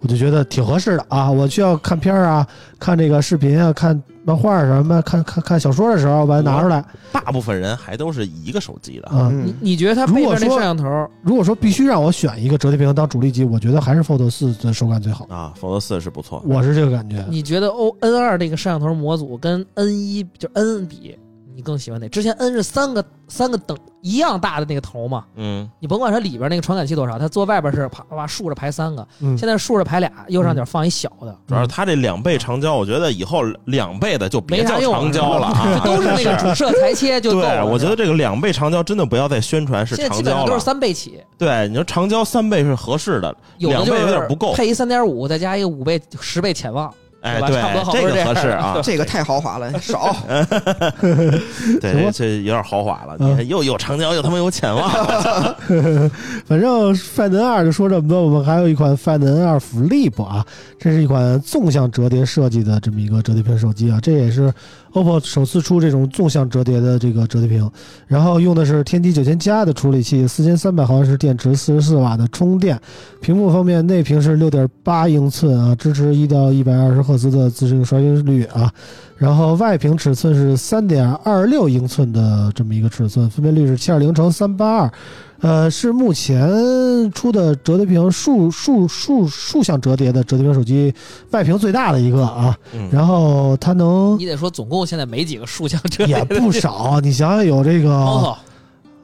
Speaker 2: 我就觉得挺合适的啊。我需要看片儿啊，看这个视频啊，看漫画儿什么，看看看小说的时候，我把它拿出来
Speaker 4: 大部分人还都是一个手机的。
Speaker 2: 啊。
Speaker 6: 嗯
Speaker 5: 你你觉得它
Speaker 2: 如
Speaker 5: 背
Speaker 2: 果
Speaker 5: 面那
Speaker 2: 说
Speaker 5: 摄像头
Speaker 2: 如果说必须让我选一个折叠屏当主力机，我觉得还是 Fold 四的手感最好，
Speaker 4: 啊，否则四是不错。
Speaker 2: 我是这个感觉。
Speaker 5: 你觉得 O N 二这个摄像头模组跟 N 一就 N 比，你更喜欢哪？之前 N 是三个三个等一样大的那个头嘛，
Speaker 4: 嗯，
Speaker 5: 你甭管它里边那个传感器多少，它坐外边是啪啪啪竖着排三个，
Speaker 2: 嗯
Speaker 5: 现在竖着排俩，右
Speaker 6: 嗯
Speaker 5: 上角放一小的，
Speaker 4: 主要是它这两倍长焦，我觉得以后两倍的就别
Speaker 5: 没啥
Speaker 4: 叫
Speaker 5: 用了
Speaker 4: 长焦了 啊，
Speaker 5: 这都是那个主摄裁切就
Speaker 4: 对
Speaker 5: 够了。，
Speaker 4: 我觉得
Speaker 5: 是吧
Speaker 4: 这个两倍长焦真的不要再宣传是
Speaker 5: 现在基
Speaker 4: 长
Speaker 5: 本上
Speaker 4: 焦
Speaker 5: 都
Speaker 4: 了
Speaker 5: 是。三倍起，
Speaker 4: 对，你说长焦三倍是合适的，
Speaker 5: 有的
Speaker 4: 两
Speaker 5: 就
Speaker 4: 倍
Speaker 5: 是
Speaker 4: 有点不够
Speaker 5: 配一三点五，再加一个五倍、十倍潜望，
Speaker 4: 哎，
Speaker 5: 吧
Speaker 4: 对
Speaker 5: 差不多，好多
Speaker 4: 这
Speaker 5: 是这
Speaker 4: 个合
Speaker 5: 样
Speaker 4: 适 啊。
Speaker 6: 这个太豪华了，少。
Speaker 4: 对，
Speaker 2: 行吧
Speaker 4: 这这有点豪华了，你看又有长江，又他妈有潜望，
Speaker 2: 反正《范德二》就说这么多，我们还有一款《范德二 Flip》啊，这是一款纵向折叠设计的这么一个折叠屏手机啊，这也是 OPPO 首次出这种纵向折叠的这个折叠屏，然后用的是天玑九千加的处理器，四千三百毫安时电池，四十四瓦的充电。屏幕方面，内屏是六点八英寸啊，支持一到一百二十赫兹的自适应刷新率啊，然后外屏尺寸是三点二六英寸的这么一个尺寸，分辨率是七二零乘三八二。呃，是目前出的折叠屏竖竖竖竖向折叠的折叠屏手机，外屏最大的一个啊。
Speaker 4: 嗯
Speaker 2: 然后它能
Speaker 5: 你得说总共现在没几个竖向折叠
Speaker 2: 也
Speaker 5: 的
Speaker 2: 不少，你想想有这个
Speaker 5: 猫
Speaker 6: 哦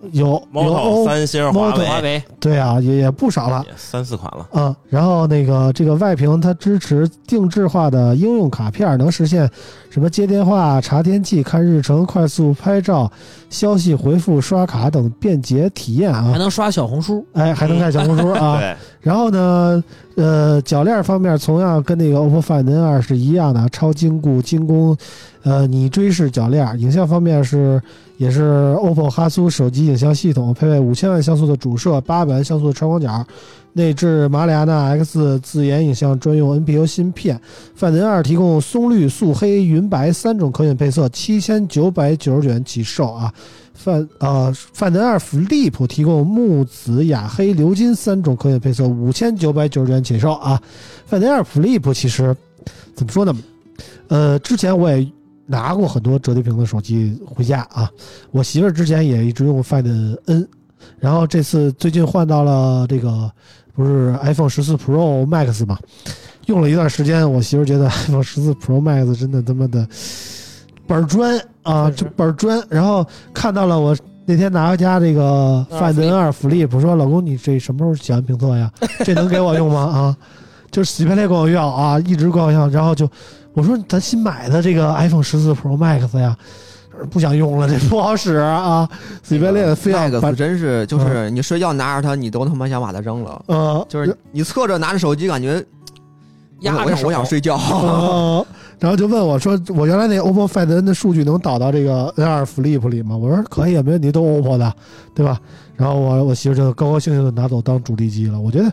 Speaker 5: 头、
Speaker 2: 有有
Speaker 4: 猫头、
Speaker 2: 欧，
Speaker 4: 三星、
Speaker 2: 猫
Speaker 4: 华
Speaker 2: 头
Speaker 5: 华
Speaker 4: 为
Speaker 5: 为，
Speaker 2: 对啊，也也不少了。
Speaker 4: 也三四款了。
Speaker 2: 啊、然后那个这个外屏它支持定制化的应用卡片，能实现什么接电话、查天气、看日程、快速拍照、消息回复、刷卡等便捷体验
Speaker 5: 还
Speaker 2: 啊！
Speaker 5: 能刷小红书。
Speaker 2: 哎，还能看小红书啊！
Speaker 4: 对，
Speaker 2: 然后呢，呃，铰链方面同样跟那个 OPPO Find N2 是一样的，超精固精工，呃，拟锥式铰链。影像方面是也是 OPPO 哈苏手机影像系统，配备五千万像素的主摄，八百万像素的超广角，内置马里亚纳 X 自研影像专用 NPU 芯片。Find N2 提供松绿、素黑、云白三种可选配色，七千九百九十元起售啊。范呃范德二 Flip 提供木紫、雅黑、鎏金三种可选配色，五千九百九十元起售啊。范德二 Flip 其实怎么说呢？呃，之前我也拿过很多折叠屏的手机回家啊，我媳妇儿之前也一直用 Find N，然后这次最近换到了这个不是 iPhone 十四 Pro Max 嘛，用了一段时间，我媳妇儿觉得 iPhone 十四 Pro Max 真的他妈的板儿砖啊，
Speaker 5: 确实
Speaker 2: 这板儿砖，然后看到了我。那天拿回家这个
Speaker 5: 嗯
Speaker 2: Find N 二 Flip，说老公你这什么时候写完评测 呀？这能给我用吗？啊，就是洗牌类管我要啊，一直管我要，然后就我说咱新买的这个 iPhone 十四 Pro Max 呀，不想用了，这不好使啊，洗牌类的非要
Speaker 6: 那个
Speaker 2: 把
Speaker 6: 可真是，就是你睡觉拿着它，你都他妈想把它扔了。
Speaker 2: 呃，
Speaker 6: 就是你侧着拿着手机，感觉
Speaker 5: 压
Speaker 6: 我
Speaker 5: 着
Speaker 6: 想
Speaker 5: 手
Speaker 6: 我想睡觉。
Speaker 2: 呃， 然后就问我说，我原来那 OPPO Find N 的数据能导到这个 N 二 Flip 里吗？我说可以，没问题，都 OPPO 的，对吧？然后我我媳妇就高高兴兴的拿走当主力机了。我觉得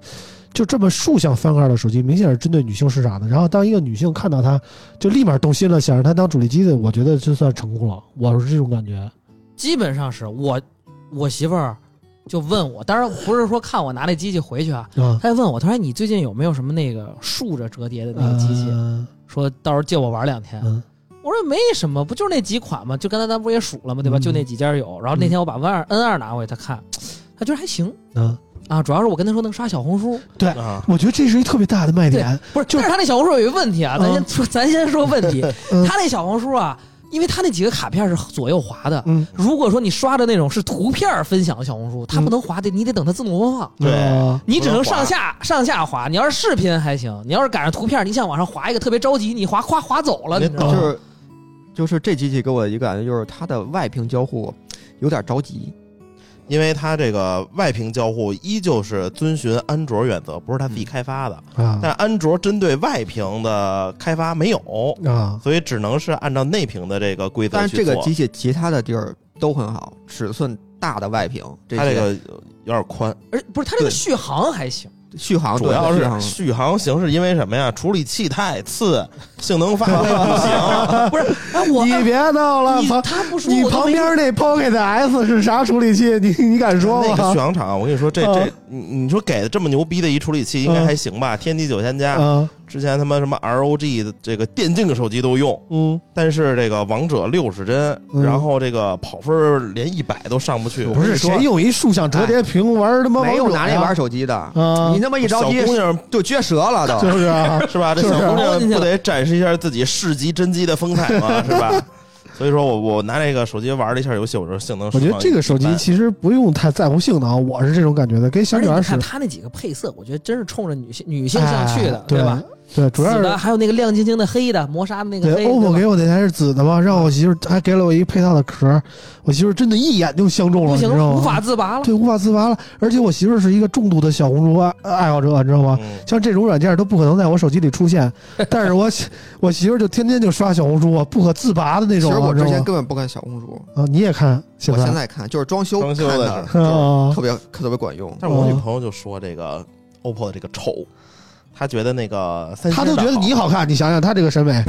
Speaker 2: 就这么竖向翻盖的手机，明显是针对女性市场的。然后当一个女性看到它，就立马动心了，想让它当主力机的，我觉得就算成功了，我是这种感觉。
Speaker 5: 基本上是我我媳妇儿就问我，当然不是说看我拿那机器回去啊，
Speaker 2: 啊，
Speaker 5: 她就问我，她说你最近有没有什么那个竖着折叠的那个呃机器？
Speaker 2: 嗯
Speaker 5: 说到时候借我玩两天。
Speaker 2: 嗯
Speaker 5: 我说没什么，不就是那几款吗？就刚才咱不是也数了吗？对吧？
Speaker 2: 嗯
Speaker 5: 就那几家有。然后那天我把 N 二 N 二拿回去，她看，她觉得还行
Speaker 2: 嗯，
Speaker 5: 啊。主要是我跟她说能刷小红书，
Speaker 4: 啊，
Speaker 2: 呃我觉得这是一特别大的卖
Speaker 5: 对
Speaker 2: 点。
Speaker 5: 不是，
Speaker 2: 就
Speaker 5: 但是她那小红书有一个问题啊，咱先说，咱先说问题。
Speaker 2: 嗯
Speaker 5: 她那小红书啊，因为她那几个卡片是左右滑的，
Speaker 2: 嗯，
Speaker 5: 如果说你刷的那种是图片儿分享的小红书，它不能滑的，你得等它自动播放，
Speaker 4: 对
Speaker 2: 啊
Speaker 5: 你只
Speaker 4: 不能
Speaker 5: 能
Speaker 4: 滑
Speaker 5: 上下上下滑。你要是视频还行，你要是赶上图片儿，你想往上滑一个特别着急，你滑夸滑走了，你知道
Speaker 6: 就
Speaker 5: 吗？
Speaker 6: 是就是这机器给我的一个感觉就是它的外屏交互有点着急，
Speaker 4: 因为它这个外屏交互依旧是遵循安卓原则，不是它自己开发的，
Speaker 2: 啊
Speaker 4: 但安卓针对外屏的开发没有，
Speaker 2: 啊，
Speaker 4: 所以只能是按照内屏的这个规则
Speaker 6: 但
Speaker 4: 去
Speaker 6: 是
Speaker 4: 做。
Speaker 6: 这个机器其他的地儿都很好，尺寸大的外屏，这
Speaker 4: 它这
Speaker 6: 些
Speaker 4: 个有点宽，
Speaker 5: 而不是它这个
Speaker 6: 对
Speaker 5: 续航还行，
Speaker 6: 续航
Speaker 4: 主要
Speaker 6: 哦对啊续
Speaker 4: 是续
Speaker 6: 航
Speaker 4: 航型是因为什么呀？处理器太次，性能发挥不行。
Speaker 5: 不是？哎，我
Speaker 2: 你别闹了，
Speaker 5: 你
Speaker 2: 旁
Speaker 5: 他不说
Speaker 2: 你
Speaker 5: 我都
Speaker 2: 旁
Speaker 5: 没
Speaker 2: 边那 Pocket S 是啥处理器？你你敢说
Speaker 4: 那个续
Speaker 2: 吗？
Speaker 4: 航厂，我跟你说，这
Speaker 2: 啊嗯
Speaker 4: 这你你说给的这么牛逼的一处理器，应该还行吧？天玑九千加
Speaker 2: 啊，
Speaker 4: 之前他妈什么 ROG 的这个电竞手机都用，
Speaker 2: 嗯，
Speaker 4: 但是这个王者六十帧，
Speaker 2: 嗯
Speaker 4: 然后这个跑分儿连一百都上不去。
Speaker 2: 不是哎谁用一竖向啊折
Speaker 5: 哎
Speaker 2: 叠屏玩他妈
Speaker 6: 没有拿
Speaker 2: 那
Speaker 6: 那玩手机的，
Speaker 2: 啊
Speaker 6: 你，那么一
Speaker 4: 小
Speaker 6: 着急
Speaker 4: 姑娘
Speaker 6: 就撅折了都。
Speaker 2: 就是啊，
Speaker 4: 是吧？这
Speaker 2: 就是
Speaker 4: 小姑
Speaker 5: 凹
Speaker 4: 娘
Speaker 5: 进去
Speaker 4: 不
Speaker 5: 了
Speaker 4: 得展示一下自己市级真机的风采 吗？是吧？所以说我我拿这个手机玩了一下游戏，我说性能
Speaker 2: 我觉
Speaker 4: 释
Speaker 2: 得
Speaker 4: 放
Speaker 2: 这个手
Speaker 4: 一
Speaker 2: 机
Speaker 4: 般
Speaker 2: 其实不用太在乎性能，啊我是这种感觉的，跟小
Speaker 5: 而
Speaker 2: 女
Speaker 5: 且
Speaker 2: 孩
Speaker 5: 你
Speaker 2: 使
Speaker 5: 看它那几个配色，我觉得真是冲着女性女性向去的，
Speaker 2: 哎对
Speaker 5: 吧？？
Speaker 2: 对，主要
Speaker 5: 紫
Speaker 2: 是
Speaker 5: 的，还有那个亮晶晶的黑的磨砂的那个
Speaker 2: 对
Speaker 5: 黑。
Speaker 2: OPPO
Speaker 5: 对
Speaker 2: 给
Speaker 5: 吧
Speaker 2: 我那台是紫的嘛，让我媳妇儿还给了我一个配套的壳儿，我媳妇儿真的一眼就相中了，
Speaker 5: 不
Speaker 2: 你
Speaker 5: 行
Speaker 2: 知道
Speaker 5: 了，
Speaker 2: 吗？
Speaker 5: 无法自拔了。
Speaker 2: 对，无法自拔了。而且我媳妇儿是一个重度的小红书爱爱好者，你知道吗？
Speaker 4: 嗯
Speaker 2: 像这种软件都不可能在我手机里出 现，但是我媳我媳妇儿就天天就刷小红书啊，不可自拔的那
Speaker 6: 其
Speaker 2: 种
Speaker 6: 实
Speaker 2: 啊，
Speaker 6: 我
Speaker 2: 你
Speaker 6: 之
Speaker 2: 知道
Speaker 6: 前
Speaker 2: 吗？
Speaker 6: 根本不看小红书，
Speaker 2: 啊，你也看，现
Speaker 6: 我
Speaker 2: 在
Speaker 6: 现在看就是装修
Speaker 3: 装
Speaker 6: 看
Speaker 3: 修的
Speaker 6: 它，
Speaker 3: 是
Speaker 6: 就是
Speaker 2: 啊
Speaker 6: 特，别特别管用。
Speaker 4: 但是我
Speaker 2: 嗯
Speaker 4: 女朋友就说这个 OPPO 的这个丑，她觉得那个 三星
Speaker 2: 她都觉得你
Speaker 4: 的
Speaker 2: 好看，你想想她这个审美，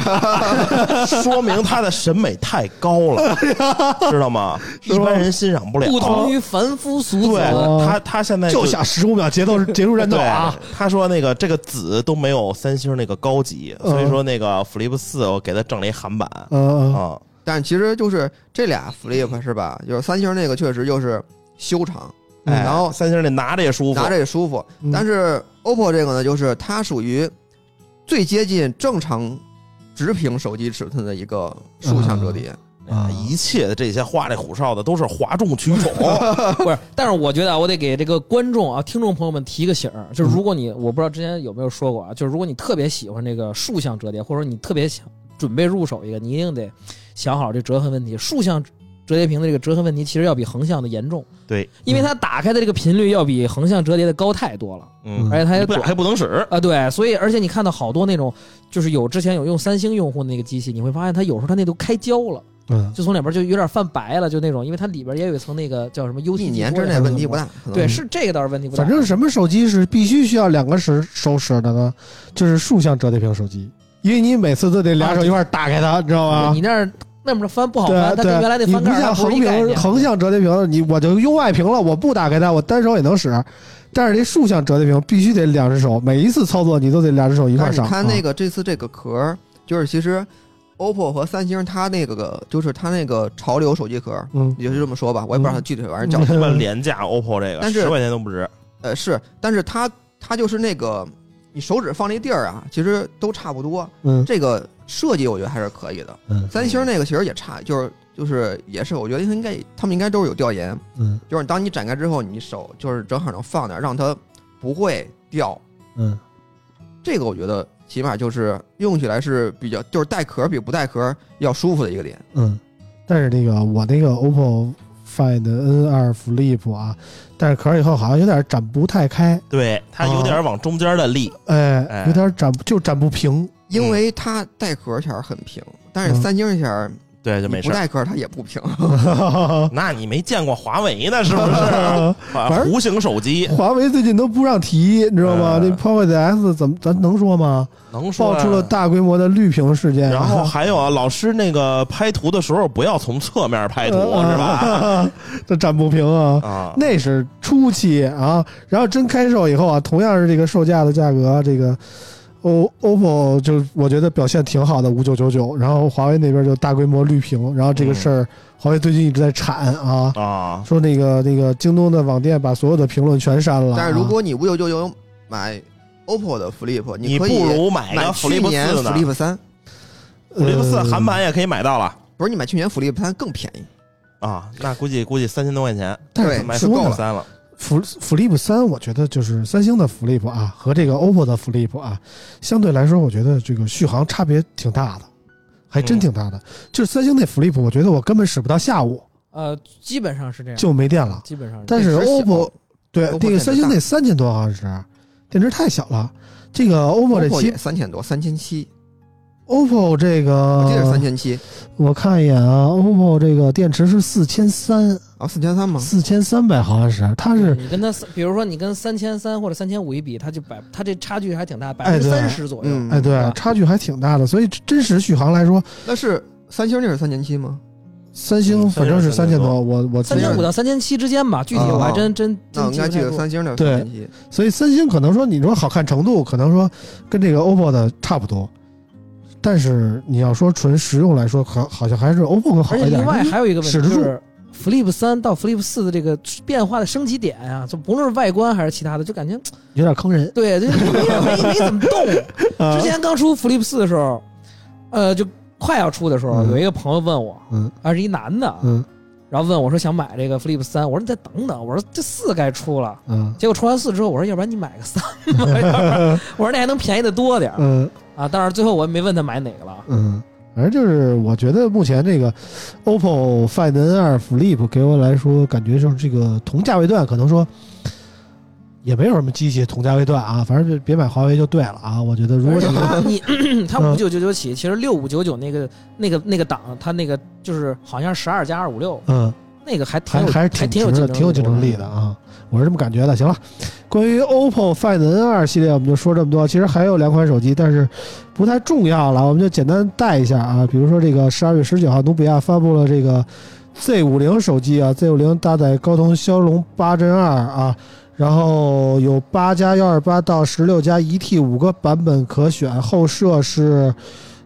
Speaker 4: 好，说明她的审美太高了，知道吗？一般人欣赏不了。哦
Speaker 5: 不同于凡夫俗子，
Speaker 4: 对她，她现在
Speaker 2: 就想十五秒节 奏结束战斗
Speaker 4: 对
Speaker 2: 啊！！
Speaker 4: 她说那个这个紫都没有三星那个高级，所以说那个 Flip 四我给她整了一韩版
Speaker 2: 嗯，嗯
Speaker 4: 啊，
Speaker 6: 但其实就是这俩 flip 是吧？就是三星那个确实就是修长，嗯
Speaker 4: 哎
Speaker 6: 然后
Speaker 4: 三星那拿着也舒服，
Speaker 6: 拿着也舒服。
Speaker 2: 嗯
Speaker 6: 但是 OPPO 这个呢，就是它属于最接近正常直屏手机尺寸的一个竖向折叠。
Speaker 2: 啊
Speaker 4: 哎一切的这些花里胡哨的都是哗众取宠，
Speaker 5: 不是，但是我觉得啊，我得给这个观众啊、听众朋友们提个醒儿，就是
Speaker 2: 嗯
Speaker 5: 如果你我不知道之前有没有说过啊，就是如果你特别喜欢这个竖向折叠，或者说你特别想准备入手一个，你一定得想好这折痕问题。竖向折叠屏的这个折痕问题其实要比横向的严重，
Speaker 4: 对，
Speaker 5: 因为它打开的这个频率要比横向折叠的高太多了，
Speaker 4: 嗯，
Speaker 5: 而且它也
Speaker 4: 不
Speaker 5: 短
Speaker 4: 打还不能使，
Speaker 5: 啊，对，所以而且你看到好多那种，就是有之前有用三星用户的那个机器，你会发现它有时候它那都开胶了，
Speaker 2: 嗯，
Speaker 5: 就从里边就有点泛白了，就那种，因为它里边也有一层那个叫什么 U
Speaker 6: 一年之内问题不。大，可
Speaker 5: 嗯
Speaker 6: 能
Speaker 5: 对，是这个倒是问题不大。
Speaker 2: 反正什么手机是必须需要两个手手使的呢？就是竖向折叠屏手机，因为你每次都得
Speaker 7: 啊
Speaker 2: 俩手一块儿打开它，你知道吗？
Speaker 5: 你那儿那么着翻不好
Speaker 2: 对
Speaker 5: 翻，它
Speaker 2: 对
Speaker 5: 跟原来那
Speaker 2: 你
Speaker 5: 翻
Speaker 2: 不
Speaker 5: 盖儿
Speaker 2: 像
Speaker 5: 它不
Speaker 2: 横
Speaker 5: 是一概
Speaker 2: 屏
Speaker 5: 念。
Speaker 2: 横向折叠屏，你我就用外屏了，我不打开它，我单手也能使。但是这竖向折叠屏必须得两只手，每一次操作你都得两只手一块
Speaker 6: 但
Speaker 2: 儿
Speaker 6: 是
Speaker 2: 上。啊
Speaker 6: 你看那
Speaker 2: 个，
Speaker 6: 个这次这个壳儿，就是其实 OPPO 和三星它那个就是它那个潮流手机壳儿，
Speaker 2: 嗯，
Speaker 6: 也就是这么说吧，我也不知道它具体玩意儿叫什么。
Speaker 4: 他妈廉价 OPPO 这个
Speaker 6: 但是
Speaker 4: 十块钱都不值，
Speaker 6: 呃，是，但是它它就是那个你手指放那地儿啊，其实都差不多。
Speaker 2: 嗯
Speaker 6: 这个设计我觉得还是可以的。
Speaker 2: 嗯
Speaker 6: 三星那个其实也差，就是就是也是，我觉得应该他们应该都是有调研，
Speaker 2: 嗯
Speaker 6: 就是当你展开之后，你手就是正好能放那儿，让它不会掉。
Speaker 2: 嗯
Speaker 6: 这个我觉得起码就是用起来是比较，就是带壳比不带壳要舒服的一个点。
Speaker 2: 嗯。但是那个我那个 OPPO Find N 2 Flip 啊，但是壳儿以后好像有点展不太开，
Speaker 4: 对，它有点往中间的立，
Speaker 2: 哎
Speaker 4: 哎，
Speaker 2: 有点展就展不平。
Speaker 6: 因为它带壳前儿很平，但是
Speaker 2: 嗯
Speaker 6: 三星前儿
Speaker 4: 对，就
Speaker 6: 你
Speaker 4: 没
Speaker 6: 不
Speaker 4: 事。
Speaker 6: 带壳它也不平。
Speaker 4: 那你没见过华为呢，是不是？
Speaker 2: 反
Speaker 4: 啊
Speaker 2: 正
Speaker 4: 弧形手机
Speaker 2: 华为最近都不让提，你知道吗？
Speaker 4: 嗯
Speaker 2: 那 Pocket S 怎么咱能说吗？
Speaker 4: 能说
Speaker 2: 爆
Speaker 4: 啊
Speaker 2: 出了。大规模的绿屏事件，
Speaker 4: 然后还有啊，老师那个拍图的时候不要从侧面拍图，
Speaker 7: 呃
Speaker 4: 是吧？
Speaker 2: 吧？啊 这占不平啊，
Speaker 4: 啊，
Speaker 2: 那是初期啊。然后真开售以后啊，同样是这个售价的价格，啊这个 O OPPO 就我觉得表现挺好的，五九九九。然后华为那边就大规模绿屏，然后这个
Speaker 4: 嗯
Speaker 2: 事儿华为最近一直在铲啊，
Speaker 4: 啊，
Speaker 2: 说那个那个京东的网店把所有的评论全删了啊。
Speaker 6: 但是如果你五九九九买 OPPO 的 Flip，
Speaker 4: 你
Speaker 6: 可
Speaker 4: 不
Speaker 6: 以
Speaker 4: 如买
Speaker 6: 买
Speaker 4: 个
Speaker 6: 去
Speaker 4: Flip
Speaker 6: 年
Speaker 4: 四呢
Speaker 6: Flip 三，
Speaker 4: ，Flip 四
Speaker 2: 呃
Speaker 4: 韩版也可以买到了
Speaker 6: 不是你买去年 Flip 三更便宜。
Speaker 4: 啊。那估计估计三千多块钱
Speaker 2: 但
Speaker 6: 对
Speaker 2: 是
Speaker 4: 买
Speaker 2: 说
Speaker 4: Flip
Speaker 2: 呢
Speaker 4: 三了，
Speaker 2: ，Fl- Flip 三，我觉得就是三星的 Flip 啊和这个 OPPO 的 Flip 啊，相对来说，我觉得这个续航差别挺大的，还真挺大的。就是三星那 Flip，我觉得我根本使不到下午
Speaker 5: 呃，基本上是这样，
Speaker 2: 就没电了。
Speaker 5: 基本上是这
Speaker 2: 但
Speaker 5: 样。
Speaker 2: 是
Speaker 6: 嗯电池小
Speaker 2: OPPO 对
Speaker 6: OPPO
Speaker 2: 那个三星那三千多毫安时，电池太小了。这个 OPPO 这
Speaker 6: OPPO
Speaker 2: 七
Speaker 6: 也三千多，三千七，
Speaker 2: OPPO 这
Speaker 7: 哦
Speaker 6: 我记得是三
Speaker 2: 个，
Speaker 6: 千七
Speaker 2: 我看一眼啊，OPPO 这个电池是四千三，
Speaker 6: 啊，四千三吗？
Speaker 2: 四千三百毫安时，它是
Speaker 5: 你跟它，比如说你跟三千三或者三千五一比，它就百，它这差距还挺大，百
Speaker 2: 哎
Speaker 5: 分之
Speaker 2: 对
Speaker 5: 三十左右。
Speaker 6: 嗯
Speaker 2: 哎，对
Speaker 5: 嗯，
Speaker 2: 差距还挺大的，所以真实续航来说，
Speaker 6: 那是三星那是三千七吗？
Speaker 2: 三星
Speaker 4: 嗯
Speaker 2: 反正是三
Speaker 4: 三
Speaker 2: 千
Speaker 4: 千
Speaker 2: 多，
Speaker 4: 多
Speaker 2: 我我记
Speaker 5: 三
Speaker 2: 得
Speaker 5: 千五到三千七之间吧，具体我还真真
Speaker 6: 哦那
Speaker 5: 真
Speaker 6: 我应该记
Speaker 5: 不太
Speaker 6: 得
Speaker 5: 住
Speaker 6: 三星那是
Speaker 2: 对
Speaker 6: 三千七。
Speaker 2: 所以三星可能说你说好看程度，可能说跟这个 OPPO 的差不多，但是你要说纯实用来说，可好像还是 OPPO 更好
Speaker 5: 而
Speaker 2: 一
Speaker 5: 且
Speaker 2: 点。嗯
Speaker 5: 另外还有一个问
Speaker 2: 使
Speaker 5: 题
Speaker 2: 得
Speaker 5: 就
Speaker 2: 住
Speaker 5: 是，Flip 三到 Flip 四的这个变化的升级点啊，就不论是外观还是其他的，就感觉
Speaker 2: 有点坑人。
Speaker 5: 对，就是没没没怎么动。
Speaker 2: 啊
Speaker 5: 之前刚出 Flip 四的时候，呃，就快要出的时候，
Speaker 2: 嗯
Speaker 5: 有一个朋友问我，
Speaker 2: 嗯
Speaker 5: 啊，是一男的啊，
Speaker 2: 嗯
Speaker 5: 然后问我说想买这个 Flip 三，我说你再等等，我说这四该出了。
Speaker 2: 嗯
Speaker 5: 结果出完四之后，我说要不然你买个三吧，要 不然我说那还能便宜的多点儿
Speaker 2: 嗯
Speaker 5: 啊。当然最后我也没问他买哪个了，
Speaker 2: 嗯，反正就是我觉得目前这个 OPPO Find N2 Flip 给我来说，感觉就是这个同价位段，可能说也没有什么机器同价位段啊，反正就别买华为就对了啊。我觉得如果
Speaker 5: 而且
Speaker 2: 你
Speaker 5: 他你 他
Speaker 2: 嗯
Speaker 5: 五九九九起，其实六五九九那个那个那个档，他那个就是好像十二加二五六
Speaker 2: 嗯。
Speaker 5: 那个还挺
Speaker 2: 还
Speaker 5: 有
Speaker 2: 还是
Speaker 5: 挺
Speaker 2: 挺值的，挺有竞争力的。啊！我是这么感觉的。行了，关于 OPPO Find N2 系列我们就说这么多。其实还有两款手机，但是不太重要了，我们就简单带一下啊。比如说这个十二月十九号，努比亚发布了这个 Z 五零手机啊，Z 五零搭载高通骁龙八 Gen 二啊。然后有八加幺二八到十六加一 T 五个版本可选，后摄是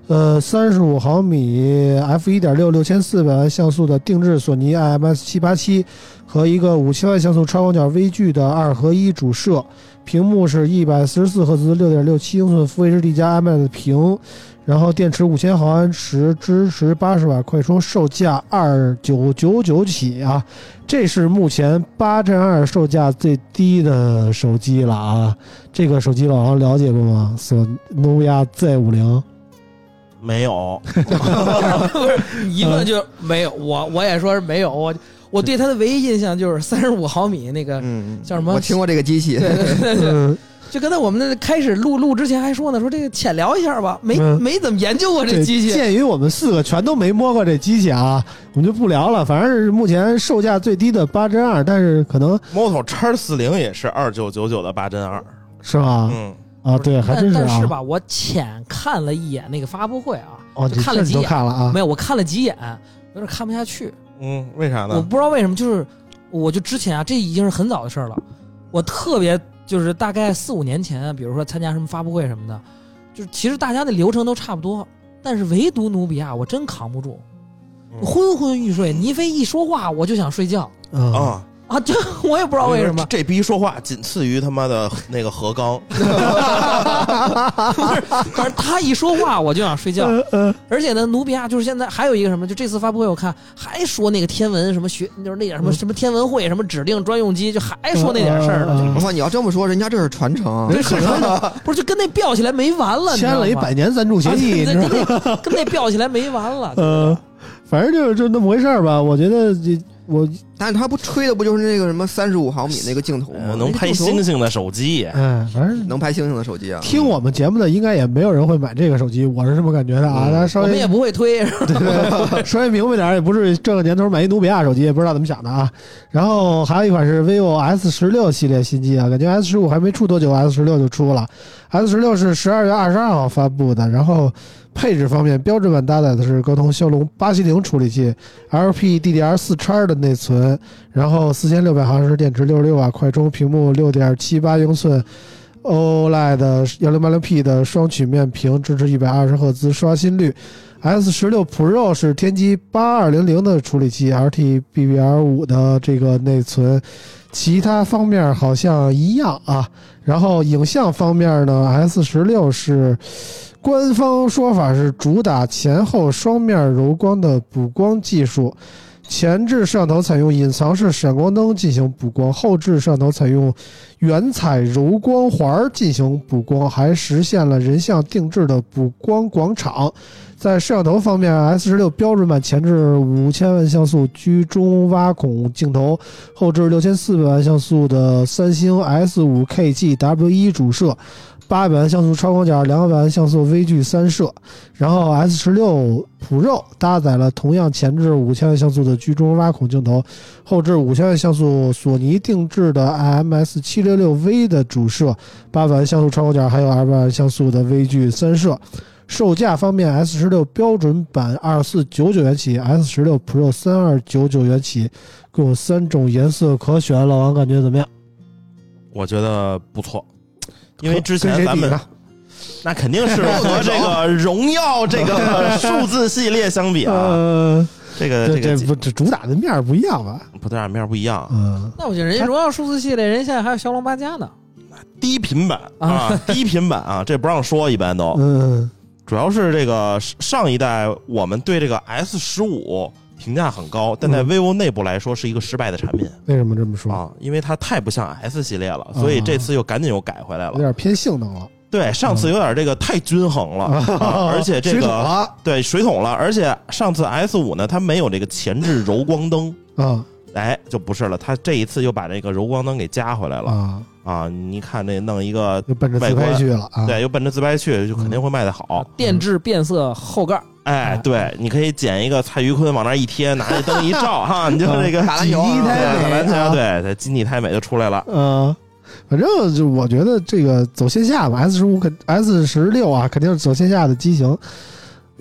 Speaker 2: 呃，三十五毫米 f 一点六六千四百万像素的定制索尼 IMX 七八七和一个五千万像素超广角微距的二合一主摄，屏幕是一百四十四赫兹六点六七英寸 Full HD 加 IMAX 屏，然后电池五千毫安时，支持八十瓦快充，售价二九九九起啊，这是目前八 Gen 二售价最低的手机了啊，这个手机老王了解过吗？索诺亚 Z 五零。
Speaker 4: 没有，
Speaker 2: 啊
Speaker 5: 你一
Speaker 2: 嗯
Speaker 5: 问就没有，我我也说是没有，我我对他的唯一印象就是三十五毫米那个，
Speaker 6: 嗯，
Speaker 5: 叫什么
Speaker 6: 我听过这个机器，
Speaker 5: 对对对对，
Speaker 2: 嗯，
Speaker 5: 就刚才我们那开始录录之前还说呢，说这个浅聊一下吧，没
Speaker 2: 嗯
Speaker 5: 没怎么研究过这机器，
Speaker 2: 鉴于我们四个全都没摸过这机器啊，我们就不聊了。反正是目前售价最低的八针二，但是可能
Speaker 4: Moto 叉四零也是二九九九的八针二，
Speaker 2: 是吧？
Speaker 4: 嗯，
Speaker 2: 啊，对，还真
Speaker 5: 但但
Speaker 2: 啊。
Speaker 5: 是吧，我浅看了一眼那个发布会啊，
Speaker 2: 哦，
Speaker 5: 就
Speaker 2: 你
Speaker 5: 看
Speaker 2: 这
Speaker 5: 了
Speaker 2: 你
Speaker 5: 几
Speaker 2: 都
Speaker 5: 眼，
Speaker 2: 看了啊
Speaker 5: 没？有，我看了几眼，有点看不下去。
Speaker 4: 嗯，为啥
Speaker 5: 我
Speaker 4: 呢？
Speaker 5: 不知道为什么，就是我就之前啊，这已经是很早的事儿了。我特别就是大概四五年前，比如说参加什么发布会什么的，就是其实大家的流程都差不多，但是唯独努比亚我真扛不住，
Speaker 4: 嗯
Speaker 5: 昏昏欲睡。倪飞一说话我就想睡觉
Speaker 2: 嗯，
Speaker 4: 啊，
Speaker 5: 啊，这我也不知道为什么。
Speaker 4: 这逼说话仅次于他妈的那个何刚，
Speaker 5: 啊反正他一说话我就想睡觉，
Speaker 2: 呃呃，
Speaker 5: 而且呢，努比亚啊就是现在还有一个什么，就这次发布会我看还说那个天文什么学，就是那点什么
Speaker 2: 嗯
Speaker 5: 什么天文会什么指定专用机，就还说那点事儿
Speaker 2: 嗯
Speaker 5: 呢，
Speaker 6: 我操！你要这么说，人家这是传承，啊
Speaker 2: 人可能
Speaker 5: 不是就跟那飙起来没完了，你知
Speaker 2: 签
Speaker 5: 道吗
Speaker 2: 了一百年赞助协
Speaker 5: 啊
Speaker 2: 议，你
Speaker 5: 对
Speaker 2: 知
Speaker 5: 对
Speaker 2: 道吗？
Speaker 5: 对对跟那吊起来没完了。
Speaker 2: 呃，反正就是就那么回事儿吧。我觉得这我
Speaker 6: 但是他不吹的不就是那个什么三十五毫米那个镜头
Speaker 2: 呃
Speaker 6: 吗？
Speaker 4: 呃能拍星
Speaker 6: 那个镜
Speaker 4: 星的手 机，
Speaker 2: 哎，反正
Speaker 6: 头能拍星星的手机啊？
Speaker 2: 听我们节目的应该也没有人会买这个手机，我是这么感觉的啊。大家稍
Speaker 5: 我们
Speaker 2: 微
Speaker 5: 也不会推，
Speaker 2: 对，稍微明白点儿，也不是这个年头买一努比亚手机，也不知道怎么想的啊。然后还有一款是 vivo S 十六系列新机啊，感觉 S 十五还没出多久，S 十六就出了。S 十六是十二月二十二号发布的，然后配置方面，标准版搭载的是高通骁龙八七零处理器，LPDDR 四叉的内存，然后四千六百毫安时电池，六十六瓦快充，屏幕六点七八英寸。OLED 幺零八零 P 的双曲面屏，支持一百二十赫兹刷新率。S 十六 Pro 是天玑八二零零的处理器，LTBBR 五的这个内存，其他方面好像一样啊。然后影像方面呢，S 十六是官方说法是主打前后双面柔光的补光技术，前置摄像头采用隐藏式闪光灯进行补光，后置摄像头采用原彩柔光环儿进行补光，还实现了人像定制的补光广场。在摄像头方面，S 十六标准版前置五千万像素居中挖孔镜头，后置六千四百万像素的三星 S 五 KGW 一主摄，八百万像素超广角，两百万像素微距三摄。然后 S 十六 Pro 搭载了同样前置五千万像素的居中挖孔镜头，后置五千万像素索尼定制的 IMX 七六六 V 的主摄，八百万像素超广角，还有二百万像素的微距三摄。售价方面，S 十六标准版二四九九元起，S 十六 Pro 三二九九元起，共有三种颜色可选。老王感觉怎么样？
Speaker 4: 我觉得不错，因为之前
Speaker 2: 跟谁
Speaker 4: 咱
Speaker 2: 比
Speaker 4: 们
Speaker 2: 呢
Speaker 4: 那肯定 是和这个荣耀这个数字系列相比啊，
Speaker 2: 呃，
Speaker 4: 这个
Speaker 2: 这
Speaker 4: 这
Speaker 2: 这
Speaker 4: 个
Speaker 2: 不这主打的面儿不一样吧？
Speaker 4: 不对，啊面儿不一样，
Speaker 2: 嗯，
Speaker 5: 那我觉得人家荣耀数字系列，人家现在还有骁龙八加呢。
Speaker 4: 低频版啊，低频版啊，这不让说，一般都
Speaker 2: 嗯
Speaker 4: 主要是这个上一代我们对这个 S 十五评价很高，但
Speaker 2: 嗯
Speaker 4: 在 vivo 内部来说是一个失败的产品
Speaker 2: 为什么这么说？
Speaker 4: 啊，因为它太不像 S 系列了，
Speaker 2: 啊
Speaker 4: 所以这次又赶紧又改回来
Speaker 2: 有
Speaker 4: 了。
Speaker 2: 点偏性能了，
Speaker 4: 对，上次有点这个太均衡了， 啊 而且这
Speaker 2: 水桶
Speaker 4: 个
Speaker 2: 了
Speaker 4: 对水桶了，而且上次 S 五呢，它没有这个前置柔光灯，
Speaker 2: 啊
Speaker 4: 哎，就不是了，它这一次又把这个柔光灯给加回来了
Speaker 2: 啊，
Speaker 4: 啊！你看这弄一个，
Speaker 2: 就奔着自拍去了啊。
Speaker 4: 对，又奔着自拍去，就肯定会卖得好。
Speaker 5: 电致变色后盖儿，
Speaker 4: 哎，对，你可以捡一个蔡徐坤往那儿一贴，拿那灯一照，哈，你就这个
Speaker 6: 打篮球啊
Speaker 2: 挤一
Speaker 4: 对
Speaker 2: 台
Speaker 4: 打篮
Speaker 2: 美啊
Speaker 4: 球，对，这金体太美就出来了。
Speaker 2: 嗯，反正就我觉得这个走线下吧，S 十五肯 S 十六啊，肯定是走线下的机型，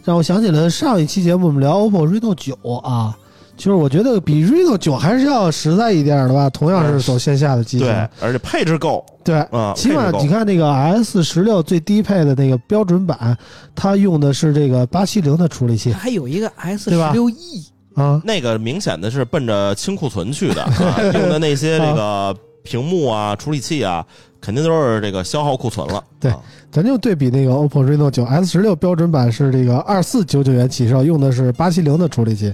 Speaker 2: 让我想起了上一期节目我们聊 OPPO Reno 九啊，就是我觉得比 Reno 九还是要实在一点的吧，同样是走线下的机型，
Speaker 4: 对，而且配置够，
Speaker 2: 对
Speaker 4: 嗯，
Speaker 2: 起码
Speaker 4: 配置够
Speaker 2: 你看那个 S 十六最低配的那个标准版，它用的是这个八七零的处理器
Speaker 5: 它还有一个
Speaker 2: 嗯
Speaker 5: S
Speaker 2: 对
Speaker 5: 十
Speaker 2: 吧
Speaker 5: 六 E，
Speaker 2: 啊，
Speaker 4: 那个明显的是奔着清库存去的，啊、用的那些这个屏幕啊、处理器啊，肯定都是这个消耗库存了。
Speaker 2: 对
Speaker 4: 啊
Speaker 2: 咱就对比那个 OPPO Reno 九 S 十六标准版是这个二四九九元起售，用的是八七零的处理器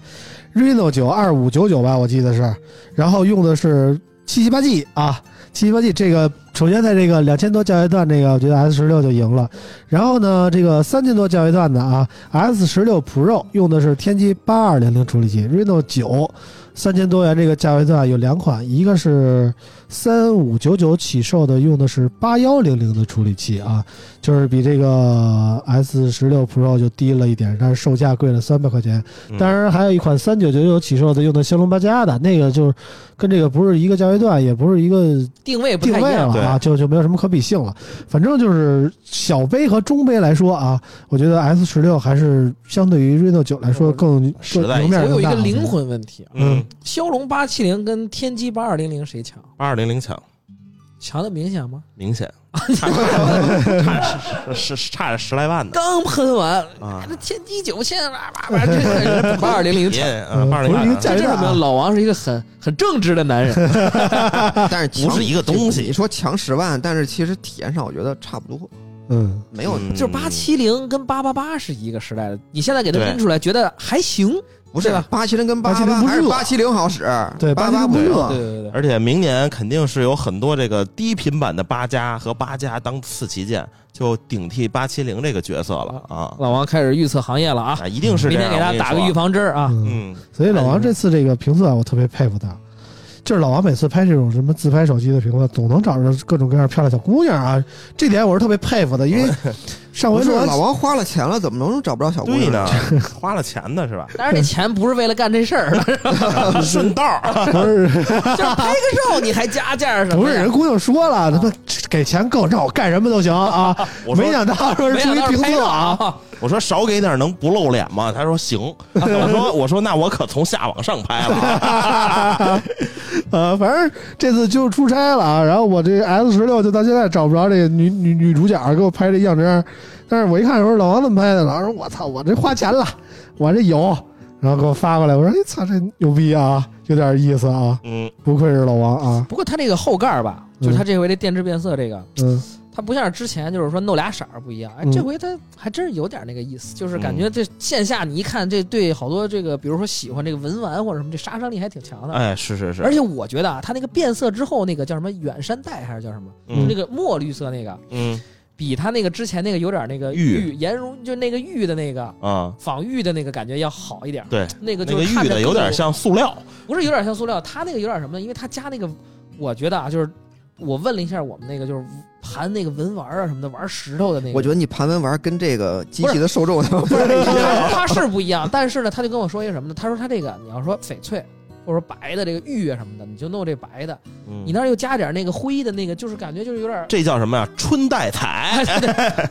Speaker 2: ，Reno 九二五九九吧，我记得是，然后用的是七七八 G 啊，七七八 G 这个首先在这个两千多教学段这个，我觉得 S 十六就赢了，然后呢，这个三千多教学段的啊，S 十六 Pro 用的是天玑八二零零处理器，Reno 九三千多元这个价位段有两款，一个是三五九九起售的，用的是八幺零零的处理器啊。就是比这个 S 十六 Pro 就低了一点，但是售价贵了三百块钱。
Speaker 4: 嗯
Speaker 2: 当然还有一款三九九九起售的，用的骁龙八加的，那个就是跟这个不是一个价位段，也不是一个
Speaker 5: 定位不
Speaker 2: 定
Speaker 5: 太一
Speaker 2: 位
Speaker 5: 样
Speaker 2: 了。啊，就就没有什么可比性了。反正就是小杯和中杯来说啊，我觉得 S 十六还是相对于 Reno 九来说更
Speaker 4: 实
Speaker 2: 更
Speaker 4: 在一
Speaker 2: 明
Speaker 4: 些
Speaker 2: 面
Speaker 5: 我
Speaker 2: 更
Speaker 5: 哎有一
Speaker 2: 大
Speaker 5: 个
Speaker 2: 好
Speaker 5: 灵
Speaker 2: 多
Speaker 5: 魂问题啊，
Speaker 4: 嗯，
Speaker 5: 骁龙八七零跟天玑八二零零谁强？
Speaker 4: 八二零零强，
Speaker 5: 强的明显吗？
Speaker 4: 明显差差是是差着十来 万呢
Speaker 5: 刚喷完，
Speaker 4: 啊！
Speaker 5: 那天玑九千，叭叭叭，这个八二零零强。
Speaker 4: 啊，八
Speaker 2: 嗯
Speaker 4: 二
Speaker 2: 不是一
Speaker 4: 零
Speaker 2: 个价
Speaker 5: 这证明老王是一个很很正直的男人。
Speaker 6: 但是强
Speaker 4: 不是一个东西
Speaker 6: 你说强十万，但是其实体验上我觉得差不多，
Speaker 2: 嗯，
Speaker 6: 没有
Speaker 5: 就是八，七零跟八八八是一个时代的，你现在给他
Speaker 4: 对
Speaker 5: 拎出来，觉得还行。
Speaker 6: 不是
Speaker 5: 对吧
Speaker 6: 八七零跟八
Speaker 2: 80
Speaker 6: 八
Speaker 2: 不
Speaker 6: 还是
Speaker 2: 热
Speaker 6: 八七零好使，
Speaker 2: 对
Speaker 6: 八八
Speaker 2: 80不
Speaker 6: 热
Speaker 2: 热
Speaker 5: 对对对对，
Speaker 4: 而且明年肯定是有很多这个低频版的八加和八加当次旗舰，就顶替八七零这个角色了啊
Speaker 5: 老王开始预测行业了啊！
Speaker 4: 啊！一定是
Speaker 5: 明
Speaker 4: 这样，
Speaker 5: 天给大家
Speaker 4: 我
Speaker 5: 打个
Speaker 4: 跟你说，
Speaker 5: 预防针 儿啊！
Speaker 2: 嗯
Speaker 4: 嗯，
Speaker 2: 所以老王这次这个评测啊，我特别佩服他，就是老王每次拍这种什么自拍手机的评测，总能找着各种各样漂亮小姑娘啊，这点我是特别佩服的，因为上
Speaker 6: 不
Speaker 2: 回
Speaker 6: 是
Speaker 2: 录完
Speaker 6: 老王花了钱了，怎么能找不着小姑
Speaker 4: 对
Speaker 6: 娘
Speaker 4: 呢？，花了钱呢是吧？
Speaker 5: 当然，这钱不是为了干 这事儿，
Speaker 4: 顺道儿，
Speaker 2: 不是
Speaker 5: 就是拍个照你还加价什
Speaker 2: 不
Speaker 5: 么
Speaker 2: 是
Speaker 5: 呀？
Speaker 2: 人姑娘说了，他妈给钱够，让我干什么都行啊，
Speaker 4: 我说
Speaker 2: 没想到说是
Speaker 5: 没
Speaker 2: 出
Speaker 5: 想
Speaker 2: 于
Speaker 5: 到是
Speaker 2: 评
Speaker 5: 拍
Speaker 2: 测
Speaker 5: 照
Speaker 2: 啊，
Speaker 5: 啊！
Speaker 4: 我说少给点儿能不露脸吗？他说行。我说我说那我可从下往上拍了 啊。
Speaker 2: 呃，反正这次就出差了啊，然后我这 S 十六就到现在找不着这个女女女主角给我拍这样张，但是我一看我说老王怎么拍的，老王说我操，我这花钱了，我这有，然后给我发过来，我说哎操，这牛逼啊，有点意思啊，
Speaker 4: 嗯，
Speaker 2: 不愧是老王啊，
Speaker 5: 不过它这个后盖儿吧，就是它这回这电致变色这个，
Speaker 2: 嗯
Speaker 5: 它不像是之前就是说弄俩色儿不一样，哎，
Speaker 2: 嗯
Speaker 5: 这回它还真是有点那个意思，就是感觉这线下你一看，这对好多这个，比如说喜欢这个文玩或者什么，这杀伤力还挺强的。
Speaker 4: 哎，是是是，
Speaker 5: 而且我觉得啊，它那个变色之后那个叫什么远山黛还是叫什么，
Speaker 4: 嗯
Speaker 5: 那个墨绿色那个，
Speaker 4: 嗯
Speaker 5: 比它那个之前那个有点那个
Speaker 4: 玉
Speaker 5: 玉颜如就那个玉的那个
Speaker 4: 啊，
Speaker 5: 仿玉的那个感觉要好一点。
Speaker 4: 对，
Speaker 5: 那个
Speaker 4: 那
Speaker 5: 就
Speaker 4: 个
Speaker 5: 是看
Speaker 4: 玉
Speaker 5: 着
Speaker 4: 的有点像塑料，
Speaker 5: 不是有点像塑料，它那个有点什么呢？因为它加那个，我觉得啊，就是我问了一下我们那个，就是盘那个文玩啊什么的，玩石头的那个，
Speaker 6: 我觉得你盘文玩跟这个机器的受众他妈不是
Speaker 5: 得 它它是不一样。但是呢，他就跟我说一个什么呢？他说他这个你要说翡翠或者说白的这个玉啊什么的，你就弄这白的，
Speaker 4: 嗯
Speaker 5: 你那儿又加点那个灰的那个，就是感觉就是有点，
Speaker 4: 这叫什么呀？春带 彩，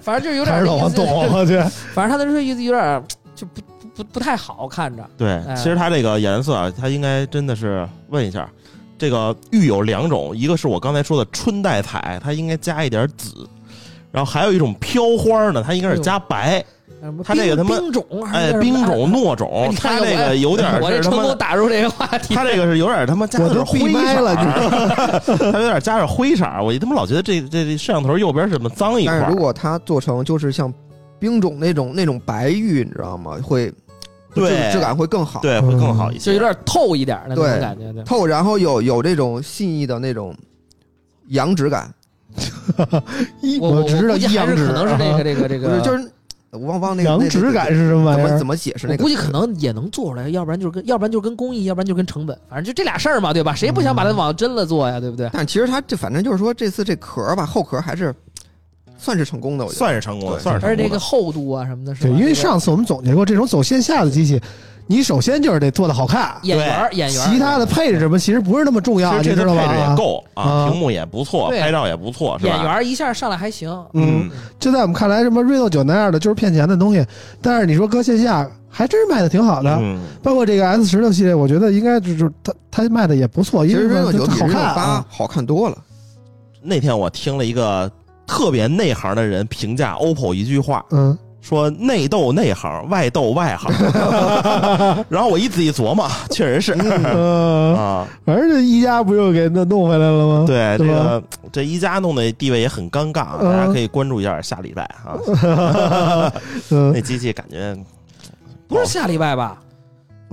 Speaker 5: 反正就是有点
Speaker 2: 还是老王懂，我去，
Speaker 5: 反正他那意思有点就不不不不太好看着。
Speaker 4: 对，
Speaker 5: 哎
Speaker 4: 其实它这个颜色啊，它应该真的是问一下，这个玉有两种，一个是我刚才说的春带彩，它应该加一点紫，然后还有一种飘花呢，它应该是加白，
Speaker 5: 呃什么
Speaker 4: 它这个
Speaker 5: 冰
Speaker 4: 他妈
Speaker 5: 冰种啊还
Speaker 4: 哎
Speaker 5: 是叫，什么
Speaker 4: 兵种糯
Speaker 5: 哎
Speaker 4: 种
Speaker 5: 你，看
Speaker 4: 它
Speaker 5: 看
Speaker 4: 这
Speaker 5: 我
Speaker 4: 个有点
Speaker 5: 我
Speaker 4: 是
Speaker 5: 这
Speaker 4: 他
Speaker 5: 成
Speaker 4: 妈
Speaker 5: 功打入这个话题，
Speaker 4: 他这个是有点他妈加
Speaker 2: 我
Speaker 4: 点
Speaker 2: 都闭
Speaker 4: 灰
Speaker 2: 麦
Speaker 4: 色
Speaker 2: 了，你
Speaker 4: 儿， 他有点加点灰色儿，我他妈老觉得这这这摄像头右边是怎么脏一块
Speaker 6: 但是
Speaker 4: 儿
Speaker 6: 如果它做成就是像冰种那种那种白玉，你知道吗？会
Speaker 4: 对
Speaker 6: 质质感会更好，
Speaker 4: 对，会更好一
Speaker 5: 嗯就
Speaker 4: 些。
Speaker 5: 有点透一点的那种
Speaker 6: 对
Speaker 5: 感觉，对吧
Speaker 6: 透，然后有有这种细腻的那种羊脂感，
Speaker 2: 一
Speaker 5: 我我
Speaker 2: 只知道
Speaker 5: 估计
Speaker 2: 一
Speaker 5: 还
Speaker 2: 羊
Speaker 5: 是
Speaker 2: 脂，
Speaker 5: 可能是这个
Speaker 2: 啊
Speaker 5: 这个这
Speaker 6: 不是
Speaker 5: 个，
Speaker 6: 就是我忘忘那个
Speaker 2: 羊
Speaker 6: 那
Speaker 2: 脂感是什么
Speaker 6: 怎
Speaker 2: 玩意
Speaker 6: 么
Speaker 2: 儿
Speaker 6: 怎？么解释
Speaker 5: 我
Speaker 6: 那个
Speaker 5: 估计可能也能做出来，要不然就是跟，要不然就是跟工艺，要不然就跟成本，反正就这俩事儿嘛，对吧？谁不想把它往真了做呀，对不对？
Speaker 6: 但其实它这反正就是说，这次这壳儿吧，后壳儿还是算是成功的，我觉得。
Speaker 4: 算是成功了，
Speaker 6: 对
Speaker 4: 算是成
Speaker 5: 而且
Speaker 4: 功了。
Speaker 5: 这个厚度啊什么的，是吧
Speaker 2: 对，因为
Speaker 5: 这个
Speaker 2: 上次我们总结过，这种走线下的机器，你首先就是得做的好看，
Speaker 5: 演员儿演员儿，
Speaker 2: 其他的配置什么其实不是那么重要，啊你
Speaker 4: 其实
Speaker 2: 知
Speaker 4: 这
Speaker 2: 道
Speaker 4: 次配置
Speaker 2: 吧
Speaker 4: 也？够
Speaker 2: 啊
Speaker 4: 啊，屏幕也不错，
Speaker 5: 对
Speaker 4: 拍照也不错，是
Speaker 5: 演员
Speaker 4: 吧？
Speaker 5: 儿一下上来还行，
Speaker 2: 嗯，就在我们看来，什么瑞豆九那样的就是骗钱的东西，但是你说搁线下还真是卖的挺好的，
Speaker 4: 嗯，
Speaker 2: 包括这个 S 十六系列，我觉得应该就是它它卖的也不错，
Speaker 6: 其
Speaker 2: 因
Speaker 6: 实
Speaker 2: 为它
Speaker 6: Reno 九比
Speaker 2: 好
Speaker 6: Reno
Speaker 2: 看
Speaker 6: 八
Speaker 2: 啊。
Speaker 6: 好看多了，
Speaker 4: 那天我听了一个特别内行的人评价 OPPO 一句话，
Speaker 2: 嗯，
Speaker 4: 说内斗内行，外斗外行。 然后我一自己琢磨，确实是
Speaker 2: 呃，
Speaker 4: 啊，
Speaker 2: 反正这一加不又给弄弄回来了吗？
Speaker 4: 对这
Speaker 2: 对吧
Speaker 4: 个这一加弄的地位也很尴尬啊，
Speaker 2: 嗯
Speaker 4: 大家可以关注一下下礼拜啊，
Speaker 2: 嗯
Speaker 4: 那，机器感觉
Speaker 5: 不是下礼拜吧？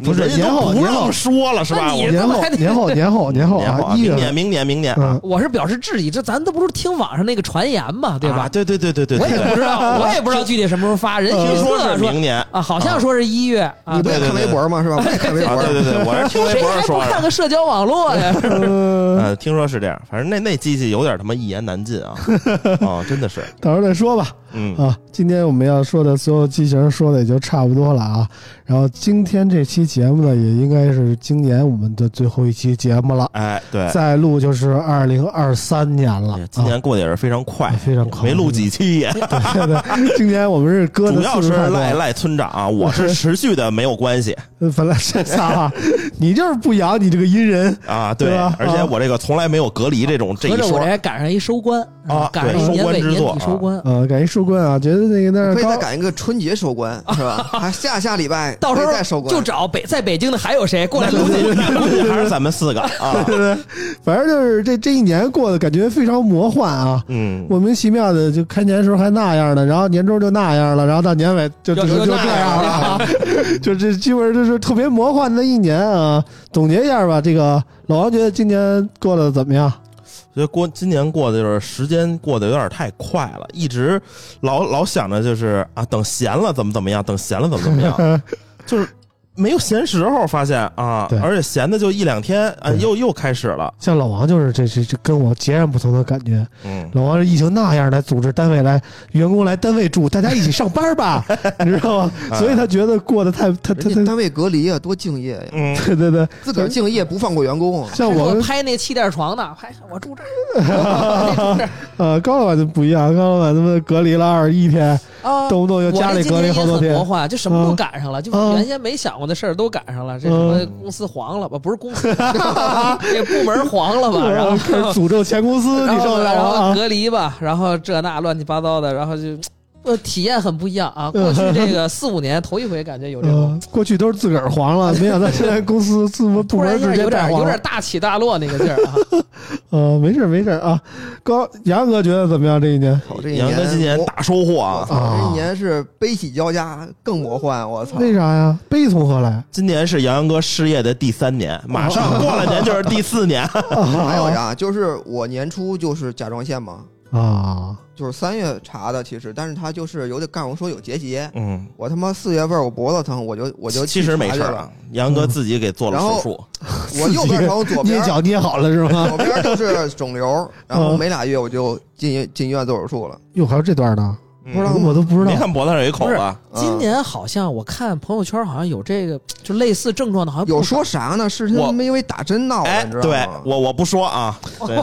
Speaker 2: 不是
Speaker 4: 人家
Speaker 2: 年
Speaker 4: 都
Speaker 2: 后
Speaker 4: 不
Speaker 2: 年后
Speaker 4: 让说了是吧？
Speaker 5: 那你
Speaker 4: 我
Speaker 2: 年后
Speaker 5: 还得
Speaker 2: 年后年后年后
Speaker 4: 年后
Speaker 2: 啊，
Speaker 4: 啊，
Speaker 2: 一
Speaker 4: 明
Speaker 2: 月
Speaker 4: 年
Speaker 2: 份，
Speaker 4: 明年明年啊
Speaker 2: 嗯，
Speaker 5: 我是表示质疑，这咱都不是听网上那个传言嘛，对吧
Speaker 4: 啊？对对对对对
Speaker 5: 我也
Speaker 4: 对，
Speaker 5: 不知 道，我也不知道具体什么时候发，
Speaker 2: 嗯
Speaker 5: 人
Speaker 4: 听
Speaker 5: 家
Speaker 4: 说是明年
Speaker 5: 啊，好像说是一月啊
Speaker 6: 你，不也
Speaker 4: 对对
Speaker 6: 看微博吗？是吧？我也看 微
Speaker 4: 啊，
Speaker 6: 博。
Speaker 4: 对对对，我是听微
Speaker 5: 谁
Speaker 4: 博上
Speaker 5: 还不
Speaker 4: 说
Speaker 5: 看
Speaker 4: 的。
Speaker 5: 个社交网络呀？
Speaker 2: 嗯
Speaker 4: 呃，听说是这样，反正那那机器有点他妈一言难 尽啊，啊，真的是，
Speaker 2: 到时候再说吧。
Speaker 4: 嗯，
Speaker 2: 啊，今天我们要说的所有机器人说的也就差不多了啊。然后今天这期节目呢，也应该是今年我们的最后一期节目了，
Speaker 4: 哎，对，
Speaker 2: 再录就是二零二三年了
Speaker 4: 哎，今年过得也是非常快
Speaker 2: 啊、，非常快，
Speaker 4: 没录几期也，
Speaker 2: 对。对对，今年我们是搁
Speaker 4: 主
Speaker 2: 的
Speaker 4: 要
Speaker 2: 次
Speaker 4: 是
Speaker 2: 数太多
Speaker 4: 赖
Speaker 2: 了。
Speaker 4: 赖村长啊，我是持续的没有关系
Speaker 2: 本来是仨，啊 你就是不养你这个阴人。
Speaker 4: 啊，对
Speaker 2: 对吧，
Speaker 4: 而且
Speaker 2: 啊
Speaker 4: 我这个从来没有隔离这种这
Speaker 5: 合
Speaker 4: 一
Speaker 5: 着我
Speaker 4: 说
Speaker 5: 这，还赶上一收官
Speaker 4: 啊
Speaker 5: 赶
Speaker 4: 对
Speaker 5: 上一年
Speaker 4: 收官
Speaker 5: 尾
Speaker 4: 之
Speaker 5: 年
Speaker 4: 作啊
Speaker 5: 底收官，
Speaker 2: 呃，感谢树棍啊，觉得那个那儿
Speaker 6: 可以
Speaker 2: 高
Speaker 6: 再赶一个春节收官，是吧？还下下礼拜
Speaker 5: 到时
Speaker 6: 可以再收
Speaker 5: 候
Speaker 6: 官，
Speaker 5: 就找北在北京的还有谁过来
Speaker 4: 那
Speaker 5: 录
Speaker 4: 估
Speaker 5: 你
Speaker 4: 计那估计 还是咱们四个啊，
Speaker 2: 对对，对反正就是这这一年过得感觉非常魔幻啊，
Speaker 4: 嗯，
Speaker 2: 莫名其妙的就开年的时候还那样呢，然后年终就那样了，然后到年尾就就
Speaker 5: 就
Speaker 2: 就
Speaker 5: 就
Speaker 2: 这
Speaker 5: 那样
Speaker 2: 样了 啊，就这基本上就是特别魔幻的一年啊。总结一下吧，这个老王觉得今年过得怎么样？
Speaker 4: 所以过今年过的就是时间过得有点太快了，一直老老想着就是啊，等闲了怎么怎么样，等闲了怎么怎么样，就是没有闲时候，发现啊
Speaker 2: 对，
Speaker 4: 而且闲的就一两天啊，
Speaker 2: 对
Speaker 4: 又又开始了，
Speaker 2: 像老王就是这这这跟我截然不同的感觉。
Speaker 4: 嗯，
Speaker 2: 老王是疫情那样来组织单位来员工来单位住，大家一起上班吧，你知道吗？所以他觉得过得太他他
Speaker 6: 人家
Speaker 2: 他
Speaker 6: 单位隔离啊，多敬业呀，
Speaker 4: 嗯，
Speaker 2: 对对对，
Speaker 6: 自个儿敬业不放过员工啊。
Speaker 2: 像
Speaker 5: 给
Speaker 2: 我
Speaker 5: 我
Speaker 2: 跟
Speaker 5: 拍那气垫床的，拍我住这儿
Speaker 2: 呃高老板就不一样，高老板他妈隔离了二十一天，
Speaker 5: 啊。
Speaker 2: 动不动就家里隔离好多
Speaker 5: 我这今也
Speaker 2: 天
Speaker 5: 很魔。幻，就什么都赶上了，
Speaker 4: 啊
Speaker 5: 就
Speaker 2: 嗯
Speaker 5: 原先没想过的事儿都赶上了。这什么
Speaker 4: 嗯
Speaker 5: 公司黄了吧？不是公司， 这部门黄了吧？
Speaker 4: 啊
Speaker 5: 然后
Speaker 2: 开始诅咒前公司，
Speaker 5: 然
Speaker 2: 你受
Speaker 5: 后
Speaker 2: 得
Speaker 5: 啊
Speaker 2: 了
Speaker 5: 然后
Speaker 2: 吗？
Speaker 5: 隔离吧，然后这那乱七八糟的，然后就呃体验很不一样啊。过去这个四五年头一回感觉有这种
Speaker 2: 嗯，过去都是自个儿黄了，没想到现在公司自部
Speaker 5: 突然
Speaker 2: 门
Speaker 5: 一下
Speaker 2: 直接
Speaker 5: 有
Speaker 2: 带
Speaker 5: 点
Speaker 2: 黄
Speaker 5: 有点
Speaker 2: 了。
Speaker 5: 大起大落那个劲 儿啊。
Speaker 2: 呃，没事儿没事儿啊。高杨哥觉得怎么样？这一年
Speaker 6: 操，这一
Speaker 4: 杨哥今年
Speaker 6: 我
Speaker 4: 大收获
Speaker 6: 我
Speaker 4: 啊，
Speaker 6: 操，这
Speaker 2: 啊
Speaker 6: 一年是悲喜交加，更魔幻。我操，
Speaker 2: 为啥呀？悲从何来？
Speaker 4: 今年是杨洋哥失业的第三年，马上过了年就是第四年，
Speaker 6: 还有呀，就是我年初就是甲状腺嘛，
Speaker 2: 啊，
Speaker 6: 就是三月查的，其实，但是他就是有点干我说有结节，
Speaker 4: 嗯，
Speaker 6: 我他妈四月份我脖子疼，我就我就
Speaker 4: 其实没事儿啊
Speaker 6: 了，，
Speaker 4: 杨哥自己给做了手术，
Speaker 6: 我右边疼，左边
Speaker 2: 捏脚捏好了是吗？
Speaker 7: 啊
Speaker 6: 左边就是肿瘤，然后
Speaker 2: 嗯
Speaker 6: 没俩月我就进进医院做手术了。嗯
Speaker 2: 哟，还有这段呢，
Speaker 4: 不
Speaker 6: 知道
Speaker 2: 我都不知
Speaker 4: 没
Speaker 2: 道。
Speaker 4: 看脖子上有一口子，
Speaker 6: 嗯
Speaker 5: 今年好像我看朋友圈好像有这个就类似症状的，好像
Speaker 6: 有
Speaker 5: 不少
Speaker 6: 说啥呢？是他
Speaker 4: 我
Speaker 6: 们因为打针闹的，
Speaker 4: 哎，
Speaker 6: 你知道
Speaker 4: 对
Speaker 6: 吗？
Speaker 4: 我我不说啊，对，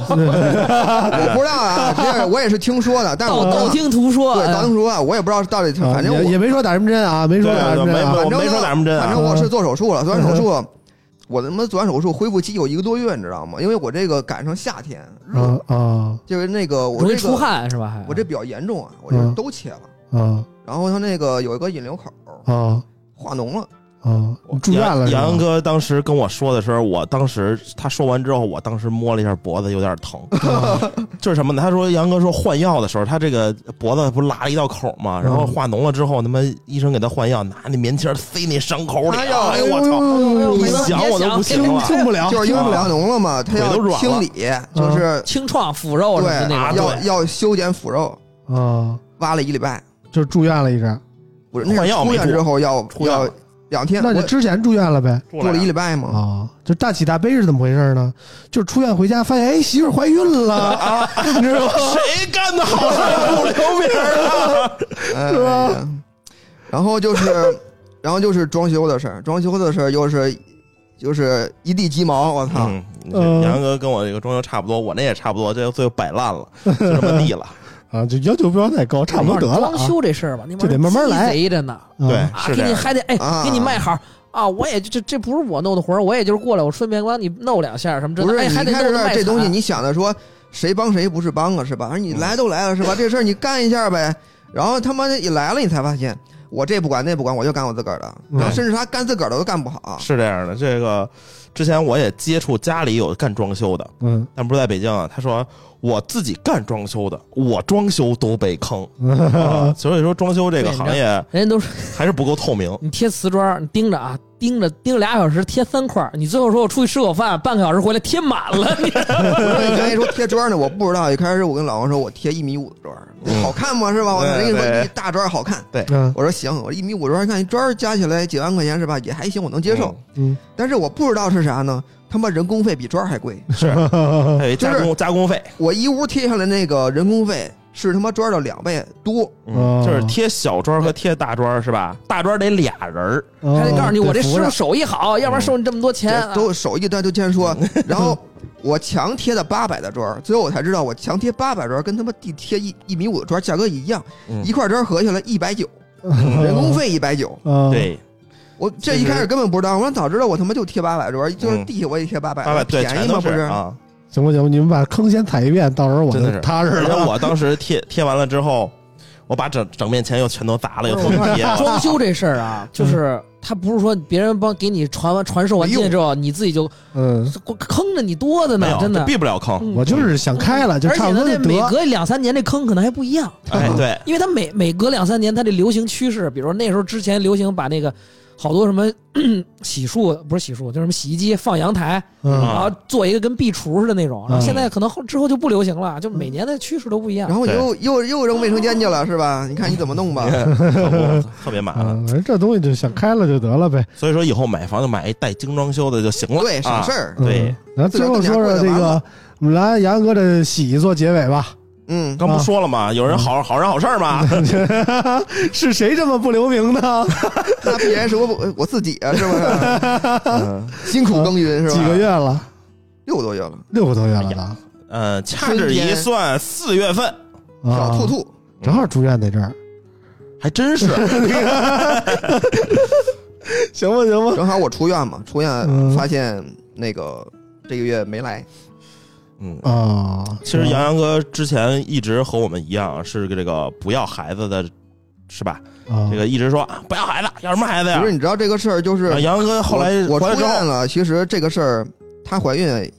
Speaker 6: 我不知道啊，这个我也是听说的，但是我
Speaker 5: 道道听途说，
Speaker 6: 对
Speaker 5: 哎
Speaker 6: 道听途说，我也不知道到底，反正
Speaker 2: 啊
Speaker 6: 我
Speaker 2: 也也没说打什么针啊，没说打什么
Speaker 4: 对对
Speaker 2: 针啊
Speaker 4: 没。
Speaker 6: 反正
Speaker 4: 我没说打什么针啊
Speaker 6: 反正我是做手术了，做完手术，我他妈做完手术恢复期有一个多月，你知道吗？因为我这个赶上夏天热，
Speaker 2: 啊 啊
Speaker 6: 就是那个我
Speaker 5: 容易
Speaker 6: 这
Speaker 5: 出
Speaker 6: 个
Speaker 5: 汗是吧？还
Speaker 6: 我这比较严重啊，我这
Speaker 2: 嗯
Speaker 6: 都切了，
Speaker 2: 啊
Speaker 6: 然后他那个有一个引流口
Speaker 2: 啊
Speaker 6: 化脓了，
Speaker 2: 啊啊，你住院了是吧
Speaker 4: 杨杨哥当时跟我说的时候，我当时他说完之后，我当时摸了一下脖子，有点疼。就是什么呢？他说杨哥说换药的时候，他这个脖子不是拉了一道口嘛，然后
Speaker 2: 嗯
Speaker 4: 化脓了之后，他妈医生给他换药，拿那棉签塞那伤口里。
Speaker 6: 哎呦
Speaker 4: 哎呦我操！
Speaker 2: 呦
Speaker 4: 你想我都不行
Speaker 2: 听
Speaker 4: 了。
Speaker 2: 听
Speaker 5: 哎
Speaker 2: 不 了，啊
Speaker 6: 就是因为两脓了嘛，他
Speaker 4: 腿
Speaker 6: 要
Speaker 4: 都软
Speaker 6: 清
Speaker 4: 了
Speaker 6: 理，就是
Speaker 5: 清创腐肉什么的
Speaker 6: 对啊
Speaker 5: 那种，
Speaker 6: 要要修剪腐肉，
Speaker 2: 啊，
Speaker 6: 挖了一礼拜，
Speaker 2: 就是住院了一阵，
Speaker 6: 不是那
Speaker 4: 换
Speaker 6: 是
Speaker 4: 药
Speaker 6: 出
Speaker 4: 没
Speaker 6: 院
Speaker 4: 住
Speaker 6: 之后要
Speaker 4: 出院
Speaker 6: 要
Speaker 4: 了
Speaker 6: 两天，
Speaker 2: 那你
Speaker 6: 我
Speaker 2: 之前住院了呗？
Speaker 6: 住了一礼拜
Speaker 4: 嗯
Speaker 6: 嘛，
Speaker 2: 啊，就大喜大悲是怎么回事呢？就是出院回家发现，哎，媳妇儿怀孕了，啊、 你知道吗？
Speaker 4: 谁干的好事不留名啊？
Speaker 6: 哎呀然后就是，然后就是装修的事儿，装修的事儿又是就是一地鸡毛，我操！
Speaker 4: 嗯，
Speaker 2: 嗯
Speaker 4: 杨哥跟我这个装修差不多，我那也差不多，这就最后摆烂了，就这么地了。
Speaker 2: 啊，就要求不要太高，差不多得了
Speaker 5: 装
Speaker 2: 啊。
Speaker 5: 修这事儿吧，那
Speaker 2: 就得慢慢来
Speaker 5: 贼着呢。
Speaker 2: 啊
Speaker 4: 对，
Speaker 5: 啊，
Speaker 4: 是
Speaker 5: 给
Speaker 4: 这
Speaker 5: 你
Speaker 4: 样。
Speaker 5: 还得哎，
Speaker 6: 啊
Speaker 5: 给你卖好啊！我也就这这不是我弄的活儿，我也就是过来，我顺便帮你弄两下什么之
Speaker 6: 不
Speaker 5: 类的。哎，
Speaker 6: 是你
Speaker 5: 还得
Speaker 6: 开
Speaker 5: 弄
Speaker 6: 始
Speaker 5: 个卖
Speaker 6: 这东西，
Speaker 5: 惨
Speaker 6: 你想着说谁帮谁不是帮啊，是吧？而你来都来了，是吧？这事儿你干一下呗。然后他妈的一来了，你才发现我这不管那不管，我就干我自个儿的。然后甚至他干自个儿的都干不好。啊
Speaker 4: 是这样的，这个之前我也接触家里有干装修的，
Speaker 2: 嗯，
Speaker 4: 但不是在北京啊。他说我自己干装修的，我装修都被 坑，啊、所以说装修这个行业
Speaker 5: 人家都是
Speaker 4: 还是不够透
Speaker 6: 嗯
Speaker 4: 明。
Speaker 5: 你贴瓷砖，你盯着啊，盯着盯俩小时，贴三块儿，你最后说我出去吃口饭，半个小时回来贴满了， 你
Speaker 6: 你刚一说贴砖呢，我不知道。一开始我跟老王说，我贴一米五的砖儿，好看吗？是吧？我操，人
Speaker 4: 对
Speaker 6: 家说
Speaker 4: 对
Speaker 6: 一大砖儿好看，
Speaker 2: 嗯
Speaker 6: 我说行，我一米五砖儿，你看砖儿加起来几万块钱是吧？也还行，我能接受。
Speaker 2: 嗯，
Speaker 6: 但是我不知道是啥呢，他妈人工费比砖儿还 贵。
Speaker 4: 是，嗯还有一加工、
Speaker 6: 就
Speaker 4: 加工费，
Speaker 6: 我一屋贴下来那个人工费是他妈砖儿的两倍多。
Speaker 4: 嗯，就是贴小砖和贴大砖是吧？大砖得俩人儿，
Speaker 2: 还
Speaker 5: 还得告诉你我这师
Speaker 2: 哦嗯服
Speaker 5: 傅
Speaker 2: 着嗯
Speaker 5: 手艺好，要不然收你这么多钱
Speaker 6: 这
Speaker 5: 啊。
Speaker 6: 都手艺，但就先说，然后我强贴的八百的砖儿，最后我才知道我强贴八百砖儿跟他妈地贴一一米五的砖儿价格一样，
Speaker 4: 嗯
Speaker 6: 一块砖儿合起来一百 九，人工费一百九。
Speaker 2: 啊，，
Speaker 4: 对，
Speaker 6: 我这一开始根本不知道，我早知道我他妈就贴八百砖儿，就是地我也贴八百，
Speaker 4: 嗯八百对，
Speaker 6: 哎便
Speaker 4: 全
Speaker 6: 宜吗？
Speaker 4: 都
Speaker 6: 不
Speaker 4: 啊，
Speaker 2: 行不行？你们把坑先踩一遍，到时候我
Speaker 4: 真的是
Speaker 2: 就踏实
Speaker 4: 而且
Speaker 2: 了。
Speaker 4: 我当时贴贴完了之后，我把整整面墙又全都砸了，又重新贴了。
Speaker 6: 哦
Speaker 5: 装修这事儿
Speaker 2: 嗯
Speaker 5: 啊，就是他不是说别人帮给你传完传授完经验之后，你自己就
Speaker 2: 嗯，
Speaker 5: 坑着你多的
Speaker 2: 哎
Speaker 4: 没
Speaker 5: 呢
Speaker 4: 有，，
Speaker 5: 真
Speaker 4: 这
Speaker 5: 的。
Speaker 4: 哎
Speaker 5: 嗯
Speaker 4: 避不了坑。
Speaker 2: 我就是想开了，就
Speaker 5: 而
Speaker 2: 差
Speaker 5: 且
Speaker 2: 不
Speaker 5: 呢
Speaker 2: 多，
Speaker 5: 这
Speaker 2: 就
Speaker 5: 每
Speaker 2: 得。
Speaker 5: 隔两三年这坑可能还不一样，
Speaker 4: 哎，对，
Speaker 5: 因为它每每隔两三年它这流行趋势，比如说那时候之前流行把那个好多什么 洗漱不是洗漱，就是什么洗衣机放阳台，
Speaker 2: 嗯
Speaker 4: 啊
Speaker 5: 然后做一个跟壁橱似的那种，然后
Speaker 2: 嗯
Speaker 5: 现在可能后之后就不流行了，就每年的趋势都不一样
Speaker 6: 然。后我又又又扔卫生间去了，是吧？你看你怎么弄吧。
Speaker 5: 嗯
Speaker 4: 可不特别麻烦。
Speaker 2: 嗯，反正这东西就想开了就得了呗。
Speaker 4: 所以说以后买房就买一带精装修的就行了，
Speaker 6: 对，省事
Speaker 4: 啊。
Speaker 6: 儿。
Speaker 4: 对
Speaker 2: 嗯，然后最后说说
Speaker 6: 自
Speaker 2: 这
Speaker 6: 个儿更加过
Speaker 2: 个
Speaker 6: 得完了，
Speaker 2: 我们来杨哥的喜做结尾吧。
Speaker 6: 嗯，
Speaker 4: 刚不说了吗？有人好好人好事儿嘛，
Speaker 2: 是谁这么不留名呢？
Speaker 6: 那必然是我我自己啊，是不是？ 辛苦耕耘是吧？
Speaker 2: 几个月了，
Speaker 6: 六个多月了，
Speaker 2: 六个多月了吧？
Speaker 4: 嗯，掐指一算，四月份
Speaker 6: 小
Speaker 2: 啊
Speaker 6: 兔，兔。
Speaker 2: 正好住院那阵儿，
Speaker 4: 还真是
Speaker 2: 行吧行
Speaker 4: 啊
Speaker 2: 吧。
Speaker 6: 正好我出院嘛，出院
Speaker 2: 嗯
Speaker 6: 发现那个这个月没来，
Speaker 4: 嗯。
Speaker 2: 啊，
Speaker 4: 其实杨洋哥之前一直和我们一样，是这个不要孩子的，是吧？
Speaker 2: 啊
Speaker 4: 这个一直说啊不要孩子，要什么孩子呀
Speaker 6: 嗯不？是你知道这个事儿就是
Speaker 4: 然后杨洋哥后来
Speaker 6: 我
Speaker 4: 回
Speaker 6: 我
Speaker 4: 来
Speaker 6: 出
Speaker 4: 之后
Speaker 6: 院，了，其实这个事儿她怀孕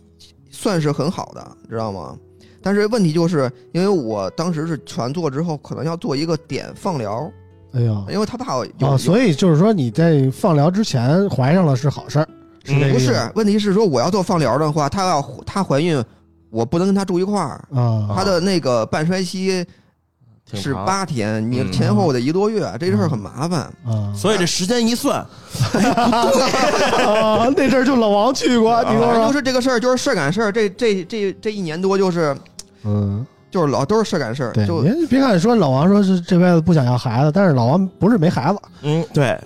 Speaker 6: 算是很好的，你知道吗？但是问题就是因为我当时是全做之后，可能要做一个点放疗，
Speaker 2: 哎呀
Speaker 6: 因为她怕我有。
Speaker 2: 啊，
Speaker 6: 以
Speaker 2: 所以就是说你在放疗之前怀上了是好事儿，是这个
Speaker 6: 嗯不
Speaker 2: 意思
Speaker 6: 是问题是说我要做放疗的话，她要她怀孕，我不能跟她住一块儿，
Speaker 2: 啊
Speaker 6: 她的那个半衰期
Speaker 4: 挺
Speaker 6: 是
Speaker 4: 长，
Speaker 6: 八天，你
Speaker 4: 嗯
Speaker 6: 前后得一多月，这事儿很麻烦。
Speaker 2: 啊
Speaker 4: 所以这时间一算，
Speaker 2: 啊！ 那阵儿就老王去过，你
Speaker 6: 反
Speaker 2: 说
Speaker 6: 正
Speaker 2: 说
Speaker 6: 啊就，是这个事儿，就是事儿赶事儿。这这这这一年多，就是
Speaker 2: 嗯，
Speaker 6: 就是老都是事儿赶事儿，
Speaker 2: 对，
Speaker 6: 就
Speaker 2: 您别看说老王说是这辈子不想要孩子，但是老王不是没孩子，
Speaker 4: 嗯，对，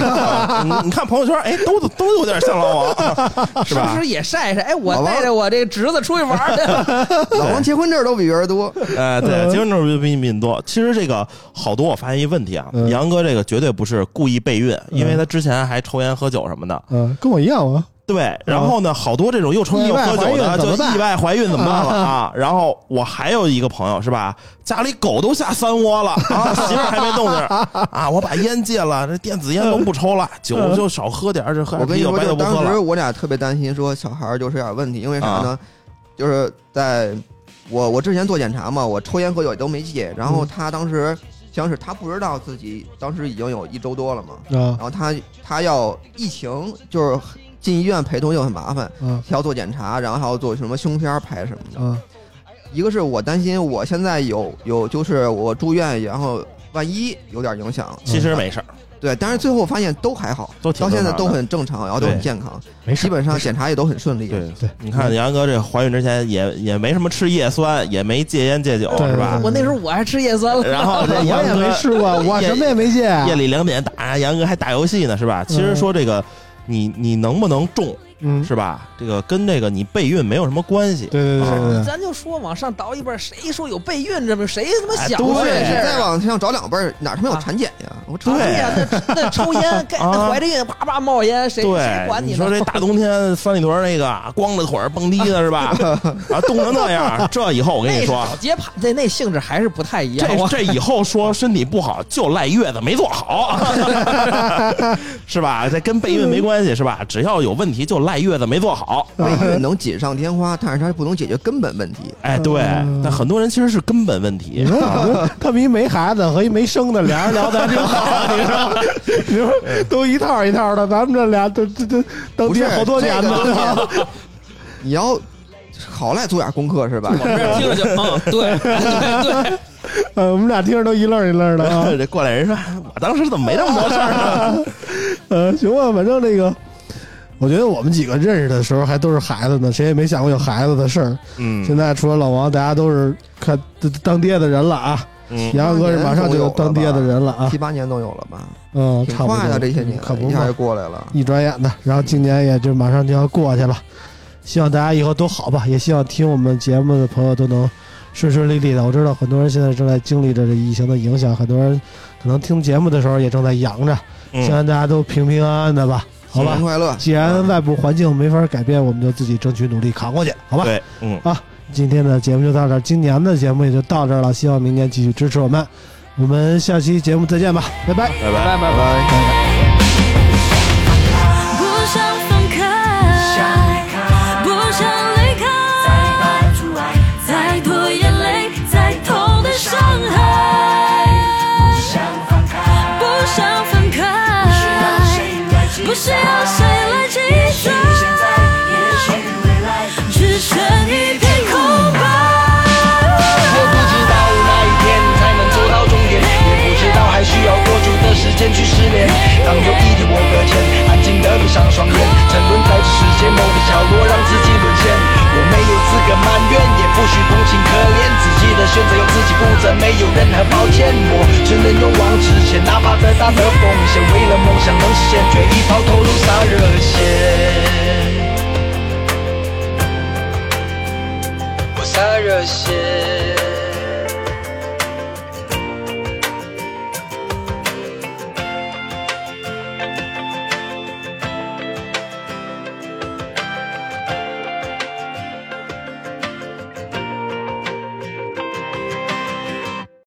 Speaker 4: 嗯你你看朋友圈，哎，都都有点像老王， 是
Speaker 5: 是不
Speaker 4: 吧？
Speaker 5: 是也晒晒？哎，
Speaker 6: 老
Speaker 5: 我
Speaker 6: 王
Speaker 5: 带着我这个侄子出去玩儿 去，
Speaker 6: 老王结婚证都比别人多。
Speaker 4: 呃，对，结婚证比比你多。其实这个好多，我发现一问题啊，
Speaker 2: 嗯
Speaker 4: 杨哥这个绝对不是故意备孕，因为他之前还抽烟喝酒什么的。
Speaker 7: 呃
Speaker 2: 嗯，跟我一样啊，
Speaker 4: 对，然后呢，好多这种又抽烟又喝
Speaker 7: 意外
Speaker 4: 酒
Speaker 7: 怀
Speaker 4: 的，
Speaker 7: 孕怎
Speaker 4: 就
Speaker 7: 么办
Speaker 4: 意外怀孕怎么办了啊？然后我还有一个朋友是吧，家里狗都下三窝了啊，媳妇儿还没动静儿啊，我把烟戒了，这电子烟都不抽了，酒就少喝点儿，这喝
Speaker 6: 我
Speaker 4: 点
Speaker 6: 跟你
Speaker 4: 啤酒
Speaker 6: 说，
Speaker 4: 白
Speaker 6: 就
Speaker 4: 酒
Speaker 6: 是
Speaker 4: 不
Speaker 6: 当
Speaker 4: 喝
Speaker 6: 时
Speaker 4: 了。啊
Speaker 6: 我俩特别担心，说小孩儿就是有点问题，因为啥呢？就是在我我之前做检查嘛，我抽烟喝酒也都没戒，然
Speaker 4: 嗯
Speaker 6: 后他当时想是他不知道自己当时已经有一周多了嘛，
Speaker 7: 啊
Speaker 6: 然后他他要疫情就是进医院陪同就很麻烦，
Speaker 4: 嗯
Speaker 7: 啊
Speaker 6: 还要做检查，然后还要做什么胸片儿拍什么的。
Speaker 7: 啊
Speaker 6: 一个是我担心我现在有有就是我住院，然后万一有点影响，
Speaker 4: 其实没事儿，
Speaker 6: 对，但是最后发现都还好，
Speaker 4: 都挺
Speaker 6: 到现在
Speaker 4: 正常的
Speaker 6: 都很正常，然后都很
Speaker 4: 对
Speaker 6: 健康，
Speaker 7: 没事
Speaker 6: 基本上检查也都很顺利。
Speaker 4: 对
Speaker 7: 对，
Speaker 4: 你看杨哥这怀孕之前也也没什么吃叶酸，也没戒烟戒酒
Speaker 7: 对
Speaker 4: 是吧
Speaker 7: 对？
Speaker 5: 我那时候我还吃 叶酸了，
Speaker 4: 然后这
Speaker 7: 我
Speaker 4: 杨
Speaker 7: 哎也
Speaker 4: 哥
Speaker 7: 没试啊过，我
Speaker 4: 夜
Speaker 7: 什么也没戒。
Speaker 4: 夜里两点打杨哥还打游戏呢是吧？其实说这个你你能不能中
Speaker 7: 嗯，
Speaker 4: 是吧？这个跟这个你备孕没有什么关系。
Speaker 7: 对对对对对，
Speaker 5: 咱就说往上倒一辈儿，谁说有备孕这么谁他妈
Speaker 4: 哎
Speaker 5: 想
Speaker 4: 对
Speaker 5: 过这
Speaker 6: 你
Speaker 5: 事儿
Speaker 6: 再
Speaker 5: 啊？
Speaker 6: 往上找两辈儿，哪他妈有
Speaker 5: 啊
Speaker 6: 产检呀？我操！
Speaker 5: 对
Speaker 4: 对
Speaker 5: 呀，那那抽 烟，该那怀着孕啪啪冒烟，谁谁
Speaker 4: 对，
Speaker 5: 管
Speaker 4: 你
Speaker 5: 呢
Speaker 4: 说这大冬天三里屯那个光着腿儿蹦迪的是 吧？啊，冻成那样，这以后我跟
Speaker 5: 那
Speaker 4: 你
Speaker 5: 是
Speaker 4: 说啊
Speaker 5: 搞，接盘，那那性质还是不太一样。
Speaker 4: 这
Speaker 5: 我
Speaker 4: 这以后说身体不好就赖月子没做 好，是吧？这跟备孕没关系是
Speaker 7: 嗯
Speaker 4: 吧？只要有问题就赖月子没做好。
Speaker 6: 备
Speaker 7: 啊
Speaker 6: 孕能锦上添花，但是它不能解决根本问题。
Speaker 4: 哎，对，但很多人其实是根本
Speaker 7: 嗯
Speaker 4: 问
Speaker 7: 你
Speaker 4: 题。
Speaker 7: 说 我们他们一没孩子和一没生的，俩人聊的还挺好， 你说，你说都一套一套的，咱们这俩都这这等
Speaker 6: 不是
Speaker 7: 爹好多年
Speaker 6: 这
Speaker 7: 呢。
Speaker 6: 个东西啊你要好赖做点功 课是吧？
Speaker 5: 我们这听着就嗯，对对对，
Speaker 7: 呃，我们俩听着都一愣一 愣的啊。
Speaker 4: 这过来人说，哎我当时怎么没那么多事儿呢？
Speaker 7: 呃，行吧，反正这个，我觉得我们几个认识的时候还都是孩子呢，谁也没想过有孩子的事儿。
Speaker 4: 嗯
Speaker 7: 现在除了老王，大家都是看当当爹的人了啊。
Speaker 4: 嗯
Speaker 7: 杨哥是马上就有当爹的人了啊
Speaker 6: 七。八年都有了吧？
Speaker 7: 嗯，
Speaker 6: 挺
Speaker 7: 差不多
Speaker 6: 快的这些年，
Speaker 7: 可不
Speaker 6: 一
Speaker 7: 嘛
Speaker 6: 下就过来了。
Speaker 7: 一转眼的，然后今年也就马上就要过去了，希望大家以后都好吧，也希望听我们节目的朋友都能顺顺利利的。我知道很多人现在正在经历着这疫情的影响，很多人可能听节目的时候也正在阳着，希望大家都平平安安的吧，好
Speaker 6: 新
Speaker 7: 吧
Speaker 6: 年。快乐！
Speaker 7: 既然外部环境没法改变，我们就自己争取努力扛过去，好吧？啊
Speaker 4: 对，嗯，
Speaker 7: 今天的节目就到这儿，今年的节目也就到这儿了，希望明年继续支持我们，我们下期节目再见吧，拜拜。
Speaker 4: 拜拜。
Speaker 5: 拜拜拜。
Speaker 8: 不想分开，不想离开，再多眼泪，再痛的伤害，不想分开，不需要谁来记载，只剩一片空白。
Speaker 9: 我不知道哪一天才能走到终点，也不知道还需要多久的时间去失联。当有一天我搁浅，安静的闭上双眼，沉沦在这世界某个角落，让自己沦陷。我没有资格埋怨，也不许同情可怜，自己的选择由自己负责，没有任何抱歉。我只能勇往直前，哪怕再大的风险，为了梦想能实现，决意抛头颅洒热血。我洒热血。